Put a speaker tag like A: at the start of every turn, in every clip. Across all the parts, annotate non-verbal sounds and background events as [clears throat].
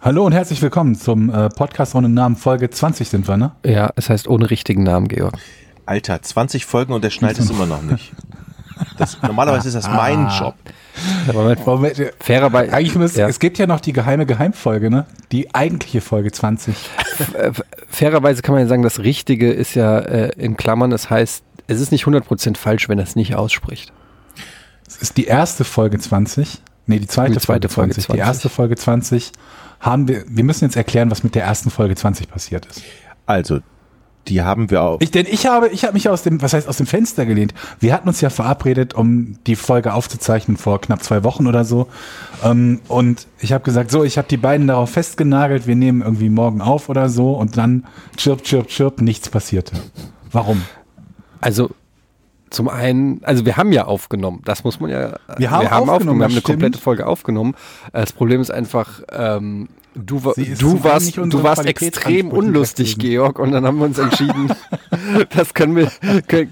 A: Hallo und herzlich willkommen zum äh, Podcast ohne Namen Folge 20 sind wir, ne?
B: Ja, es heißt ohne richtigen Namen, Georg.
C: Alter, 20 Folgen und der schneidet es immer noch nicht. Das, normalerweise ist das mein
A: Ah.
C: Job.
A: Moment, Moment.
B: Fairerweise,
A: Eigentlich müsste,
B: ja,
A: es gibt ja noch die geheime Geheimfolge, ne? Die eigentliche Folge 20.
B: fairerweise kann man ja sagen, das Richtige ist ja äh, in Klammern, es heißt, es ist nicht 100% falsch, wenn er es nicht ausspricht.
A: Es ist die erste Folge 20. Nee, die zweite,
B: Die
A: Folge
B: zweite Folge
A: 20.
B: 20.
A: Die erste Folge 20 haben wir, wir müssen jetzt erklären, was mit der ersten Folge 20 passiert ist.
C: Also, die haben wir auch.
A: Ich, denn ich habe, ich habe mich aus dem, was heißt aus dem Fenster gelehnt. Wir hatten uns ja verabredet, um die Folge aufzuzeichnen vor knapp zwei Wochen oder so. Ähm, und ich habe gesagt, so, ich habe die beiden darauf festgenagelt, wir nehmen irgendwie morgen auf oder so. Und dann chirp, chirp, chirp, nichts passierte. Warum?
B: Also zum einen, also wir haben ja aufgenommen, das muss man ja.
A: Wir haben aufgenommen,
B: wir
A: das
B: haben eine komplette
A: stimmt.
B: Folge aufgenommen. Äh, Das Problem ist einfach, ähm, du, wa-
A: Sie ist zum
B: du
A: einen
B: warst,
A: nicht unserem
B: du warst
A: Qualitätsansprüchen
B: extrem unlustig,
A: gewesen.
B: Georg, und dann haben wir uns entschieden, [laughs] das können wir. Können,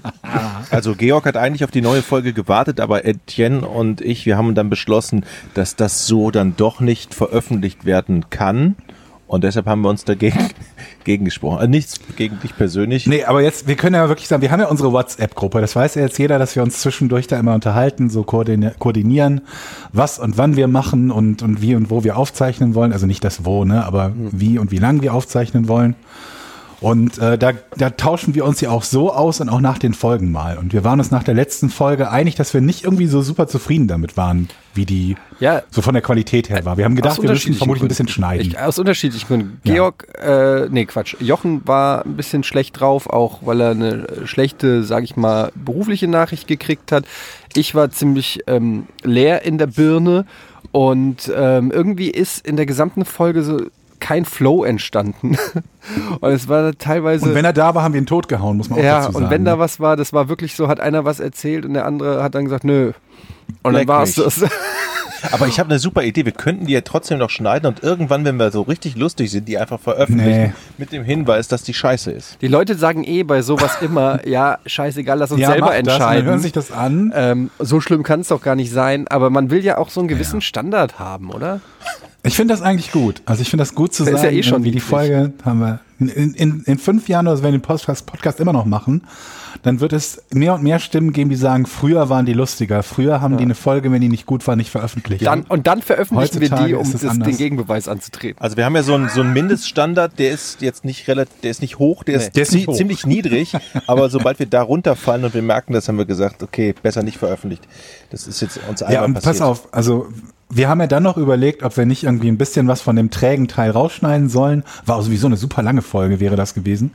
C: Also, Georg hat eigentlich auf die neue Folge gewartet, aber Etienne und ich, wir haben dann beschlossen, dass das so dann doch nicht veröffentlicht werden kann. Und deshalb haben wir uns dagegen [laughs] gegen gesprochen. Äh, Nichts gegen dich persönlich.
A: Nee, aber jetzt, wir können ja wirklich sagen, wir haben ja unsere WhatsApp-Gruppe. Das weiß ja jetzt jeder, dass wir uns zwischendurch da immer unterhalten, so koordini- koordinieren, was und wann wir machen und, und wie und wo wir aufzeichnen wollen. Also nicht das Wo, ne, aber wie und wie lang wir aufzeichnen wollen. Und äh, da, da tauschen wir uns ja auch so aus und auch nach den Folgen mal. Und wir waren uns nach der letzten Folge einig, dass wir nicht irgendwie so super zufrieden damit waren, wie die
B: Ja.
A: so von der Qualität her war. Wir haben
B: Aus
A: gedacht, wir müssen
B: unterschiedlichen
A: vermutlich ein bisschen
B: Gründen.
A: schneiden.
B: Ich, aus unterschiedlichen Gründen.
A: Ja.
B: Georg, äh, nee, Quatsch. Jochen war ein bisschen schlecht drauf, auch weil er eine schlechte, sag ich mal, berufliche Nachricht gekriegt hat. Ich war ziemlich ähm, leer in der Birne und ähm, irgendwie ist in der gesamten Folge so kein Flow entstanden. [laughs] und es war teilweise.
A: und wenn er da war, haben wir ihn totgehauen, muss man auch
B: äh, ja,
A: dazu sagen.
B: und wenn da
A: ne?
B: was war, das war wirklich so, hat einer was erzählt und der andere hat dann gesagt, nö. Und dann
C: Leck
B: war es
C: mich.
B: das.
C: Aber ich habe eine super Idee. Wir könnten die ja trotzdem noch schneiden und irgendwann, wenn wir so richtig lustig sind, die einfach veröffentlichen.
A: Nee.
C: Mit dem Hinweis, dass die scheiße ist.
B: Die Leute sagen eh bei sowas immer, ja, scheißegal, lass uns
A: ja,
B: selber
A: macht das, und dann hören
B: entscheiden.
A: sich das an.
B: ähm, so schlimm kann es doch gar nicht sein, aber man will ja auch so einen gewissen Standard haben, oder?
A: Ich finde das eigentlich gut. Also ich finde das gut zu
B: Das
A: sagen,
B: ist ja eh schon
A: wie die
B: niedlich.
A: Folge haben wir. In, in, in fünf Jahren oder so, wenn wir den Podcast, Podcast immer noch machen, dann wird es mehr und mehr Stimmen geben, die sagen, früher waren die lustiger, früher haben die eine Folge, wenn die nicht gut war, nicht veröffentlicht.
B: Dann, und dann veröffentlichen wir die,
A: Heutzutage
B: um
A: ist es
B: das den
A: anders.
B: Gegenbeweis anzutreten.
C: Also wir haben ja so einen, so einen Mindeststandard, der ist jetzt nicht relativ, der ist nicht hoch, der ist,
A: der ist nicht
C: zie-
A: hoch. [laughs]
C: ziemlich niedrig, aber sobald wir da runterfallen und wir merken das, haben wir gesagt, okay, besser nicht veröffentlicht. Das ist jetzt uns einmal
A: ja, und
C: passiert.
A: pass auf, also wir haben ja dann noch überlegt, ob wir nicht irgendwie ein bisschen was von dem trägen Teil rausschneiden sollen. War sowieso eine super lange Folge, wäre das gewesen.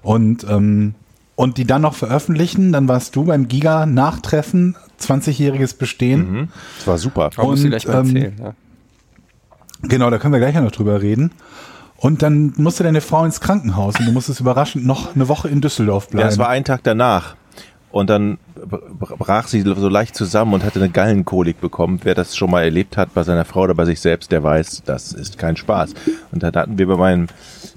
A: Und, ähm, und die dann noch veröffentlichen, dann warst du beim Giga-Nachtreffen, 20-jähriges Bestehen.
C: Das war super.
B: Man muss sie
A: Und,
B: gleich mal
A: ähm,
B: erzählen. ja.
A: Genau, da können wir gleich ja noch drüber reden. Und dann musste deine Frau ins Krankenhaus und du musstest überraschend noch eine Woche in Düsseldorf bleiben.
C: Ja, es war ein Tag danach. Und dann br- brach sie so leicht zusammen und hatte eine Gallenkolik bekommen. Wer das schon mal erlebt hat bei seiner Frau oder bei sich selbst, der weiß, das ist kein Spaß. Und dann hatten wir bei, meinem,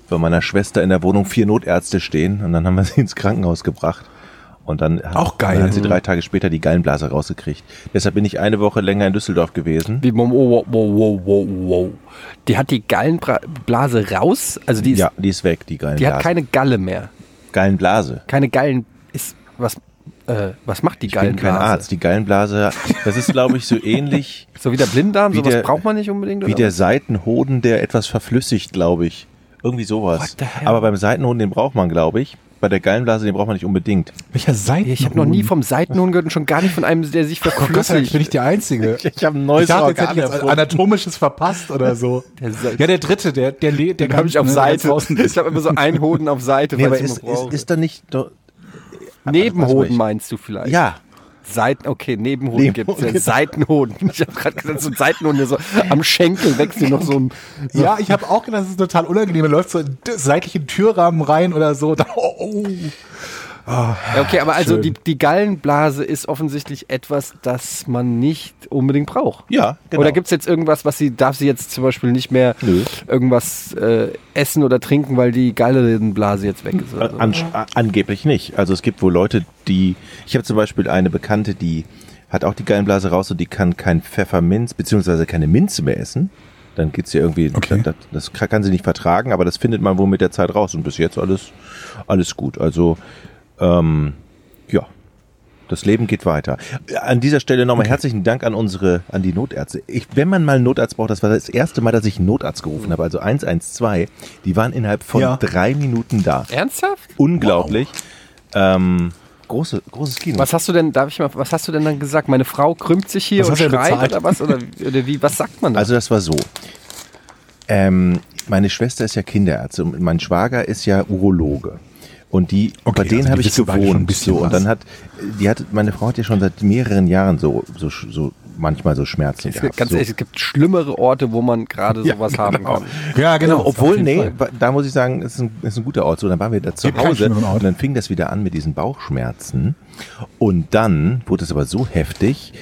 C: bei meiner Schwester in der Wohnung vier Notärzte stehen und dann haben wir [laughs] sie ins Krankenhaus gebracht. Und dann hat,
A: Auch geil.
C: dann hat sie drei Tage später die Gallenblase rausgekriegt. Deshalb bin ich eine Woche länger in Düsseldorf gewesen.
B: Wie, wow, wow, wow, wow, wow, wow. Die hat die Gallenblase raus, also die, ist,
C: ja, die ist weg, die Gallenblase.
B: die hat keine Galle mehr.
C: Gallenblase.
B: Keine Gallen ist, was, äh, was macht die
C: Ich bin
B: Gallenblase?
C: kein Arzt. Die Gallenblase, das ist,
B: [laughs]
C: glaube ich, so ähnlich
B: So wie der Blinddarm,
C: Wie
B: sowas
C: der-
B: braucht man nicht unbedingt.
C: Wie
B: oder
C: der
B: was?
C: Seitenhoden, der etwas verflüssigt, glaube ich. Irgendwie sowas.
B: What the hell?
C: Aber beim Seitenhoden, den braucht man, glaube ich. Bei der Gallenblase, den braucht man nicht unbedingt.
A: Welcher Seiten?
B: ich habe noch nie vom Seitenhoden gehört und schon gar nicht von einem, der sich
A: Oh Gott sei Dank
B: verflüssigt.
A: bin ich der Einzige.
C: Ich habe ein
A: Ich
C: neues
A: dachte, jetzt hätte ich jetzt
C: erfunden.
A: anatomisches verpasst oder so.
B: Der Se-
A: ja, der dritte, der, der, le- der
B: Den habe ich auf
A: ne, der
B: Seite.
A: draußen ist.
B: [laughs] Ich habe immer so einen Hoden auf Seite.
C: Nee,
B: falls
C: aber
B: ich
C: ist,
B: mal brauche.
C: ist, ist da nicht... doch-
B: Nebenhoden
C: ich.
B: meinst du vielleicht?
C: Ja,
B: Seiten, okay, Nebenhoden gibt es
C: Nebenhoden.
B: ja. Seitenhoden. Ich habe gerade gesagt, so ein Seitenhoden, der so am Schenkel wächst dir noch so ein.
A: Ja, ich habe auch gedacht, das ist total unangenehm. Er läuft so in den seitlichen Türrahmen rein oder so. Da, oh, oh.
B: Ja, okay, aber also
A: Schön.
B: die, die Gallenblase ist offensichtlich etwas, das man nicht unbedingt braucht.
C: ja, genau.
B: Oder gibt es jetzt irgendwas, was sie, darf sie jetzt zum Beispiel nicht mehr
C: Nö.
B: irgendwas äh, essen oder trinken, weil die Gallenblase jetzt weg ist? Oder so?
C: An, a- Äh, angeblich nicht. Also es gibt wohl Leute, die... Ich habe zum Beispiel eine Bekannte, die hat auch die Gallenblase raus und die kann kein Pfefferminz beziehungsweise keine Minze mehr essen. dann geht's ihr irgendwie,
A: Okay.
C: das, das kann, kann sie nicht vertragen, aber das findet man wohl mit der Zeit raus und bis jetzt alles, alles gut. Also, ähm, ja, das Leben geht weiter. Äh, An dieser Stelle nochmal herzlichen Dank an unsere, an die Notärzte. Ich, wenn man mal einen Notarzt braucht, das war das erste Mal, dass ich einen Notarzt gerufen habe, also 112, die waren innerhalb von
A: Ja.
C: drei Minuten da.
B: Ernsthaft?
C: Unglaublich. Ähm, große, großes Kino.
B: Was hast du denn, darf ich mal, was hast du denn dann gesagt? Meine Frau krümmt sich hier
A: Was
B: und
A: hast du denn
B: schreit
A: bezahlt?
B: oder was? Oder, oder wie, was sagt man da?
C: Also das war so. Ähm, meine Schwester ist ja Kinderärztin und mein Schwager ist ja Urologe. Und die,
A: Okay,
C: bei denen
A: also die
C: habe ich
A: wissen beide schon ein
C: gewohnt.
A: bisschen
C: So, und
A: was.
C: dann hat, die hat, meine Frau hat ja schon seit mehreren Jahren so, so, so manchmal so Schmerzen
B: es
C: gehabt.
B: gibt, ganz
C: so.
B: ehrlich, es gibt schlimmere Orte, wo man gerade
C: Ja,
B: sowas haben
C: [laughs] genau.
B: kann.
A: Ja,
C: Genau,
A: genau.
C: obwohl,
A: Auf jeden
C: nee,
A: Fall.
C: wa- da muss ich sagen, ist ein, ist ein guter Ort. So, dann waren wir da zu
A: Gibt keinen
C: Hause
A: schlimmeren Ort.
C: und dann fing das wieder an mit diesen Bauchschmerzen. Und dann wurde es aber so heftig,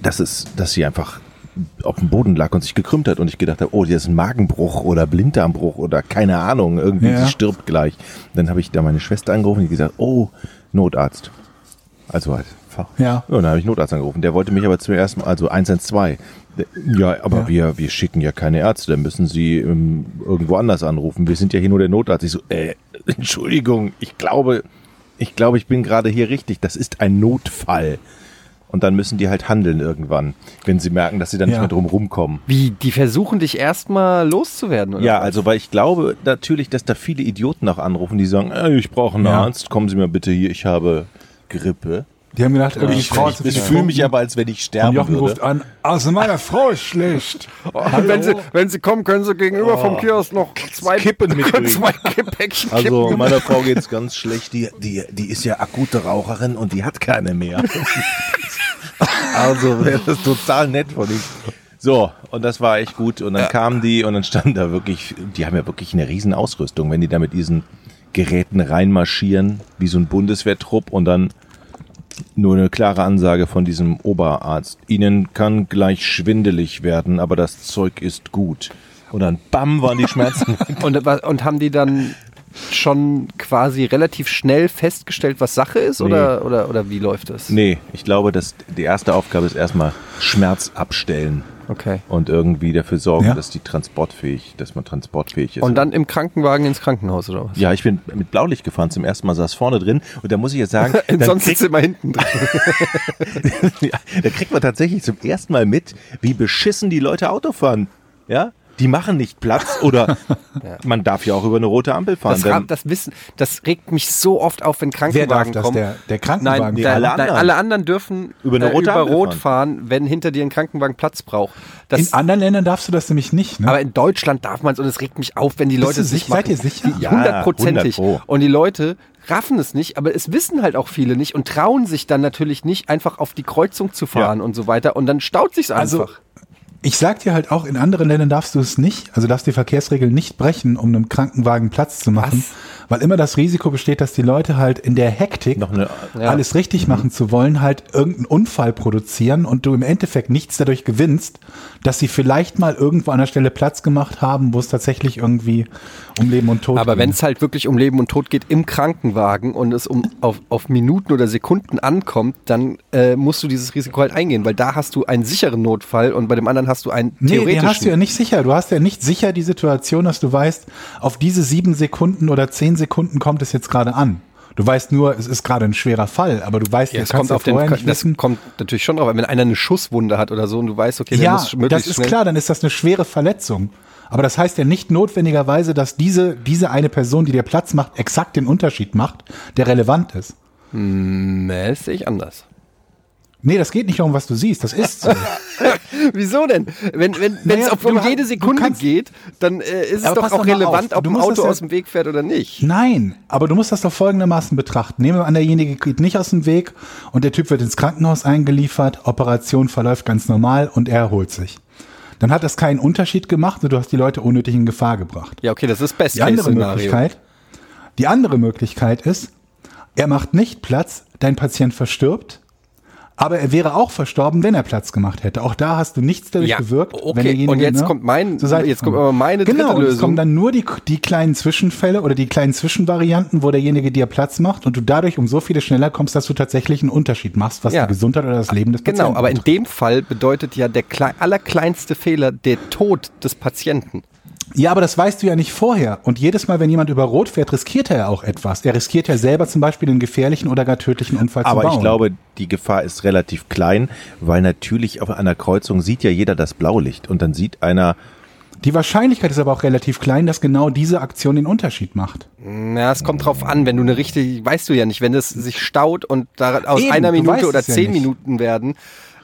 C: dass, es, dass sie einfach auf dem Boden lag und sich gekrümmt hat und ich gedacht habe, oh, hier ist ein Magenbruch oder Blinddarmbruch oder keine Ahnung, irgendwie,
A: Ja.
C: sie stirbt gleich. Dann habe ich da meine Schwester angerufen und die gesagt, oh, Notarzt. Also halt. Fach-
A: Ja.
C: Und dann habe ich Notarzt angerufen. Der wollte mich aber zuerst mal, also 112. Der- Ja, aber
A: Ja.
C: Wir, wir schicken ja keine Ärzte, dann müssen sie ähm, irgendwo anders anrufen. Wir sind ja hier nur der Notarzt. Ich so, äh, [laughs] Entschuldigung, ich glaube, ich glaube, ich bin gerade hier richtig. Das ist ein Notfall. Und dann müssen die halt handeln irgendwann, wenn sie merken, dass sie dann nicht
A: Ja.
C: mehr drum rumkommen.
B: Wie, die versuchen dich erstmal loszuwerden, oder?
C: Ja, also weil ich glaube natürlich, dass da viele Idioten auch anrufen, die sagen, äh, ich brauche einen
A: Ja.
C: Arzt, kommen Sie mal bitte hier, ich habe Grippe.
A: Die haben gedacht, irgendwie
C: Ich,
A: Frau hat
C: ich,
A: so
C: ich
A: viel
C: fühle
A: getrunken.
C: mich aber, als wenn ich
A: Und
C: sterben
A: Jochen
C: würde.
A: ruft an, also meiner Frau ist schlecht.
B: Und Oh, wenn sie, wenn sie kommen, können sie gegenüber vom Kiosk noch zwei
C: Oh. Kippen
B: [laughs]
C: mitbringen.
B: zwei Päckchen
C: Also
B: kippen.
C: meiner Frau geht's ganz schlecht. Die, die, die ist ja akute Raucherin und die hat keine mehr. also das ist total nett von ihm. So, und das war echt gut. Und dann kamen die und dann standen da wirklich, die haben ja wirklich eine riesen Ausrüstung, wenn die da mit diesen Geräten reinmarschieren, wie so ein Bundeswehrtrupp und dann nur eine klare Ansage von diesem Oberarzt. Ihnen kann gleich schwindelig werden, aber das Zeug ist gut. Und dann bam waren die Schmerzen
B: Und, wa- und haben die dann schon quasi relativ schnell festgestellt, was Sache ist? Oder, oder, oder wie läuft das?
C: Nee, ich glaube, dass die erste Aufgabe ist erstmal Schmerz abstellen
B: Okay.
C: und irgendwie dafür sorgen,
A: Ja.
C: dass die transportfähig, dass man transportfähig ist.
B: Und dann im Krankenwagen ins Krankenhaus, oder was?
C: ja, ich bin mit Blaulicht gefahren. Zum ersten Mal saß vorne drin und da muss ich
B: [laughs]
C: jetzt sagen, dann
B: Sonst
C: kriegt,
B: sitzt immer hinten drin.
C: ja, da kriegt man tatsächlich zum ersten Mal mit, wie beschissen die Leute Auto fahren. Ja, die machen nicht
B: [laughs]
C: Platz oder man darf ja auch über eine rote Ampel fahren.
B: Das,
C: dann-
B: ra- das Wissen, das regt mich so oft auf, wenn
A: Wer darf
B: Krankenwagen
A: das?
B: kommen.
A: Der, der
B: Nein,
A: Krankenwagen.
B: der, alle,
C: alle
B: anderen.
C: anderen.
B: nein, alle anderen dürfen äh,
C: Über eine rote
B: über
C: Ampel
B: Rot fahren. wenn hinter dir ein Krankenwagen Platz braucht. Das,
A: In anderen Ländern darfst du das nämlich nicht. Ne?
B: aber in Deutschland darf man es und es regt mich auf, wenn die
A: Bist
B: Leute
A: du
B: es nicht
A: sicher?
B: machen.
A: Seid ihr sicher?
B: Ja,
C: Ja,
B: hundertprozentig.
C: 100 Pro.
B: und die Leute raffen es nicht, aber es wissen halt auch viele nicht und trauen sich dann natürlich nicht, einfach auf die Kreuzung zu fahren
C: Ja.
B: und so weiter. Und dann staut sich's
A: Also,
B: einfach.
A: ich sag dir halt auch, in anderen Ländern darfst du es nicht, also darfst die Verkehrsregeln nicht brechen, um einem Krankenwagen Platz zu machen, weil immer das Risiko besteht, dass die Leute halt in der Hektik,
C: Noch eine-
B: Ja. Mhm.
A: alles richtig machen zu wollen, halt irgendeinen Unfall produzieren und du im Endeffekt nichts dadurch gewinnst, dass sie vielleicht mal irgendwo an der Stelle Platz gemacht haben, wo es tatsächlich irgendwie um Leben und Tod
B: Aber
A: ging.
B: wenn es halt wirklich um Leben und Tod geht im Krankenwagen und es um auf, auf Minuten oder Sekunden ankommt, dann äh, musst du dieses Risiko halt eingehen, weil da hast du einen sicheren Notfall und bei dem anderen hast du einen
A: Nee, den
B: theoretischen.
A: hast du ja nicht sicher. Du hast ja nicht sicher die Situation, dass du weißt, auf diese sieben Sekunden oder zehn Sekunden kommt es jetzt gerade an. Du weißt nur, es ist gerade ein schwerer Fall, aber du weißt,
B: Ja,
A: du
B: es kommt
A: ja
B: auf den,
A: vorher nicht
B: das
A: wissen.
B: kommt natürlich schon drauf, an. wenn einer eine Schusswunde hat oder so und du weißt, okay, der
A: Ja,
B: muss möglichst
A: das ist
B: schnell-
A: klar, dann ist das eine schwere Verletzung. Aber das heißt ja nicht notwendigerweise, dass diese, diese eine Person, die dir Platz macht, exakt den Unterschied macht, der relevant ist.
B: Nee, das sehe ich anders. [laughs]
A: Nee, das geht nicht darum, was du siehst. Das ist so.
B: Wieso denn? Wenn wenn wenn es
A: Naja,
B: auf- um
A: du ha-
B: jede
A: du
B: Sekunde
A: kannst-
B: geht, dann äh, ist es
A: Aber
B: doch
A: pass
B: auch
A: doch mal
B: relevant,
A: auf.
B: ob
A: Du
B: ein
A: musst
B: Auto
A: das ja-
B: aus dem Weg fährt oder nicht.
A: Nein, aber du musst das doch folgendermaßen betrachten. Nehmen wir an, derjenige geht nicht aus dem Weg und der Typ wird ins Krankenhaus eingeliefert, Operation verläuft ganz normal und er erholt sich. Dann hat das keinen Unterschied gemacht und du hast die Leute unnötig in Gefahr gebracht.
B: Ja, okay, das ist
A: Die andere
B: Best-Case-Szenario.
A: Möglichkeit, die andere Möglichkeit ist, er macht nicht Platz, dein Patient verstirbt, Aber er wäre auch verstorben, wenn er Platz gemacht hätte. Auch da hast du nichts dadurch
B: Ja,
A: gewirkt.
B: okay.
A: derjenige, ne,
B: Und jetzt kommt mein-
A: seid-
B: jetzt kommt aber meine dritte
A: genau, und Es
B: Lösung.
A: kommen dann nur die, die kleinen Zwischenfälle oder die kleinen Zwischenvarianten, wo derjenige dir Platz macht und du dadurch um so viele schneller kommst, dass du tatsächlich einen Unterschied machst, was
B: Ja.
A: die Gesundheit oder das Leben des Patienten
B: Genau, aber in dem Fall bedeutet ja der klei- allerkleinste Fehler der Tod des Patienten.
A: Ja, aber das weißt du ja nicht vorher. Und jedes Mal, wenn jemand über Rot fährt, riskiert er ja auch etwas. Er riskiert ja selber zum Beispiel einen gefährlichen oder gar tödlichen Unfall zu
C: Aber
A: bauen.
C: ich glaube, die Gefahr ist relativ klein, weil natürlich auf einer Kreuzung sieht ja jeder das Blaulicht und dann sieht einer,
A: die Wahrscheinlichkeit ist aber auch relativ klein, dass genau diese Aktion den Unterschied macht.
B: Na, es kommt drauf an, wenn du eine richtige, weißt du ja nicht, wenn es sich staut und da, aus
A: Eben,
B: einer
A: du weißt
B: Minute oder
A: es ja
B: zehn
A: nicht.
B: Minuten werden.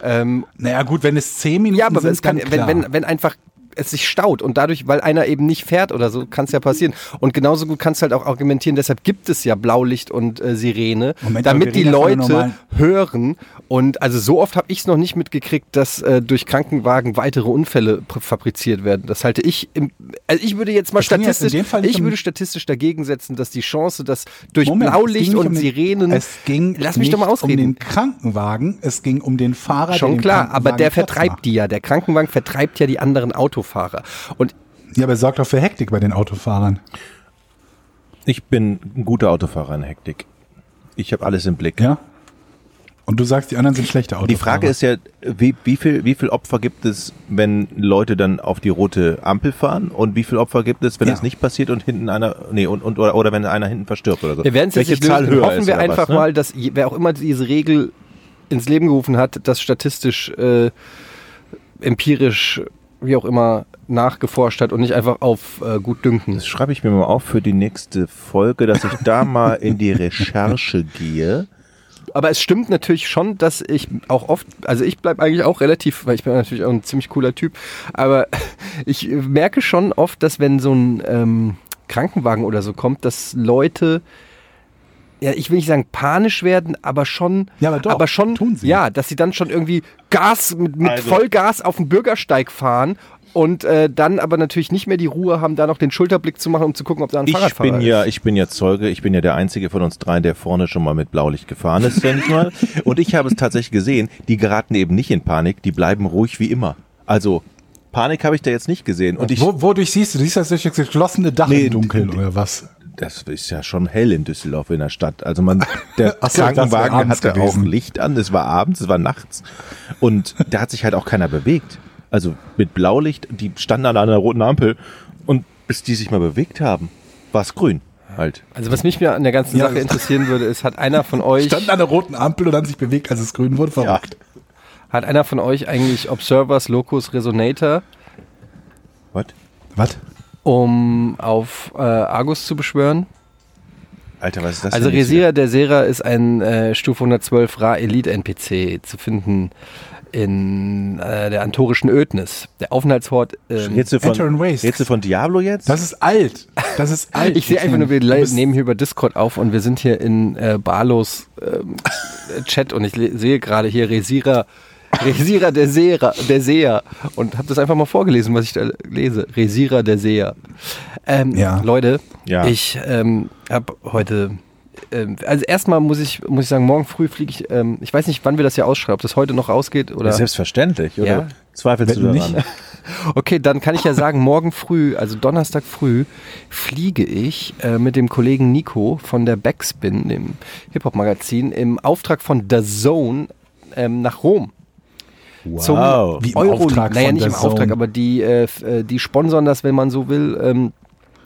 A: Naja, gut, wenn es zehn Minuten
B: Ja, aber
A: sind,
B: es kann,
A: dann
B: wenn,
A: klar.
B: wenn, wenn einfach es sich staut und dadurch, weil einer eben nicht fährt oder so, kann es ja passieren. Und genauso gut kannst du halt auch argumentieren, deshalb gibt es ja Blaulicht und äh, Sirene,
A: Moment, aber wir
B: damit die
A: reden ja von einer
B: Leute
A: normalen-
B: hören. Und also so oft habe ich es noch nicht mitgekriegt, dass äh, durch Krankenwagen weitere Unfälle pr- fabriziert werden. Das halte ich, im, also ich würde jetzt mal
A: Es ging jetzt in
B: statistisch,
A: dem Fall nicht
B: ich
A: um-
B: würde statistisch dagegen setzen, dass die Chance, dass durch
A: Moment, es ging
B: Blaulicht
A: nicht
B: und
A: um den-
B: Sirenen,
A: Es ging
B: lass mich
A: nicht
B: doch mal
A: um
B: ausreden.
A: den Krankenwagen, es ging um den Fahrer. der
B: Schon
A: den
B: klar, aber
A: Krankenwagen
B: der
A: Platz
B: vertreibt
A: macht.
B: die ja. Der Krankenwagen vertreibt ja die anderen Autofahrer. Und
A: Ja, aber es sorgt auch für Hektik bei den Autofahrern.
C: ich bin ein guter Autofahrer in Hektik. Ich habe alles im Blick.
A: Ja. Und du sagst, die anderen sind schlechte Autofahrer.
C: Die Frage ist ja, wie, wie, viel, wie viel Opfer gibt es, wenn Leute dann auf die rote Ampel fahren und wie viel Opfer gibt es, wenn
A: Ja.
C: das nicht passiert und hinten einer, nee, und, und oder, oder wenn einer hinten verstirbt oder so.
B: wir werden es jetzt
C: Welche
B: nicht
C: Zahl
B: lösen.
C: höher
B: Hoffen
C: ist
B: wir
C: oder
B: einfach
C: was, ne?
B: mal, dass je- wer auch immer diese Regel ins Leben gerufen hat, das statistisch, äh, empirisch, wie auch immer, nachgeforscht hat und nicht einfach auf äh, gut dünken.
C: Das schreibe ich mir mal auf für die nächste Folge, dass ich da mal
B: [laughs]
C: in die Recherche gehe.
B: Aber es stimmt natürlich schon, dass ich auch oft, also ich bleibe eigentlich auch relativ, weil ich bin natürlich auch ein ziemlich cooler Typ, aber [laughs] ich merke schon oft, dass wenn so ein ähm, Krankenwagen oder so kommt, dass Leute, ja, ich will nicht sagen panisch werden, aber schon,
A: Ja, aber doch,
B: schon,
A: tun sie.
B: ja, dass sie dann schon irgendwie Gas mit, mit
C: Also-
B: Vollgas auf den Bürgersteig fahren. Und äh, dann aber natürlich nicht mehr die Ruhe haben, da noch den Schulterblick zu machen, um zu gucken, ob da ein
C: Ich
B: Fahrradfahrer
C: bin
B: ist.
C: ja, ich bin ja Zeuge, ich bin ja der einzige von uns dreien, der vorne schon mal mit Blaulicht gefahren ist, denke ich mal. [laughs] Und ich habe es tatsächlich gesehen, die geraten eben nicht in Panik, die bleiben ruhig wie immer. Also, Panik habe ich da jetzt nicht gesehen. Und ich,
A: Wo, wodurch siehst du? Du siehst das durch das geschlossene Dach
C: Nee,
A: im Dunkeln
C: d- d-
A: oder was?
C: das ist ja schon hell in Düsseldorf in der Stadt. Also [laughs] man, der
A: Ach so, das wäre
C: Krankenwagen
A: abends
C: hatte
A: gewesen.
C: auch Licht an, es war abends, es war nachts. Und da hat sich halt auch keiner bewegt. Also mit Blaulicht, die standen alle an einer roten Ampel und bis die sich mal bewegt haben, war es grün halt.
B: Also was mich mir an der ganzen
A: Ja,
B: Sache
A: das-
B: interessieren würde, ist, hat
A: [laughs]
B: einer von euch...
A: Stand an der roten Ampel und haben sich bewegt, als es grün wurde. Verrückt.
B: Hat einer von euch eigentlich Observers Locus Resonator,
C: Was?
A: Was?
B: um auf äh, Argus zu beschwören?
C: Alter, was ist das
B: also
C: denn jetzt
B: Resira der Sera ist ein äh, Stufe 112 Ra Elite NPC zu finden in äh, der antorischen Ödnis. Der Aufenthaltsort.
C: wieder?
B: Ähm,
C: Redst du
A: Enter and
C: von,
A: Waste.
C: redst du von Diablo jetzt?
A: Das ist alt. Das
B: [laughs]
A: ist alt.
B: ich sehe einfach nur, wir
A: Du
B: le-
A: bist-
B: nehmen hier über Discord auf und wir sind hier in äh, Barlos ähm, Chat und ich le- sehe gerade hier Resira. Resira der Seher, der Seher. Und habe das einfach mal vorgelesen, was ich da lese. Resira der Seher. Ähm,
A: Ja.
B: Leute,
C: Ja.
B: ich ähm, habe heute. Ähm, also erstmal muss ich, muss ich sagen, morgen früh fliege ich. Ähm, ich weiß nicht, wann wir das hier ausschreiben, ob das heute noch rausgeht oder.
C: Ja, selbstverständlich, oder?
B: Ja.
C: Zweifelst du
A: Wenn
C: daran?
A: nicht-
B: Okay, dann kann ich ja sagen, morgen früh, also Donnerstag früh, fliege ich äh, mit dem Kollegen Nico von der Backspin, dem Hip-Hop-Magazin, im Auftrag von The Zone ähm, nach Rom.
A: [laughs]
C: Wow.
A: Wie im
B: Euro
A: Auftrag
B: Naja,
A: von
B: nicht
A: The
B: im Auftrag,
A: Zone.
B: aber die, äh, f- äh, die sponsern das, wenn man so will, ähm,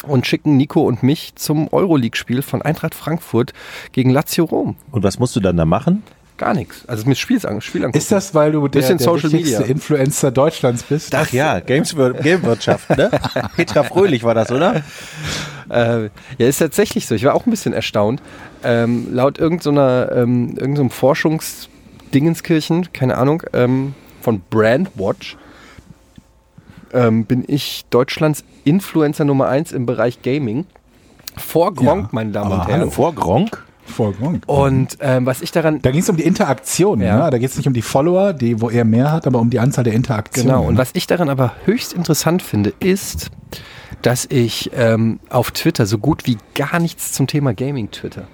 B: und schicken Nico und mich zum Euroleague-Spiel von Eintracht Frankfurt gegen Lazio Rom.
C: Und was musst du dann da machen?
B: Gar nichts. Also mit Spiels an, Spiel angucken.
A: Ist das, weil du der,
B: Bisschen
A: der
B: Social
A: wichtigste
B: Media.
A: Influencer Deutschlands bist?
C: Ach ja, Games Gamewirtschaft, ne?
B: [laughs]
C: Petra Fröhlich war das, oder?
B: Äh, ja, ist tatsächlich so. Ich war auch ein bisschen erstaunt. Ähm, laut irgendeiner ähm, irgendeinem Forschungsdingenskirchen, keine Ahnung, ähm, von Brandwatch ähm, bin ich Deutschlands Influencer Nummer 1 im Bereich Gaming. Vor Gronk,
A: Ja,
B: meine Damen
C: Ah,
B: und
A: aber
B: Herren.
C: Vor Gronk?
A: Voll gut.
B: Und ähm, was ich daran
A: Da ging es um die Interaktion,
B: Ja.
A: ja. Da geht es nicht um die Follower, die, wo er mehr hat, aber um die Anzahl der Interaktionen.
B: Genau, und was ich daran aber höchst interessant finde, ist, dass ich ähm, auf Twitter so gut wie gar nichts zum Thema Gaming twitter.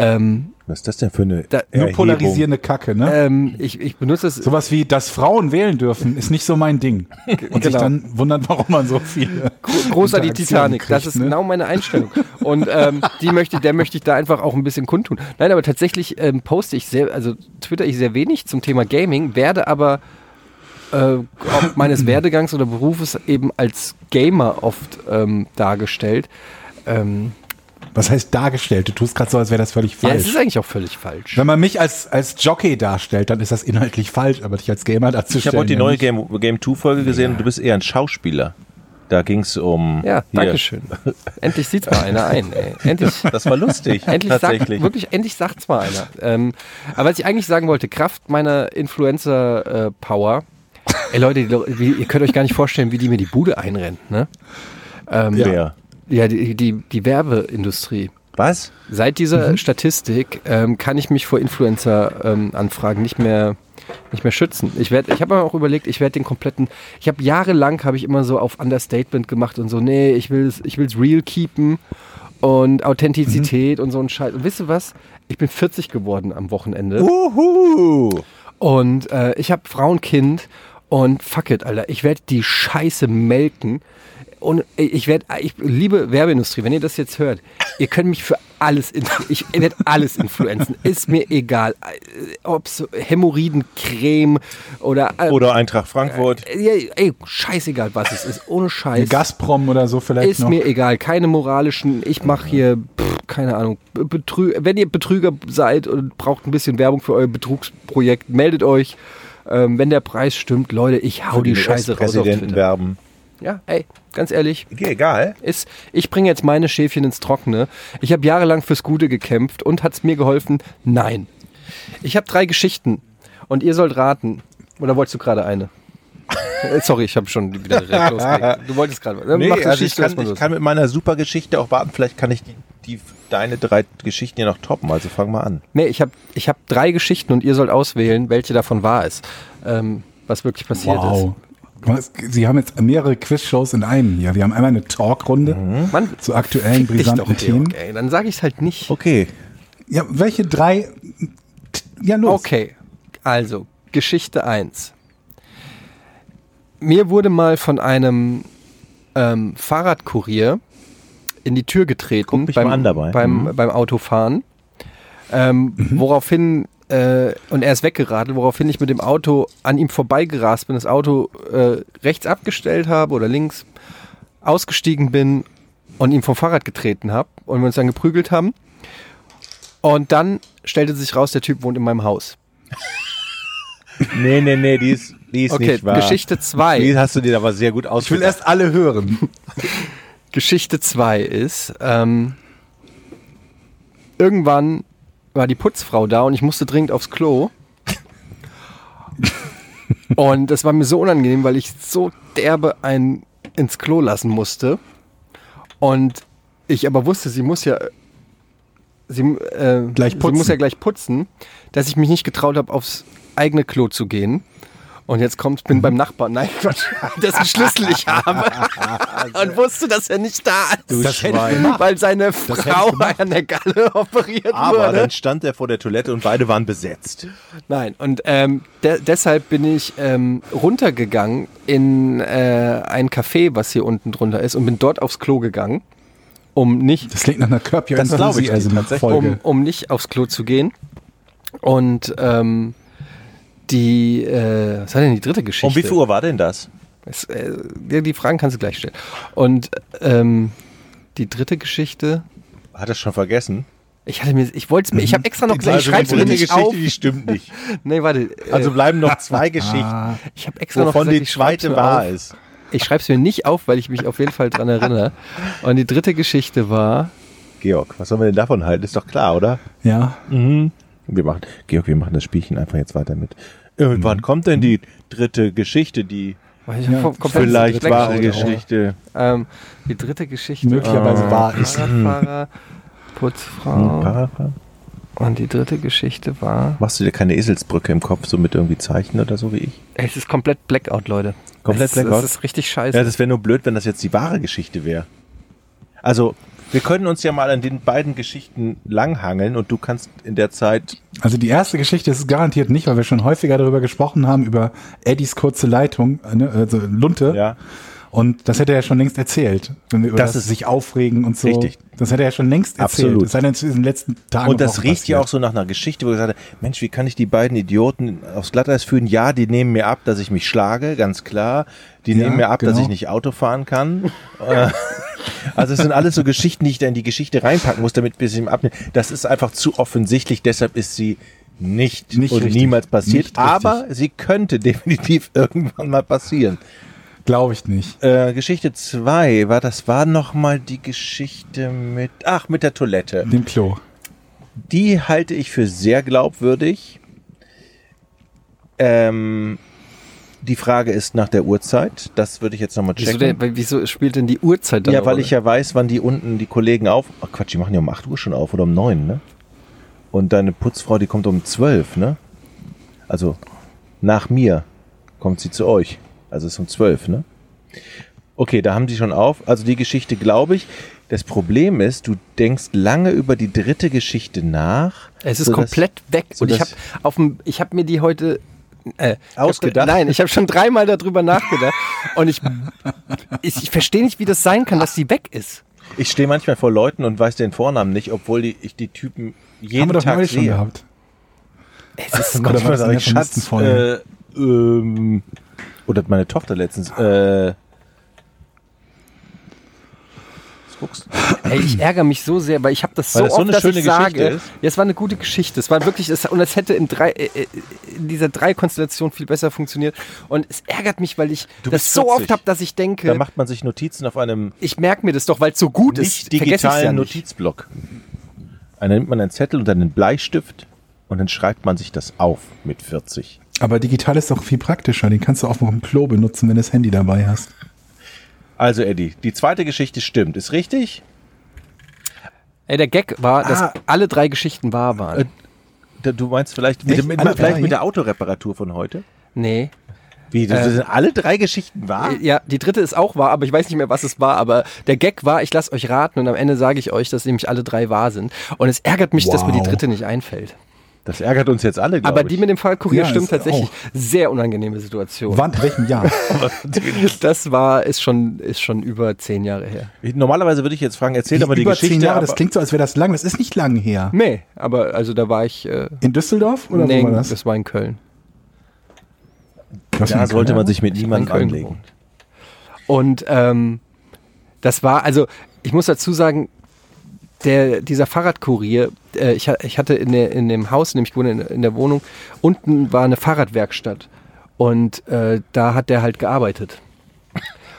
B: Ähm,
C: Was ist das denn für eine
B: Da-
A: Nur
C: Erhebung?
A: polarisierende Kacke, ne?
B: Ähm, ich, ich benutze das.
A: Sowas wie, dass Frauen wählen dürfen, ist nicht so mein
B: [laughs]
A: Ding. Und sich
B: Genau.
A: dann wundern, warum man so viele.
B: großer die
A: Interaktionen
B: Titanic. Das
A: kriegt,
B: ist
A: ne?
B: genau meine Einstellung. Und ähm, die möchte, der möchte ich da einfach auch ein bisschen kundtun. Nein, aber tatsächlich ähm, poste ich sehr, also twitter ich sehr wenig zum Thema Gaming, werde aber äh, ob meines Werdegangs oder Berufes eben als Gamer oft ähm, dargestellt. Ähm,
A: Was heißt dargestellt? Du tust gerade so, als wäre das völlig
B: ja, es
A: falsch.
B: ist eigentlich auch völlig falsch.
A: Wenn man mich als, als Jockey darstellt, dann ist das inhaltlich falsch, aber dich als Gamer darzustellen.
C: Ich habe heute die
A: ja
C: neue
A: nicht.
C: Game, Game 2 Folge gesehen und du bist eher ein Schauspieler. Da ging es um.
B: Ja,
C: hier.
B: Dankeschön. Endlich sieht's mal einer ein. Ey. Endlich.
C: Das war lustig.
B: [laughs] Endlich sagt,
C: tatsächlich.
B: wirklich, endlich sagt's mal einer. Ähm, aber was ich eigentlich sagen wollte, Kraft meiner Influencer-Power. Ey Leute, die, Le- wie, ihr könnt euch gar nicht vorstellen, wie die mir die Bude einrennt, ne?
C: Wer?
B: Ja, die, die, die Werbeindustrie.
C: Was?
B: Seit dieser Statistik ähm, kann ich mich vor Influencer-Anfragen nicht mehr nicht mehr schützen. Ich werde, ich habe mir auch überlegt, ich werde den kompletten, ich habe jahrelang habe ich immer so auf Understatement gemacht und so, nee, ich will es, ich will's real keepen und Authentizität und so ein Scheiß. Und wisst ihr was? Ich bin 40 geworden am Wochenende.
C: Uhu.
B: Und äh, ich habe Frauenkind und fuck it, Alter. Ich werde die Scheiße melken. Und ich werde, ich liebe Werbeindustrie, wenn ihr das jetzt hört, ihr könnt mich für alles, in, ich werde alles influenzen. Ist mir egal. Ob es Hämorrhoidencreme oder. äh,
C: Oder Eintracht Frankfurt.
B: Ey, ey, scheißegal, was es ist. Ohne
A: Die
B: Scheiß.
A: Gazprom oder so vielleicht
B: Ist
A: noch.
B: mir egal, keine moralischen. Ich mache hier, pff, keine Ahnung, Be- Betrü wenn ihr Betrüger seid und braucht ein bisschen Werbung für euer Betrugsprojekt, meldet euch. Ähm, wenn der Preis stimmt, Leute, ich hau die Scheiße raus auf
C: Präsidenten
B: Twitter.
C: werben.
B: Ja, ey, ganz ehrlich,
C: Egal.
B: ist, ich bringe jetzt meine Schäfchen ins Trockene. Ich habe jahrelang fürs Gute gekämpft und hat es mir geholfen? Nein. Ich habe drei Geschichten und ihr sollt raten. Oder wolltest du gerade
C: [laughs]
B: eine? Äh, Sorry, ich habe schon wieder direkt losgelegt. Du wolltest gerade. was.
C: Nee,
B: Mach
C: also ich,
B: Geschichte
C: kann,
B: erstmal
C: ich
B: los.
C: kann mit meiner super Geschichte auch warten. Vielleicht kann ich die, die, deine drei Geschichten ja noch toppen. Also fang mal an.
B: Nee, ich habe ich hab drei Geschichten und ihr sollt auswählen, welche davon wahr ist. Ähm, was wirklich passiert
A: Wow. Was, Sie haben jetzt mehrere Quiz-Shows in einem hier. Wir haben einmal eine Talkrunde
B: ist. Mann,
A: zu aktuellen,
B: dich
A: brisanten Themen.
B: Mhm. Georg, ey. Dann sage ich es halt nicht.
C: Okay.
A: Ja, welche drei? Ja, los.
B: Okay, also Geschichte 1. Mir wurde mal von einem ähm, Fahrradkurier in die Tür getreten
C: Guck mich mal an dabei. Mhm.
B: Beim, beim Autofahren. Ähm, Woraufhin, äh, und er ist weggeradelt, woraufhin ich mit dem Auto an ihm vorbeigerast bin, das Auto äh, rechts abgestellt habe oder links, ausgestiegen bin und ihm vom Fahrrad getreten habe und wir uns dann geprügelt haben. Und dann stellte sich raus, der Typ wohnt in meinem Haus.
C: Nee, nee, nee, die ist, die ist
B: Okay,
C: nicht wahr.
B: Geschichte zwei.
C: Die hast du dir aber sehr gut
A: Ich will
C: ausgedacht.
A: erst alle hören.
B: Geschichte 2 ist, ähm, irgendwann war die Putzfrau da und ich musste dringend aufs
A: [laughs]
B: Klo. und das war mir so unangenehm, weil ich so derbe ein ins Klo lassen musste. Und ich aber wusste, sie muss ja sie, äh,
A: Gleich
B: sie
A: putzen.
B: muss ja gleich putzen, dass ich mich nicht getraut habe, aufs eigene Klo zu gehen. Und jetzt kommt, bin beim Nachbarn. Nein, [laughs] Quatsch, dessen Schlüssel ich habe.
C: [laughs]
B: und wusste, dass er nicht da ist.
C: Du
A: Das hätte ich
C: Schwein.
A: gemacht.
B: Weil seine
A: hätte ich
B: Frau an der Galle [laughs] operiert
C: Aber
B: wurde.
C: dann stand er vor der Toilette und beide waren besetzt.
B: Nein, und ähm, de deshalb bin ich ähm, runtergegangen in äh, ein Café, was hier unten drunter ist, und bin dort aufs Klo gegangen, um nicht
A: Das klingt nach einer Curb Your
C: Das glaub ich
A: Enthusiasm
C: dir tatsächlich.
A: Folge.
B: Um, um nicht aufs Klo zu gehen. Und ähm, die, äh, was war denn die dritte Geschichte?
C: Um wie viel Uhr war denn das?
B: Es, äh, ja, die Fragen kannst du gleich stellen. Und ähm, die dritte Geschichte,
C: Hat er schon vergessen? Also
B: ich hatte mir, ich wollte es mir, ich habe extra noch gesagt, ich
C: Mhm. die
B: schreibe es mir
C: dritte
B: nicht
C: Geschichte,
B: auf.
C: die stimmt nicht.
B: Nee, warte. Äh,
C: Also bleiben
B: [laughs]
C: noch zwei Geschichten,
A: Ah,
B: ich habe extra noch
C: wovon
B: gesagt,
C: die
B: ich schreib's
C: zweite
B: mir
C: wahr
B: auf.
C: ist.
B: Ich schreibe es mir nicht auf, weil ich mich auf jeden Fall dran erinnere. Und die dritte Geschichte war,
C: Georg, was sollen wir denn davon halten? Ist doch klar, oder?
A: ja.
C: Mhm. Wir machen, Georg, wir machen das Spielchen einfach jetzt weiter mit. Irgendwann kommt denn die dritte Geschichte, die
A: Ja,
B: Komm, komm,
C: vielleicht
B: komm,
C: wahre
B: komm,
C: Geschichte.
B: Ähm, die dritte Geschichte.
A: Möglicherweise
B: war
A: wahr ist.
B: Fahrradfahrer,
C: Oh.
B: Putzfrau.
C: Parappa?
B: Und die dritte Geschichte war.
C: Machst du dir keine Eselsbrücke im Kopf, so mit irgendwie Zeichen oder so wie ich?
B: Es ist komplett Blackout, Leute.
C: Komplett
B: es,
C: Blackout?
B: Das ist richtig scheiße.
C: Ja, das wäre nur blöd, wenn das jetzt die wahre Geschichte wäre. Also, Wir können uns ja mal an den beiden Geschichten langhangeln und du kannst in der Zeit.
A: Also die erste Geschichte ist es garantiert nicht, weil wir schon häufiger darüber gesprochen haben, über Eddies kurze Leitung, äh, ne, also Lunte.
C: Ja.
A: Und das hätte er schon längst erzählt. Wenn wir über
C: Das
A: das,
C: ist-
A: sich aufregen und so.
C: Richtig.
A: Das hätte er schon längst erzählt.
C: Absolut.
A: Das sei denn zu diesen letzten Tagen.
C: Und das
A: Wochen
C: riecht ja
A: passiert.
C: auch so nach einer Geschichte, wo gesagt hat, Mensch, wie kann ich die beiden Idioten aufs Glatteis führen? Ja, die nehmen mir ab, dass ich mich schlage, ganz klar. Die
A: Ja,
C: nehmen mir ab, dass
A: genau.
C: ich nicht Auto fahren kann. Äh, [laughs] also es sind alles so Geschichten, die ich da in die Geschichte reinpacken muss, damit wir sie ihm abnehmen. Das ist einfach zu offensichtlich, deshalb ist sie nicht,
A: Nicht
C: und
A: richtig.
C: niemals passiert.
A: Nicht richtig.
C: aber sie könnte [laughs] definitiv irgendwann mal passieren.
A: Glaube ich nicht.
C: Äh, Geschichte 2 war, das war nochmal die Geschichte mit, ach, mit der Toilette.
A: Dem Klo.
C: Die halte ich für sehr glaubwürdig. Ähm, die Frage ist nach der Uhrzeit. Das würde ich jetzt nochmal
B: Wieso,
C: checken.
B: denn, weil- wieso spielt denn die Uhrzeit da
C: ja,
B: eine
C: weil
B: Rolle?
C: ich ja weiß, wann die unten die Kollegen auf. Ach Quatsch, die machen ja um 8 Uhr schon auf oder um 9, ne? Und deine Putzfrau, die kommt um 12, ne? Also nach mir kommt sie zu euch. Also ist um 12, ne? Okay, da haben sie schon auf. Also die Geschichte glaube ich. Das Problem ist, du denkst lange über die dritte Geschichte nach.
B: Es ist
C: sodass-
B: komplett weg. Und ich habe
C: sodass-
B: hab mir die heute. Äh, ich
C: Ausgedacht?
B: Hab, nein, ich habe schon dreimal darüber nachgedacht. Und ich, ich, ich verstehe nicht, wie das sein kann, dass die weg ist.
C: Ich stehe manchmal vor Leuten und weiß den Vornamen nicht, obwohl die, ich die Typen
A: Haben wir
C: jeden
A: doch
C: Tag
A: neulich schon
C: sehe.
A: gehabt.
C: [laughs]
B: Es ist
A: Oder war
C: Manchmal
A: das in
C: sage
A: der
C: ich,
A: vermissten
C: Schatz,
A: Folge?
C: äh, ähm, oder hat meine Tochter letztens, äh, was guckst?
B: Ey, ich ärgere mich so sehr, weil ich habe das so
C: Weil das so
B: oft,
C: eine
B: dass
C: schöne
B: ich
C: Geschichte
B: sage,
C: ist.
B: ja, es war eine gute Geschichte. Es war wirklich, es, und es hätte in, drei, äh, äh, in dieser Drei-Konstellation viel besser funktioniert. Und es ärgert mich, weil ich
C: Du
B: das
C: bist
B: so
C: 40.
B: oft habe, dass ich
C: da
B: denke,
C: macht man sich Notizen auf einem
B: ich merke mir das doch, weil es so gut ist.
C: nicht
B: Vergesse ich's
C: digitalen
B: ja nicht.
C: Notizblock. Dann nimmt man einen Zettel und einen Bleistift und dann schreibt man sich das auf mit 40.
A: Aber digital ist doch viel praktischer. Den kannst du auch noch im Klo benutzen, wenn du das Handy dabei hast.
C: Also Eddie, die zweite Geschichte stimmt, ist richtig?
B: Ey, der Gag war, dass
C: Ah.
B: alle drei Geschichten wahr waren.
C: Äh, Du meinst vielleicht mit,
A: Echt?
C: dem, mit,
A: Alle
C: vielleicht
A: drei?
C: mit der Autoreparatur von heute?
B: nee.
C: Wie, das
B: Äh,
C: sind alle drei Geschichten
A: ah.
C: wahr?
B: Ja, die dritte ist auch wahr, aber ich weiß nicht mehr, was es war. Aber der Gag war, ich lasse euch raten und am Ende sage ich euch, dass nämlich alle drei wahr sind. Und es ärgert mich, dass mir die
A: Wow.
B: dritte nicht einfällt.
C: Das ärgert uns jetzt alle, glaub
B: Aber
C: ich.
B: die mit dem Fallkurier
A: Ja,
B: stimmt
A: ist oh.
B: tatsächlich.
A: auch.
B: Sehr unangenehme Situation.
A: Wann? Welchem
C: [laughs]
A: Jahr?
B: Das war, ist schon, ist schon über zehn Jahre her.
C: Ich- Normalerweise würde ich jetzt fragen, erzähl doch mal die
A: Über
C: Geschichte.
A: zehn Jahre,
C: aber
A: das klingt so, als wäre das lang. Das ist nicht lang her.
B: Nee, aber also da war ich. Äh,
A: In Düsseldorf oder
B: nee,
A: wo war das?
B: das war in Köln.
A: Was,
C: da
A: in
C: sollte
A: Köln?
C: man sich mit
B: Ich war in
C: niemandem
B: Köln
C: anlegen.
B: gewohnt. Und ähm, das war, also ich muss dazu sagen, der, dieser Fahrradkurier, äh, ich, ha- ich hatte in, der, in dem Haus, nämlich wohne in, in der Wohnung, unten war eine Fahrradwerkstatt. Und äh, da hat der halt gearbeitet.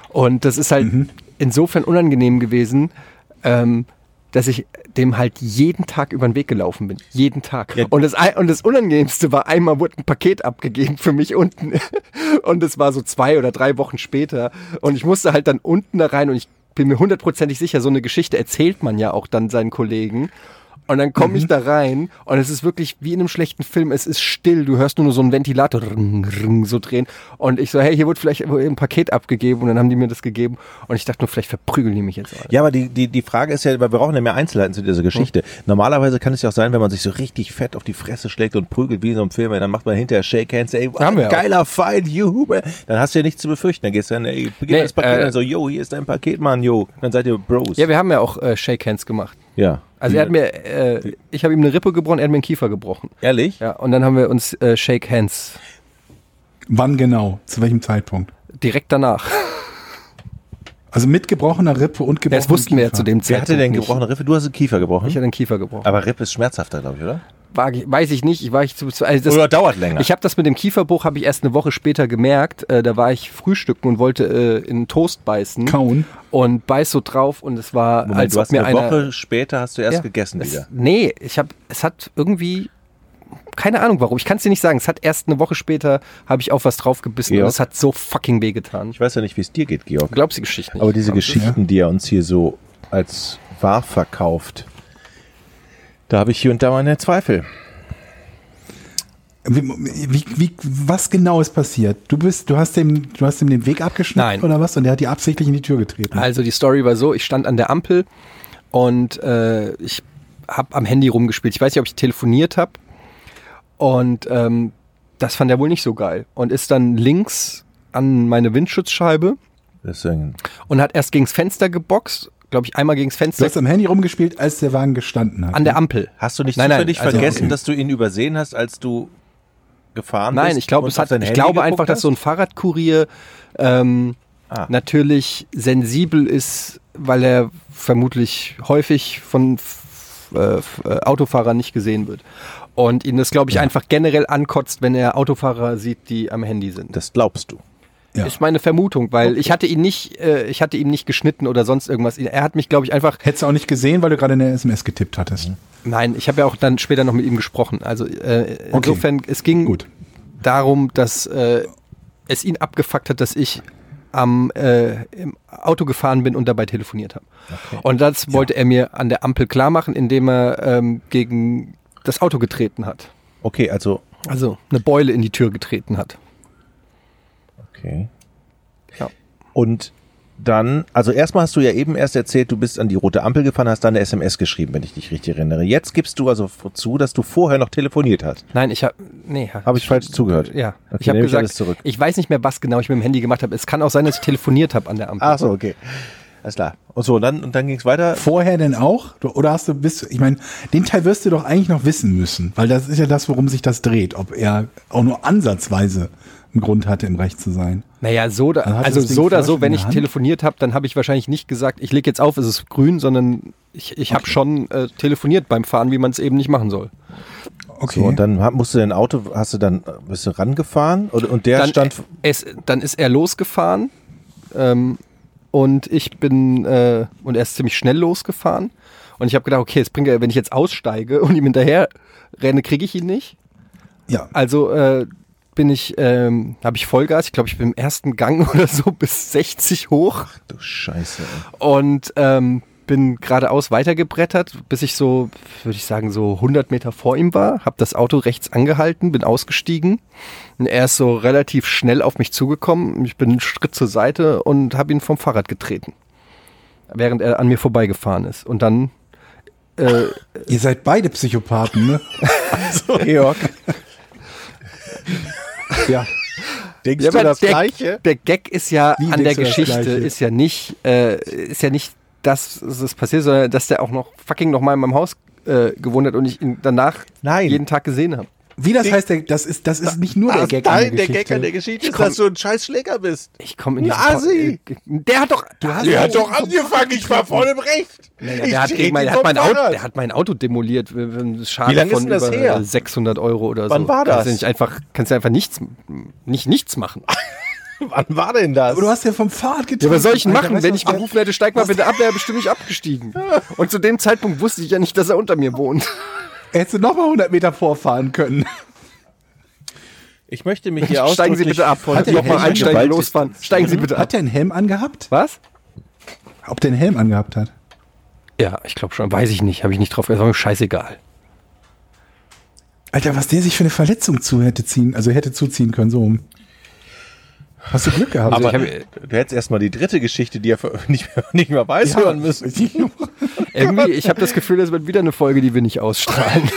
B: Und das ist halt
C: Mhm.
B: insofern unangenehm gewesen, ähm, dass ich dem halt jeden Tag über den Weg gelaufen bin. Jeden Tag.
C: Ja.
B: Und, das, ei- und das Unangenehmste war, einmal wurde ein Paket abgegeben für mich unten. [laughs] Und das war so zwei oder drei Wochen später. Und ich musste halt dann unten da rein und ich bin mir hundertprozentig sicher, so eine Geschichte erzählt man ja auch dann seinen Kollegen. Und dann komme ich da rein und es ist wirklich wie in einem schlechten Film. Es ist still. Du hörst nur noch so einen Ventilator ring, ring, so drehen. Und ich so, hey, hier wurde vielleicht irgendwo ein Paket abgegeben. Und dann haben die mir das gegeben. Und ich dachte nur, vielleicht verprügeln die mich jetzt alle.
C: Ja, aber die, die, die Frage ist ja, weil wir brauchen ja mehr Einzelheiten zu dieser
B: Hm.
C: Geschichte. Normalerweise kann es ja auch sein, wenn man sich so richtig fett auf die Fresse schlägt und prügelt wie in so einem Film, dann macht man hinterher Shake Hands, ey,
B: Haben wir
C: wow,
B: auch.
C: geiler Fight, juhu. Dann hast du ja nichts zu befürchten. Dann gehst du dann, ey, gib
B: Nee,
C: mir das Paket,
B: äh,
C: dann so, yo, hier ist dein Paket, Mann, yo. Dann seid ihr Bros.
B: Ja, wir haben ja auch äh, Shake Hands gemacht.
C: Ja.
B: Also er hat mir, äh, ich habe ihm eine Rippe gebrochen, er hat mir einen Kiefer gebrochen.
C: Ehrlich?
B: Ja, und dann haben wir uns äh, Shake Hands
A: Wann genau? Zu welchem Zeitpunkt?
B: direkt
C: [laughs]
B: danach.
A: Also mit gebrochener Rippe und gebrochener
B: Das wussten wir ja zu dem
C: Wer
B: Zeitpunkt
C: hatte denn Äh.
B: nicht.
C: gebrochene Rippe? Du hast den Kiefer gebrochen.
B: Ich hatte einen Kiefer gebrochen.
C: aber Rippe ist schmerzhafter, glaube ich, oder?
B: Wag ich, weiß ich nicht. Ich war ich zu, zu also das,
C: Oder dauert länger.
B: Ich habe das mit dem Kieferbruch habe ich erst eine Woche später gemerkt. Äh, da war ich frühstücken und wollte äh, in Toast beißen
A: Kauen.
B: und beiß so drauf und es war
C: Moment,
B: als
C: du
B: ob
C: hast
B: mir
C: eine
B: einer,
C: Woche später hast du erst
B: Ja.
C: gegessen
B: es,
C: wieder.
B: Nee, ich habe es hat irgendwie keine Ahnung warum. Ich kann es dir nicht sagen. Es hat erst eine Woche später habe ich auf was draufgebissen
C: Ja.
B: und es hat so fucking wehgetan.
C: Ich weiß ja nicht, wie es dir geht, Georg.
B: Glaubst die Geschichte nicht?
C: Aber diese
B: Glaubst du?
C: Geschichten, die er uns hier so als wahr verkauft, da habe ich hier und da meine Zweifel.
A: Wie, wie, wie, was genau ist passiert? Du bist, du hast dem, du hast ihm den Weg abgeschnitten
B: Nein.
A: oder was? Und der hat dir absichtlich in die Tür getreten.
B: Also die Story war so, ich stand an der Ampel Und äh, ich habe am Handy rumgespielt. Ich weiß nicht, ob ich telefoniert habe. Und ähm, das fand er wohl nicht so geil. Und ist dann links an meine Windschutzscheibe
C: Deswegen.
B: und hat erst gegens Fenster geboxt. Glaube ich, einmal gegens
A: Du
B: Fenster
A: hast am Handy rumgespielt, als der Wagen gestanden hat.
B: an der Ampel.
C: Hast du nicht
B: Nein, nein,
C: zufällig
B: also-
C: vergessen, dass du ihn übersehen hast, als du gefahren bist?
B: Nein, ich glaube,
C: und
B: es
C: auf
B: hat,
C: dein
B: ich
C: Handy
B: glaube
C: geguckt
B: einfach, dass
C: hast?
B: so ein Fahrradkurier ähm,
C: Ah.
B: natürlich sensibel ist, weil er vermutlich häufig von f- äh, f- äh, Autofahrern nicht gesehen wird. Und ihn das, glaube ich, einfach generell ankotzt, wenn er Autofahrer sieht, die am Handy sind.
C: Das glaubst du.
A: Ja.
B: Ist meine Vermutung, weil ich hatte ihn nicht, äh, ich hatte ihm nicht geschnitten oder sonst irgendwas. Er hat mich, glaube ich, einfach
A: Hättest du auch nicht gesehen, weil du gerade eine SMS getippt hattest.
B: Nein, ich habe ja auch dann später noch mit ihm gesprochen. Also äh,
A: Okay.
B: insofern, es ging
A: Gut.
B: darum, dass äh, es ihn abgefuckt hat, dass ich am äh, im Auto gefahren bin und dabei telefoniert habe. Und das wollte er mir an der Ampel klar machen, indem er ähm, gegen das Auto getreten hat.
C: Okay, also,
B: Also eine Beule in die Tür getreten hat.
C: okay.
B: Ja.
C: Und dann, also erstmal hast du ja eben erst erzählt, du bist an die rote Ampel gefahren, hast dann eine SMS geschrieben, wenn ich dich richtig erinnere. Jetzt gibst du also zu, dass du vorher noch telefoniert hast.
B: Nein, ich habe nee, hab-
C: Habe ich falsch zugehört?
B: ja,
C: Okay,
B: ich habe
C: nehme
B: gesagt,
C: alles zurück.
B: ich weiß nicht mehr, was genau ich mit dem Handy gemacht habe. Es kann auch sein, dass ich telefoniert habe an der Ampel.
C: Ach so, okay. Alles klar. Und so, und dann, und dann ging es weiter.
A: Vorher denn auch? Du- Oder hast du bis, ich meine, den Teil wirst du doch eigentlich noch wissen müssen, weil das ist ja das, worum sich das dreht, ob er auch nur ansatzweise einen Grund hatte, im Recht zu sein.
B: Naja, so oder,
A: Also hat
B: also
A: das Ding
B: so, oder
A: Flash
B: so,
A: in
B: wenn
A: der
B: ich
A: Hand?
B: telefoniert habe, dann habe ich wahrscheinlich nicht gesagt, ich lege jetzt auf, es ist grün, sondern ich, ich habe schon äh, telefoniert beim Fahren, wie man es eben nicht machen soll.
A: Okay.
C: So, und dann hab- musst du dein Auto, hast du dann äh, bist du rangefahren und, und der
B: Dann, äh,
C: stand.
B: es, dann ist er losgefahren ähm, und ich bin, äh, und er ist ziemlich schnell losgefahren und ich habe gedacht, okay, es bringt ja, wenn ich jetzt aussteige [laughs] und ihm hinterher renne, kriege ich ihn nicht.
A: ja.
B: Also äh, bin ich, ähm, habe ich Vollgas, ich glaube, ich bin im ersten Gang [laughs] oder so bis 60 hoch.
C: Du Scheiße. Ey.
B: und ähm, bin geradeaus weitergebrettert, bis ich so, würde ich sagen, so 100 Meter vor ihm war, habe das Auto rechts angehalten, bin ausgestiegen und er ist so relativ schnell auf mich zugekommen. Ich bin einen Schritt zur Seite und habe ihn vom Fahrrad getreten, während er an mir vorbeigefahren ist. Und dann äh,
A: Ihr seid beide Psychopathen, ne?
B: Also.
A: [laughs]
C: Georg,
A: ja.
C: denkst
B: Ja,
C: du
B: aber
C: das
B: der,
C: Gleiche?
B: Der Gag ist ja
A: Wie
B: an der
A: denkst du das
B: Geschichte,
A: Gleiche?
B: ist ja nicht, äh, ist ja nicht, dass es passiert, sondern dass der auch noch fucking nochmal in meinem Haus äh, gewohnt hat und ich ihn danach
C: Nein.
B: jeden Tag gesehen habe.
A: Wie das heißt, der- das ist,
B: Ah,
A: das ist nicht nur der Gag an der Geschichte.
C: Geschichte
B: ist, dass
C: du ein Scheißschläger bist.
B: Ich komme in diesen
C: Na, Assi!
B: Po- äh, Der hat doch. Du hast
C: Der hat doch angefangen, ich war voll im Recht.
B: Naja, der, hat gegen mein, der, hat mein Auto, der hat mein Auto demoliert. w- w- Schaden
C: Wie lange ist
B: von
C: denn das
B: über
C: her?
B: 600 Euro oder
C: Wann
B: so.
C: war
B: Kannst du
C: das?
B: nicht einfach, kannst du einfach nichts, nicht nichts machen.
C: Wann war denn das?
A: Aber du hast ja vom Fahrrad getreten.
B: Ja, was soll ich denn machen?
A: Alter,
B: Wenn
A: weißt
B: ich
A: du,
B: gerufen hätte, steig mal bitte ab, wäre er bestimmt nicht abgestiegen. Und zu dem Zeitpunkt wusste ich ja nicht, dass er unter mir wohnt.
A: Hättest du nochmal 100 Meter vorfahren
B: [laughs]
A: können.
C: ich möchte mich hier
B: Steigen Sie
C: ausdrücklich-
B: bitte ab.
C: Hat
B: Und
C: der
B: nochmal
C: Helm
B: einsteigen,
C: Gewalt-
B: losfahren. Steigen Sie bitte ab.
A: Hat der einen Helm angehabt?
B: Was?
A: Ob der einen Helm angehabt hat?
B: Ja, ich glaube schon. Weiß ich nicht. Habe ich nicht drauf. Das war mir scheißegal.
A: Alter, was der sich für eine Verletzung zu hätte ziehen, also hätte zuziehen können, so. rum. Hast du Glück gehabt?
C: Aber
B: Also ich
C: du hättest erstmal die dritte Geschichte, die er ver- [laughs] nicht mehr, nicht mehr weiß,
A: Ja.
C: hören müssen.
B: Irgendwie, ich habe das Gefühl, das wird wieder eine Folge, die wir nicht ausstrahlen.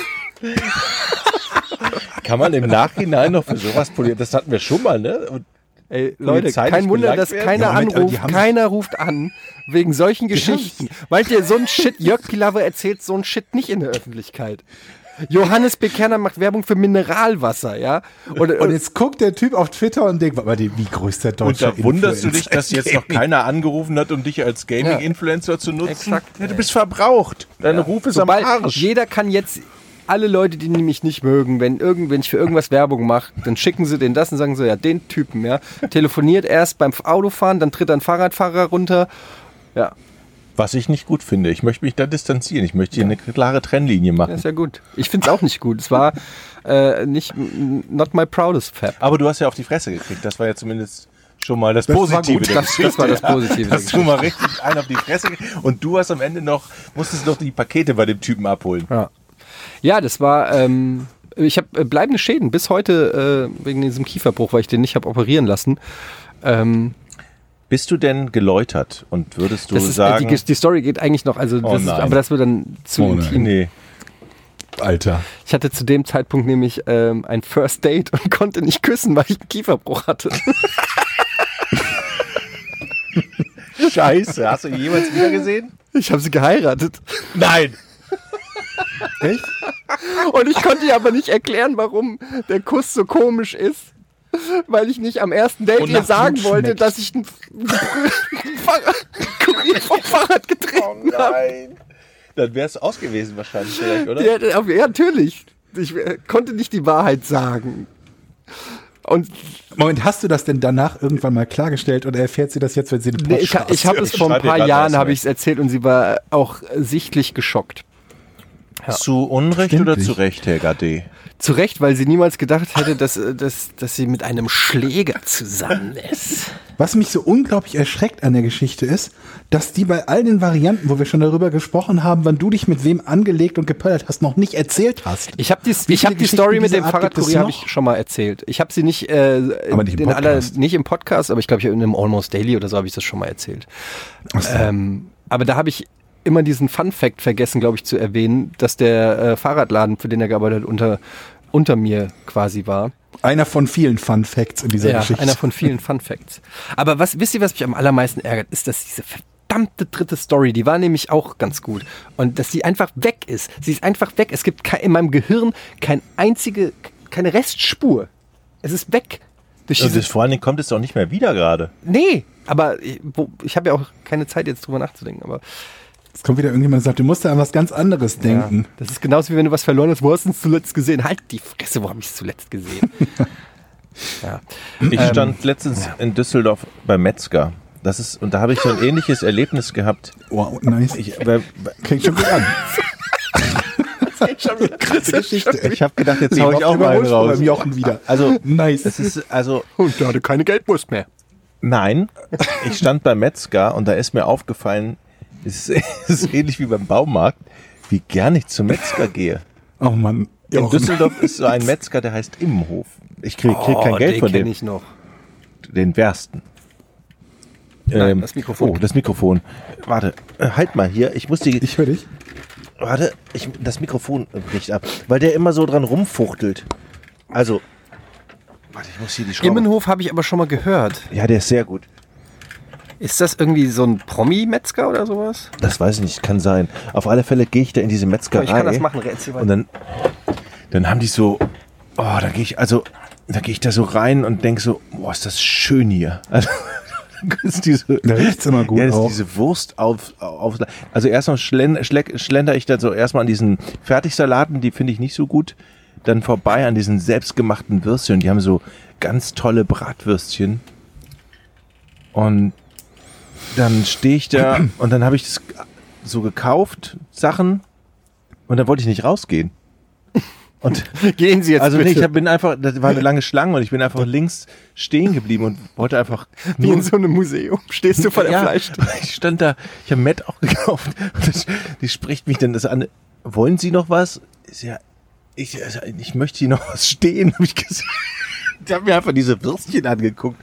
C: Kann man im Nachhinein noch für sowas polieren? Das hatten wir schon mal, ne? Und
B: Ey, Leute,
C: Polizei
B: kein
C: nicht
B: Wunder,
C: belangt
B: dass
C: werden?
B: keiner
A: Ja, Moment, aber die
B: anruft,
A: haben-
B: keiner ruft an wegen solchen Geschichten. Meint ihr, so ein Shit, Jörg Pilawa erzählt so ein Shit nicht in der Öffentlichkeit. Johannes Bekerner macht Werbung für Mineralwasser, ja? äh, Und,
A: Und jetzt guckt der Typ auf Twitter und denkt, warte, wie groß der
C: Und
A: deutsche
C: da wunderst du dich,
A: Influencer
C: dass jetzt noch keiner angerufen hat, um dich als Gaming-Influencer zu nutzen?
B: Exakt.
C: Ja, du bist verbraucht. Dein Ruf ist
B: sobald,
C: am Arsch.
B: Jeder kann jetzt, alle Leute, die mich nicht mögen, wenn, irgend, wenn ich für irgendwas Werbung mache, dann schicken sie den das und sagen so, ja, den Typen, ja. Telefoniert erst beim Autofahren, dann tritt ein Fahrradfahrer runter. Ja,
C: Was ich nicht gut finde. Ich möchte mich da distanzieren. Ich möchte hier eine klare Trennlinie
B: Ja,
C: machen.
B: ist ja gut. Ich finde es auch nicht gut. Es war äh, nicht m- not my proudest Fab.
C: Aber du hast ja auf die Fresse gekriegt. Das war ja zumindest schon mal das,
A: Das war
C: Positive
A: gut.
C: der
B: Das, das war das Positive. der
C: Hast du mal richtig einen auf die Fresse gekriegt. Und du hast am Ende noch, musstest noch die Pakete bei dem Typen abholen.
B: Ja. ja, das war. Ähm, ich habe äh, bleibende Schäden bis heute äh, wegen diesem Kieferbruch, weil ich den nicht habe operieren lassen. Ähm,
C: Bist du denn geläutert und würdest du
B: Das ist, äh,
C: sagen,
B: die, die Story geht eigentlich noch, also
C: Oh
B: das ist,
C: nein.
B: aber das wird dann zu
A: Oh nein.
B: intim.
C: nee,
A: Alter.
B: Ich hatte zu dem Zeitpunkt nämlich ähm, ein First Date und [laughs] konnte nicht küssen, weil ich einen Kieferbruch hatte.
C: Scheiße, hast du ihn jemals wieder gesehen?
B: Ich habe sie geheiratet.
C: Nein.
A: Echt?
B: Und ich konnte ihr aber nicht erklären, warum der Kuss so komisch ist. Weil ich nicht am ersten Date
A: Und
B: ihr
A: nach
B: sagen
A: Blut
B: wollte,
A: schmeckt.
B: dass ich einen Fahrrad, vom Fahrrad
C: [laughs]
B: getreten habe.
C: nein. Dann wär's aus gewesen wahrscheinlich vielleicht, oder?
B: Ja, ja, ja, natürlich. Ich äh, konnte nicht die Wahrheit sagen. Und
A: Moment, hast du das denn danach irgendwann mal klargestellt oder erfährt sie das jetzt, wenn sie den
B: nee,
A: Podcast
B: ich, ich habe es
C: Ich
B: vor ein
C: schreib ihr
B: paar
C: grad
B: Jahren
C: erst
B: habe
C: mal.
B: ich es erzählt und sie war auch sichtlich geschockt.
C: Zu Unrecht
A: Stimmt
C: oder
A: nicht.
C: zu Recht, Herr Gade?
B: Zu Recht, weil sie niemals gedacht hätte, dass, äh, dass, dass sie mit einem Schläger zusammen ist.
A: Was mich so unglaublich erschreckt an der Geschichte ist, dass die bei all den Varianten, wo wir schon darüber gesprochen haben, wann du dich mit wem angelegt und gepöllert hast, noch nicht erzählt hast.
B: Ich habe die,
A: Wie
B: ich hab
A: viele
B: die Story
A: Geschichten
B: mit dem
A: dieser Art gibt es
B: Fahrradkurier habe
A: noch?
B: ich schon mal erzählt. Ich habe sie nicht, äh,
A: Aber nicht im
B: in
A: Podcast.
B: nicht im Podcast, aber ich glaube, in einem Almost Daily oder so habe ich das schon mal erzählt. Ähm, aber da habe ich immer diesen Fun Fact vergessen, glaube ich, zu erwähnen, dass der äh, Fahrradladen, für den er gearbeitet hat, unter, unter mir quasi war.
A: Einer von vielen Fun Facts in dieser
B: Ja,
A: Geschichte.
B: einer von vielen Fun Facts. Aber was, wisst ihr, was mich am allermeisten ärgert, ist, dass diese verdammte dritte Story, die war nämlich auch ganz gut. Und dass sie einfach weg ist. Sie ist einfach weg. Es gibt ke- in meinem Gehirn kein einzige, keine Restspur. Es ist weg. Durch diese,
C: Und Also das, vor allen Dingen kommt es doch nicht mehr wieder gerade.
B: nee, aber ich, wo- ich habe ja auch keine Zeit, jetzt drüber nachzudenken. Aber
A: Jetzt kommt wieder irgendjemand und sagt, du musst da an was ganz anderes denken.
B: das ist genauso wie wenn du was verloren hast. Wo hast du es zuletzt gesehen? Halt die Fresse, wo habe ich es zuletzt gesehen? ja.
C: Ich stand letztens in Düsseldorf beim Metzger. Das ist, und da habe ich so ein ähnliches Erlebnis gehabt.
A: Wow, Oh, nice.
C: Ich, weil-
A: Klingt schon gut
B: [laughs]
A: an. Krasse Geschichte.
C: ich habe gedacht, jetzt hau ich auch mal einen
A: Überholst du
C: raus.
A: beim Jochen wieder.
C: Also,
A: Nice.
C: es ist, also,
B: Und da hatte keine Geldwurst mehr.
C: Nein, ich stand beim Metzger und da ist mir aufgefallen, es ist, [laughs] es ist ähnlich wie beim Baumarkt, wie gern ich zum Metzger gehe.
A: oh Mann.
C: In
A: Jochen.
C: Düsseldorf ist so ein Metzger, der heißt Immenhof. Ich krieg, krieg kein Geld
B: Oh, den
C: von
B: kenn
C: dem,
B: ich noch.
C: den Wersten.
B: Nein, das Mikrofon.
C: Oh, das Mikrofon. Warte, äh, halt mal hier. Ich muss die.
A: Ich höre dich.
C: warte, ich, das Mikrofon bricht ab, weil der immer so dran rumfuchtelt. Also, warte, ich muss hier die Schraube.
B: Immenhof habe ich aber schon mal gehört.
C: Ja, der ist sehr gut.
B: Ist das irgendwie so ein Promi-Metzger oder sowas?
C: Das weiß ich nicht, kann sein. Auf alle Fälle gehe ich da in diese Metzgerei.
B: Ich kann das machen, erzähl
C: Und
B: weiter.
C: dann, dann haben die so, oh, da gehe ich, also, da gehe ich da so rein und denke so, boah, ist das schön hier. Also, [laughs] ist diese,
A: Da riecht's immer gut
C: ja, das ist
A: auch.
C: diese Wurst auf, auf also erstmal schlen, schleck, schlender ich dann so erstmal an diesen Fertigsalaten, die finde ich nicht so gut, dann vorbei an diesen selbstgemachten Würstchen, die haben so ganz tolle Bratwürstchen und dann stehe ich da
A: [clears throat]
C: und dann habe ich das so gekauft, Sachen und dann wollte ich nicht rausgehen.
A: [laughs]
C: Und
B: Gehen Sie jetzt
C: also nee,
B: bitte.
C: ich hab, bin einfach, das war eine lange Schlange und ich bin einfach links stehen geblieben und wollte einfach
B: Wie
C: nur
B: in so einem Museum. Stehst du [laughs] vor der Fleisch.
C: [laughs] ich stand da, ich habe Matt auch [laughs] gekauft. Und das, die spricht mich dann das an. Wollen Sie noch was? Ist Ja, ich, also, ich möchte hier noch was stehen, [laughs] habe ich gesagt. Die haben mir einfach diese Würstchen angeguckt.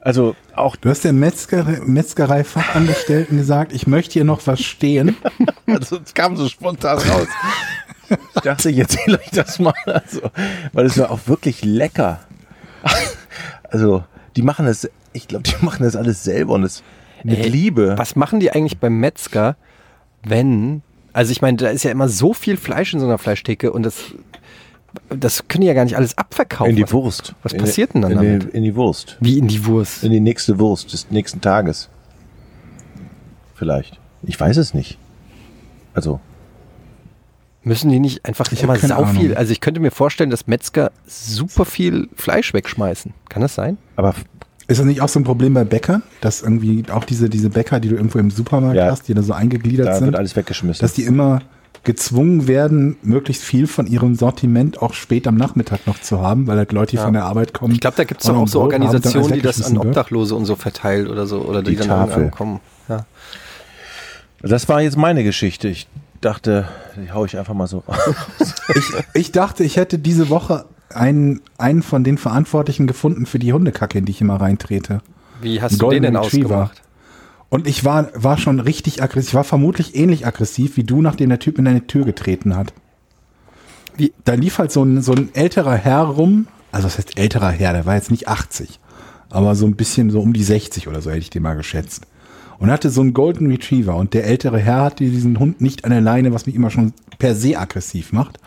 C: Also auch
A: Du hast der Metzgerei, Metzgerei-Fachangestellten gesagt, ich möchte hier noch was stehen.
C: Also es kam so spontan raus. Ich dachte, ich erzähle euch das mal. Also, weil es war auch wirklich lecker. Also, die machen das, ich glaube, die machen das alles selber und das mit
B: Ey,
C: Liebe.
B: Was machen die eigentlich beim Metzger, wenn. Also ich meine, da ist ja immer so viel Fleisch in so einer Fleischtheke und das, das können die ja gar nicht alles abverkaufen.
C: In die
B: Was-
C: Wurst.
B: Was
C: In-
B: passiert denn dann
C: in
B: damit?
C: Die, in die Wurst.
B: Wie in die Wurst.
C: In die nächste Wurst des nächsten Tages. Vielleicht. Ich weiß es nicht. Also,
B: Müssen die nicht einfach
A: Ich hab
B: immer
A: keine
B: sau
A: Ahnung.
B: viel? Also ich könnte mir vorstellen, dass Metzger super viel Fleisch wegschmeißen. Kann das sein?
C: aber
A: Ist das nicht auch so ein Problem bei Bäckern, dass irgendwie auch diese, diese Bäcker, die du irgendwo im Supermarkt
C: Ja.
A: hast, die da so eingegliedert
C: da wird
A: sind,
C: alles weggeschmissen.
A: dass die immer gezwungen werden, möglichst viel von ihrem Sortiment auch spät am Nachmittag noch zu haben, weil halt Leute, die von der Arbeit kommen.
B: Ich glaube, da gibt es
A: und
B: doch auch
A: am
B: so
A: Brot haben, dann alles
B: Organisationen, die das an
A: weggeschmissen wird.
B: Obdachlose und so verteilt oder so, oder die,
C: Die
B: dann
C: Tafel.
B: irgendwann kommen. Ja.
C: das war jetzt meine Geschichte. Ich dachte, die hau ich einfach mal so raus.
A: Ich dachte, ich hätte diese Woche einen, einen von den Verantwortlichen gefunden für die Hundekacke, in die ich immer reintrete.
B: Wie hast du den denn ausgemacht?
A: Und ich war, war schon richtig aggressiv. Ich war vermutlich ähnlich aggressiv wie du, nachdem der Typ in deine Tür getreten hat.
B: Wie?
A: Da lief halt so ein, so ein älterer Herr rum. Also, das heißt älterer Herr, der war jetzt nicht 80, aber so ein bisschen so um die 60 oder so hätte ich den mal geschätzt. Und hatte so einen Golden Retriever. Und der ältere Herr hatte diesen Hund nicht an der Leine, was mich immer schon per se aggressiv macht.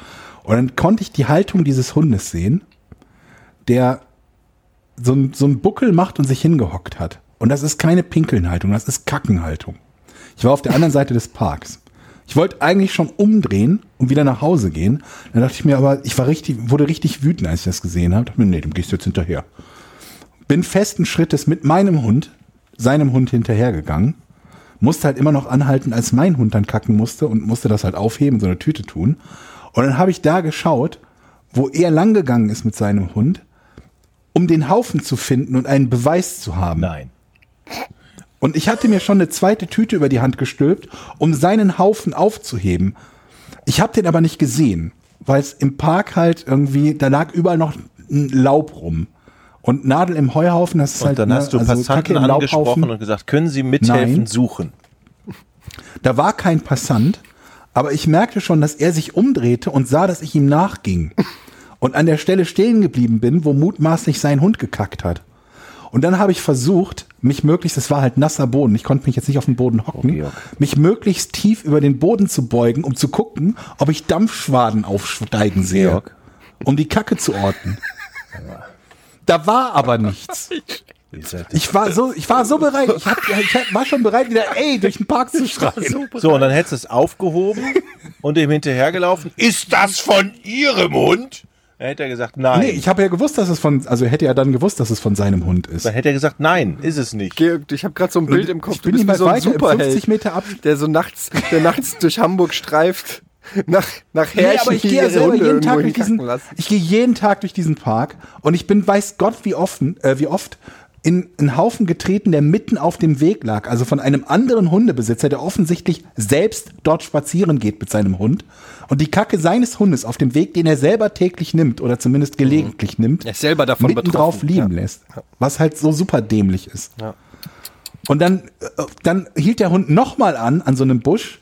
A: Und dann konnte ich die Haltung dieses Hundes sehen, der so, ein- so einen Buckel macht und sich hingehockt hat. Und das ist keine Pinkelnhaltung, das ist Kackenhaltung. Ich war auf der anderen Seite des Parks. Ich wollte eigentlich schon umdrehen und wieder nach Hause gehen. Dann dachte ich mir aber, ich war richtig, wurde richtig wütend, als ich das gesehen habe. Dachte mir, nee, dem gehst du jetzt hinterher. Bin festen Schrittes mit meinem Hund, seinem Hund hinterhergegangen. Musste halt immer noch anhalten, als mein Hund dann kacken musste und musste das halt aufheben, so eine Tüte tun. Und dann habe ich da geschaut, wo er langgegangen ist mit seinem Hund, um den Haufen zu finden und einen Beweis zu haben.
C: [laughs] Nein.
A: Und ich hatte mir schon eine zweite Tüte über die Hand gestülpt, um seinen Haufen aufzuheben. Ich habe den aber nicht gesehen, weil es im Park halt irgendwie, da lag überall noch ein Laub rum. Und Nadel im Heuhaufen, das ist
C: Und
A: halt
C: dann
A: ne,
C: hast du
A: also Kacke
C: Passanten
A: im Laubhaufen.
C: angesprochen und gesagt, können Sie mithelfen
A: Nein.
C: suchen?
A: Da war kein Passant, aber ich merkte schon, dass er sich umdrehte und sah, dass ich ihm nachging. Und an der Stelle stehen geblieben bin, wo mutmaßlich sein Hund gekackt hat. Und dann habe ich versucht, mich möglichst, es war halt nasser Boden, ich konnte mich jetzt nicht auf den Boden hocken,
C: Okay, okay.
A: mich möglichst tief über den Boden zu beugen, um zu gucken, ob ich Dampfschwaden aufsteigen sehe,
C: Georg.
A: um die Kacke zu orten. Da war aber nichts. Ich war so, ich war so bereit, ich, hab, ich hab- war schon bereit, wieder ey durch den Park zu schreien.
C: So, und dann hättest du
A: [laughs]
C: es aufgehoben und ihm hinterhergelaufen. Ist das von Ihrem Hund? Dann hätte er gesagt, nein.
A: Nee, ich habe ja gewusst, dass es von, also hätte er dann gewusst, dass es von seinem Hund ist.
C: dann hätte er gesagt, nein, ist es nicht.
B: Georg, ich habe gerade so ein Bild im Kopf.
A: ich bin nicht
B: wie
A: mal
B: so ein
A: weiter, im
B: Superheld,
A: 50 Meter ab-
B: der so nachts, der nachts durch Hamburg streift nach nach Herrchen,
A: Nee, aber ich
B: die
A: gehe ja
B: ihre
A: selber
B: Hunde
A: jeden Tag
B: irgendwo
A: durch
B: hinkacken
A: diesen, ich gehe jeden Tag durch diesen Park und ich bin, weiß Gott, wie offen, äh, wie oft in einen Haufen getreten, der mitten auf dem Weg lag, also von einem anderen Hundebesitzer, der offensichtlich selbst dort spazieren geht mit seinem Hund und die Kacke seines Hundes auf dem Weg, den er selber täglich nimmt oder zumindest gelegentlich nimmt,
B: Er ist selber davon
A: mitten
B: betroffen,
A: drauf liegen lässt, was halt so super dämlich ist. Und dann, äh, dann hielt der Hund nochmal an, an so einem Busch.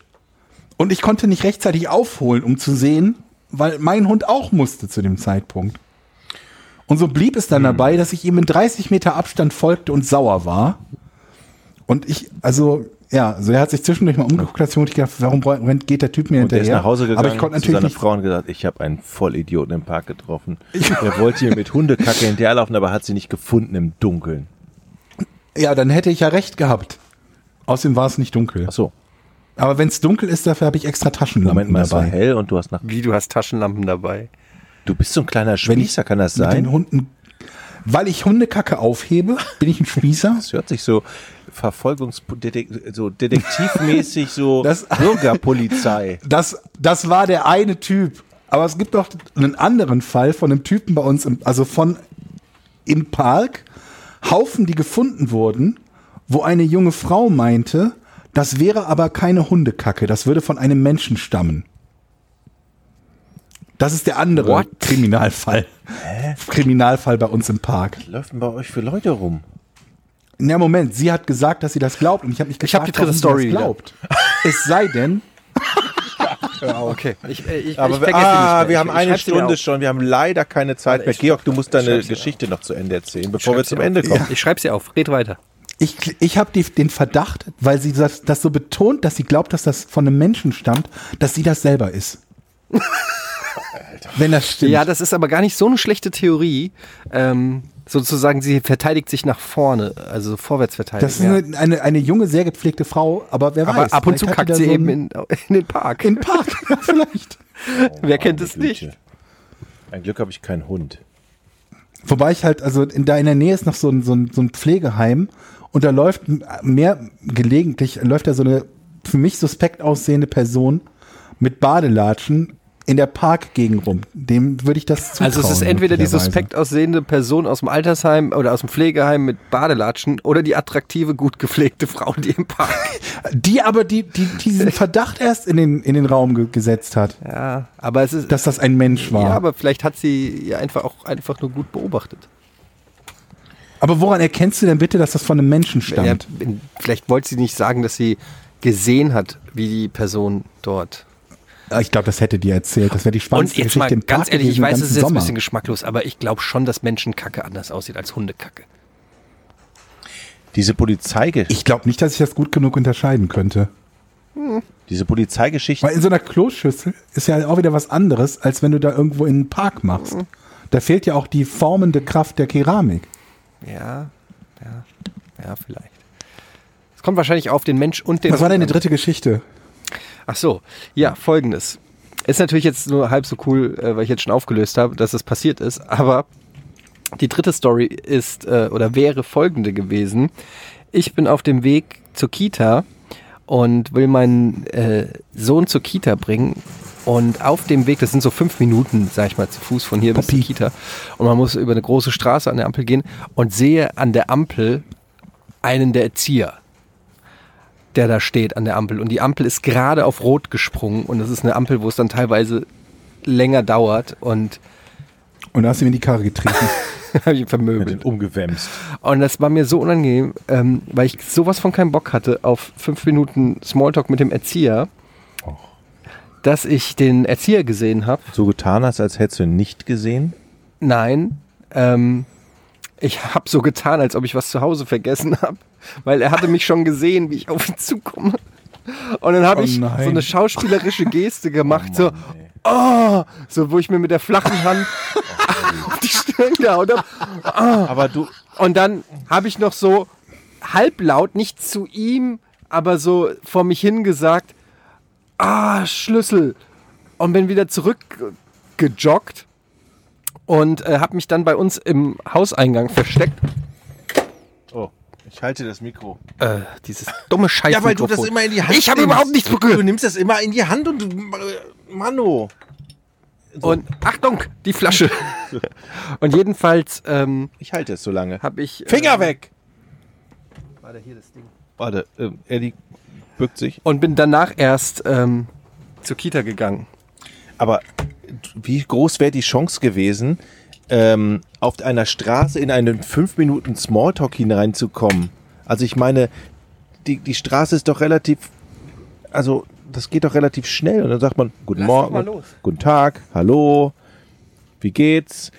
A: Und ich konnte nicht rechtzeitig aufholen, um zu sehen, weil mein Hund auch musste zu dem Zeitpunkt. Und so blieb es dann
C: Hm.
A: dabei, dass ich ihm in 30 Meter Abstand folgte und sauer war. Und ich, also, ja, also er hat sich zwischendurch mal umgeguckt, hat sich gedacht, warum rennt- geht der Typ mir
C: Und der
A: hinterher?
C: ist nach Hause gegangen,
A: Aber ich konnte
C: zu
A: natürlich
C: seiner
A: nicht
C: Frau und gesagt, ich habe einen Vollidioten im Park [laughs] getroffen. Der wollte hier mit Hundekacke hinterherlaufen, aber hat sie nicht gefunden im Dunkeln.
A: Ja, dann hätte ich ja recht gehabt. Außerdem war es nicht dunkel.
C: Ach so,
A: Aber wenn es dunkel ist, dafür habe ich extra
C: Moment
A: Taschenlampen
C: mal, es war
A: dabei.
C: hell und du hast nach...
B: Wie du hast Taschenlampen dabei.
C: Du bist so ein kleiner
A: Wenn ich
C: Spießer, kann das
A: Mit
C: sein?
A: den Hunden, weil ich Hundekacke aufhebe, bin ich ein Spießer.
C: Das hört sich so Verfolgungsdetektiv, so detektivmäßig [laughs] so
A: Das-
C: Bürgerpolizei.
A: Das, das war der eine Typ. Aber es gibt doch einen anderen Fall von einem Typen bei uns, im, also von im Park, Haufen, die gefunden wurden, wo eine junge Frau meinte, das wäre aber keine Hundekacke, das würde von einem Menschen stammen. Das ist der andere
B: What?
A: Kriminalfall. Kriminalfall bei uns im Park.
C: Läuft bei euch für Leute rum?
A: Na Moment, sie hat gesagt, dass sie das glaubt und ich habe mich
B: Ich hab
A: gefragt,
B: die dritte
A: warum sie
B: Story
A: das glaubt. es sei denn,
B: Okay. Ich, äh, ich,
C: Aber
B: ich vergesse
C: wir, ah,
B: nicht mehr.
C: wir
B: Ich-
C: haben
B: ich
C: eine
B: schreib's dir mir
C: Stunde
B: auf.
C: schon, wir haben leider keine Zeit mehr. Georg, du musst deine Geschichte noch zu Ende erzählen, bevor wir
B: Schreib's
C: zum
B: dir
C: Ende
B: auf.
C: kommen.
B: Ich schreib's dir auf. Red weiter.
A: ich, ich habe den Verdacht, weil sie das, das so betont, dass sie glaubt, dass das von einem Menschen stammt, dass sie das selber ist. Wenn das stimmt.
B: Ja, das ist aber gar nicht so eine schlechte Theorie. Ähm, sozusagen, sie verteidigt sich nach vorne, also vorwärts verteidigen.
A: das ist eine, eine, eine junge, sehr gepflegte Frau, aber wer
B: ja. aber
A: weiß.
B: ab und zu
A: vielleicht hat die
B: kackt
A: da
B: sie
A: so
B: eben
A: einen-
B: in, in den
A: [laughs]
B: Park.
A: in den Park. Ja, vielleicht.
B: [laughs] Wer kennt es
C: Meine
B: nicht?
C: Güte. Ein Glück habe ich keinen Hund.
A: Wobei ich halt, also in, da in der Nähe ist noch so ein, so ein, so ein Pflegeheim und da läuft mehr gelegentlich, läuft da so eine für mich suspekt aussehende Person mit Badelatschen in der Parkgegend rum. Dem würde ich das zutrauen.
B: Also es ist entweder die
A: möglicherweise.
B: suspekt aussehende Person aus dem Altersheim oder aus dem Pflegeheim mit Badelatschen oder die attraktive, gut gepflegte Frau, die im
A: [laughs]
B: Park.
A: Die aber die, die, diesen [laughs] Verdacht erst in den, in den Raum ge gesetzt hat,
B: ja, aber es ist.
A: dass das ein Mensch war.
B: ja, aber vielleicht hat sie ja einfach auch einfach nur gut beobachtet.
A: Aber woran erkennst du denn bitte, dass das von einem Menschen
B: Ja,
A: stammt?
B: vielleicht wollte sie nicht sagen, dass sie gesehen hat, wie die Person dort.
A: Äh, Ich glaube, das hätte dir erzählt. Das wäre die
B: Und
A: spannendste
B: jetzt mal
A: Geschichte im Park
B: ganz ehrlich, ich
A: gewesen,
B: weiß,
A: den
B: es ist jetzt
A: ganzen
B: ein bisschen
A: Sommer.
B: geschmacklos, aber ich glaube schon, dass Menschenkacke anders aussieht als Hundekacke.
C: Diese Polizeigeschichte.
A: Ich glaube nicht, dass ich das gut genug unterscheiden könnte.
C: Diese Polizeigeschichte.
A: Weil in so einer Kloschüssel ist ja auch wieder was anderes, als wenn du da irgendwo in einen Park machst.
C: Mhm.
A: Da fehlt ja auch die formende Kraft der Keramik.
B: Ja, ja, ja, vielleicht. Es kommt wahrscheinlich auf den Mensch und den.
A: Was war
B: Hund
A: deine
B: an.
A: dritte Geschichte?
B: Ach so, ja, folgendes. Ist natürlich jetzt nur halb so cool, äh, weil ich jetzt schon aufgelöst habe, dass es das passiert ist, aber die dritte Story ist äh, oder wäre folgende gewesen. Ich bin auf dem Weg zur Kita und will meinen äh, Sohn zur Kita bringen. Und auf dem Weg, das sind so fünf Minuten, sag ich mal, zu Fuß von hier bis zur
A: Papi.
B: Kita. Und man muss über eine große Straße an der Ampel gehen und sehe an der Ampel einen der Erzieher der da steht an der Ampel. Und die Ampel ist gerade auf Rot gesprungen. Und das ist eine Ampel, wo es dann teilweise länger dauert. Und [laughs]
A: Und da hast du mir in die Karre
C: [laughs]
A: getreten.
B: habe ich ihn vermöbelt.
C: Umgewämst.
B: Und das war mir so unangenehm, ähm, weil ich sowas von keinen Bock hatte auf fünf Minuten Smalltalk mit dem Erzieher, dass ich den Erzieher gesehen habe.
C: So getan hast, als hättest du ihn nicht gesehen.
B: Nein, ähm, ich habe so getan, als ob ich was zu Hause vergessen habe, weil er hatte mich schon gesehen, wie ich auf ihn zukomme. Und dann habe
A: Oh
B: ich
A: nein.
B: so eine schauspielerische Geste gemacht, so, oh, so wo ich mir mit der
A: [laughs]
B: flachen Hand
A: Oh,
B: auf die Stirn gehauen habe.
C: Aber du.
B: Und dann habe ich noch so halblaut, nicht zu ihm, aber so vor mich hin gesagt, ah, Schlüssel. Und bin wieder zurückgejoggt und äh, habe mich dann bei uns im Hauseingang versteckt.
C: Oh, ich halte das Mikro.
B: Äh, dieses dumme Scheiß.
C: in die
B: Ich habe überhaupt nichts berührt.
C: Du nimmst das immer in die Hand und du. äh, Mano.
B: Und Achtung, die
C: [laughs]
B: Flasche. und jedenfalls ähm,
C: Ich halte es so lange.
B: habe ich. äh,
C: weg!
B: Warte, hier das Ding.
C: Warte, ähm, Eddie bückt sich.
B: Und bin danach erst ähm, zur Kita gegangen.
C: Aber wie groß wäre die Chance gewesen, ähm, auf einer Straße in einen 5 Minuten Smalltalk hineinzukommen? Also ich meine, die, die Straße ist doch relativ, also das geht doch relativ schnell. Und dann sagt man, guten
B: Lass doch
C: Morgen,
B: mal los.
C: guten Tag, hallo, wie geht's?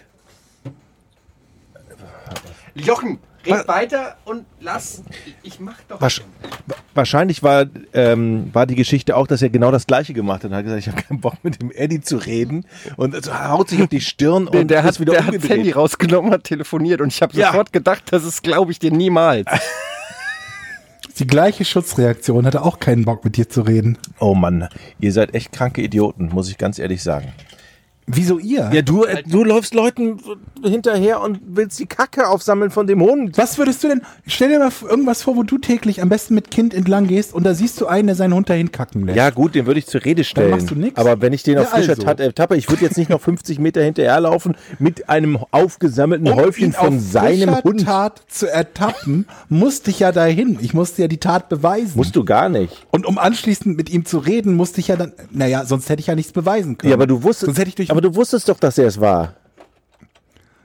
B: Jochen, red
C: Was?
B: weiter und lass. Ich mach doch.
C: Wasch- wa- Wahrscheinlich war, ähm, war die Geschichte auch, dass er genau das gleiche gemacht hat und hat gesagt, ich habe keinen Bock mit dem Eddie zu reden und also haut sich auf die Stirn
B: Der,
C: und
B: der,
C: ist
B: hat,
C: wieder
B: der hat das
C: umgedreht.
B: Handy rausgenommen, hat telefoniert und ich habe
C: Ja.
B: sofort gedacht, das ist, glaube ich, dir
C: [laughs]
B: niemals.
A: Die gleiche Schutzreaktion hatte auch keinen Bock, mit dir zu reden.
C: Oh Mann, ihr seid echt kranke Idioten, muss ich ganz ehrlich sagen.
A: Wieso ihr?
C: du, äh, du läufst Leuten hinterher und willst die Kacke aufsammeln von dem Hund.
A: Was würdest du denn? Stell dir mal irgendwas vor, wo du täglich am besten mit Kind entlang gehst und da siehst du einen, der seinen Hund dahin kacken lässt.
C: Ja gut, den würde ich zur Rede stellen.
A: machst du nix.
C: Aber wenn ich den auf
A: Ja,
C: frischer
A: also.
C: Tat ertappe, ich würde jetzt nicht noch 50 Meter hinterherlaufen mit einem aufgesammelten
A: Um
C: Häufchen
A: ihn
C: von
A: auf
C: seinem
A: frischer
C: Hund.
A: Tat zu ertappen, musste ich ja dahin. Ich musste ja die Tat beweisen.
C: Musst du gar nicht.
A: Und um anschließend mit ihm zu reden, musste ich ja dann, naja, sonst hätte ich ja nichts beweisen können.
C: Ja, aber du wusstest,
A: Sonst hätte ich durch,
C: aber du wusstest doch, dass er es war.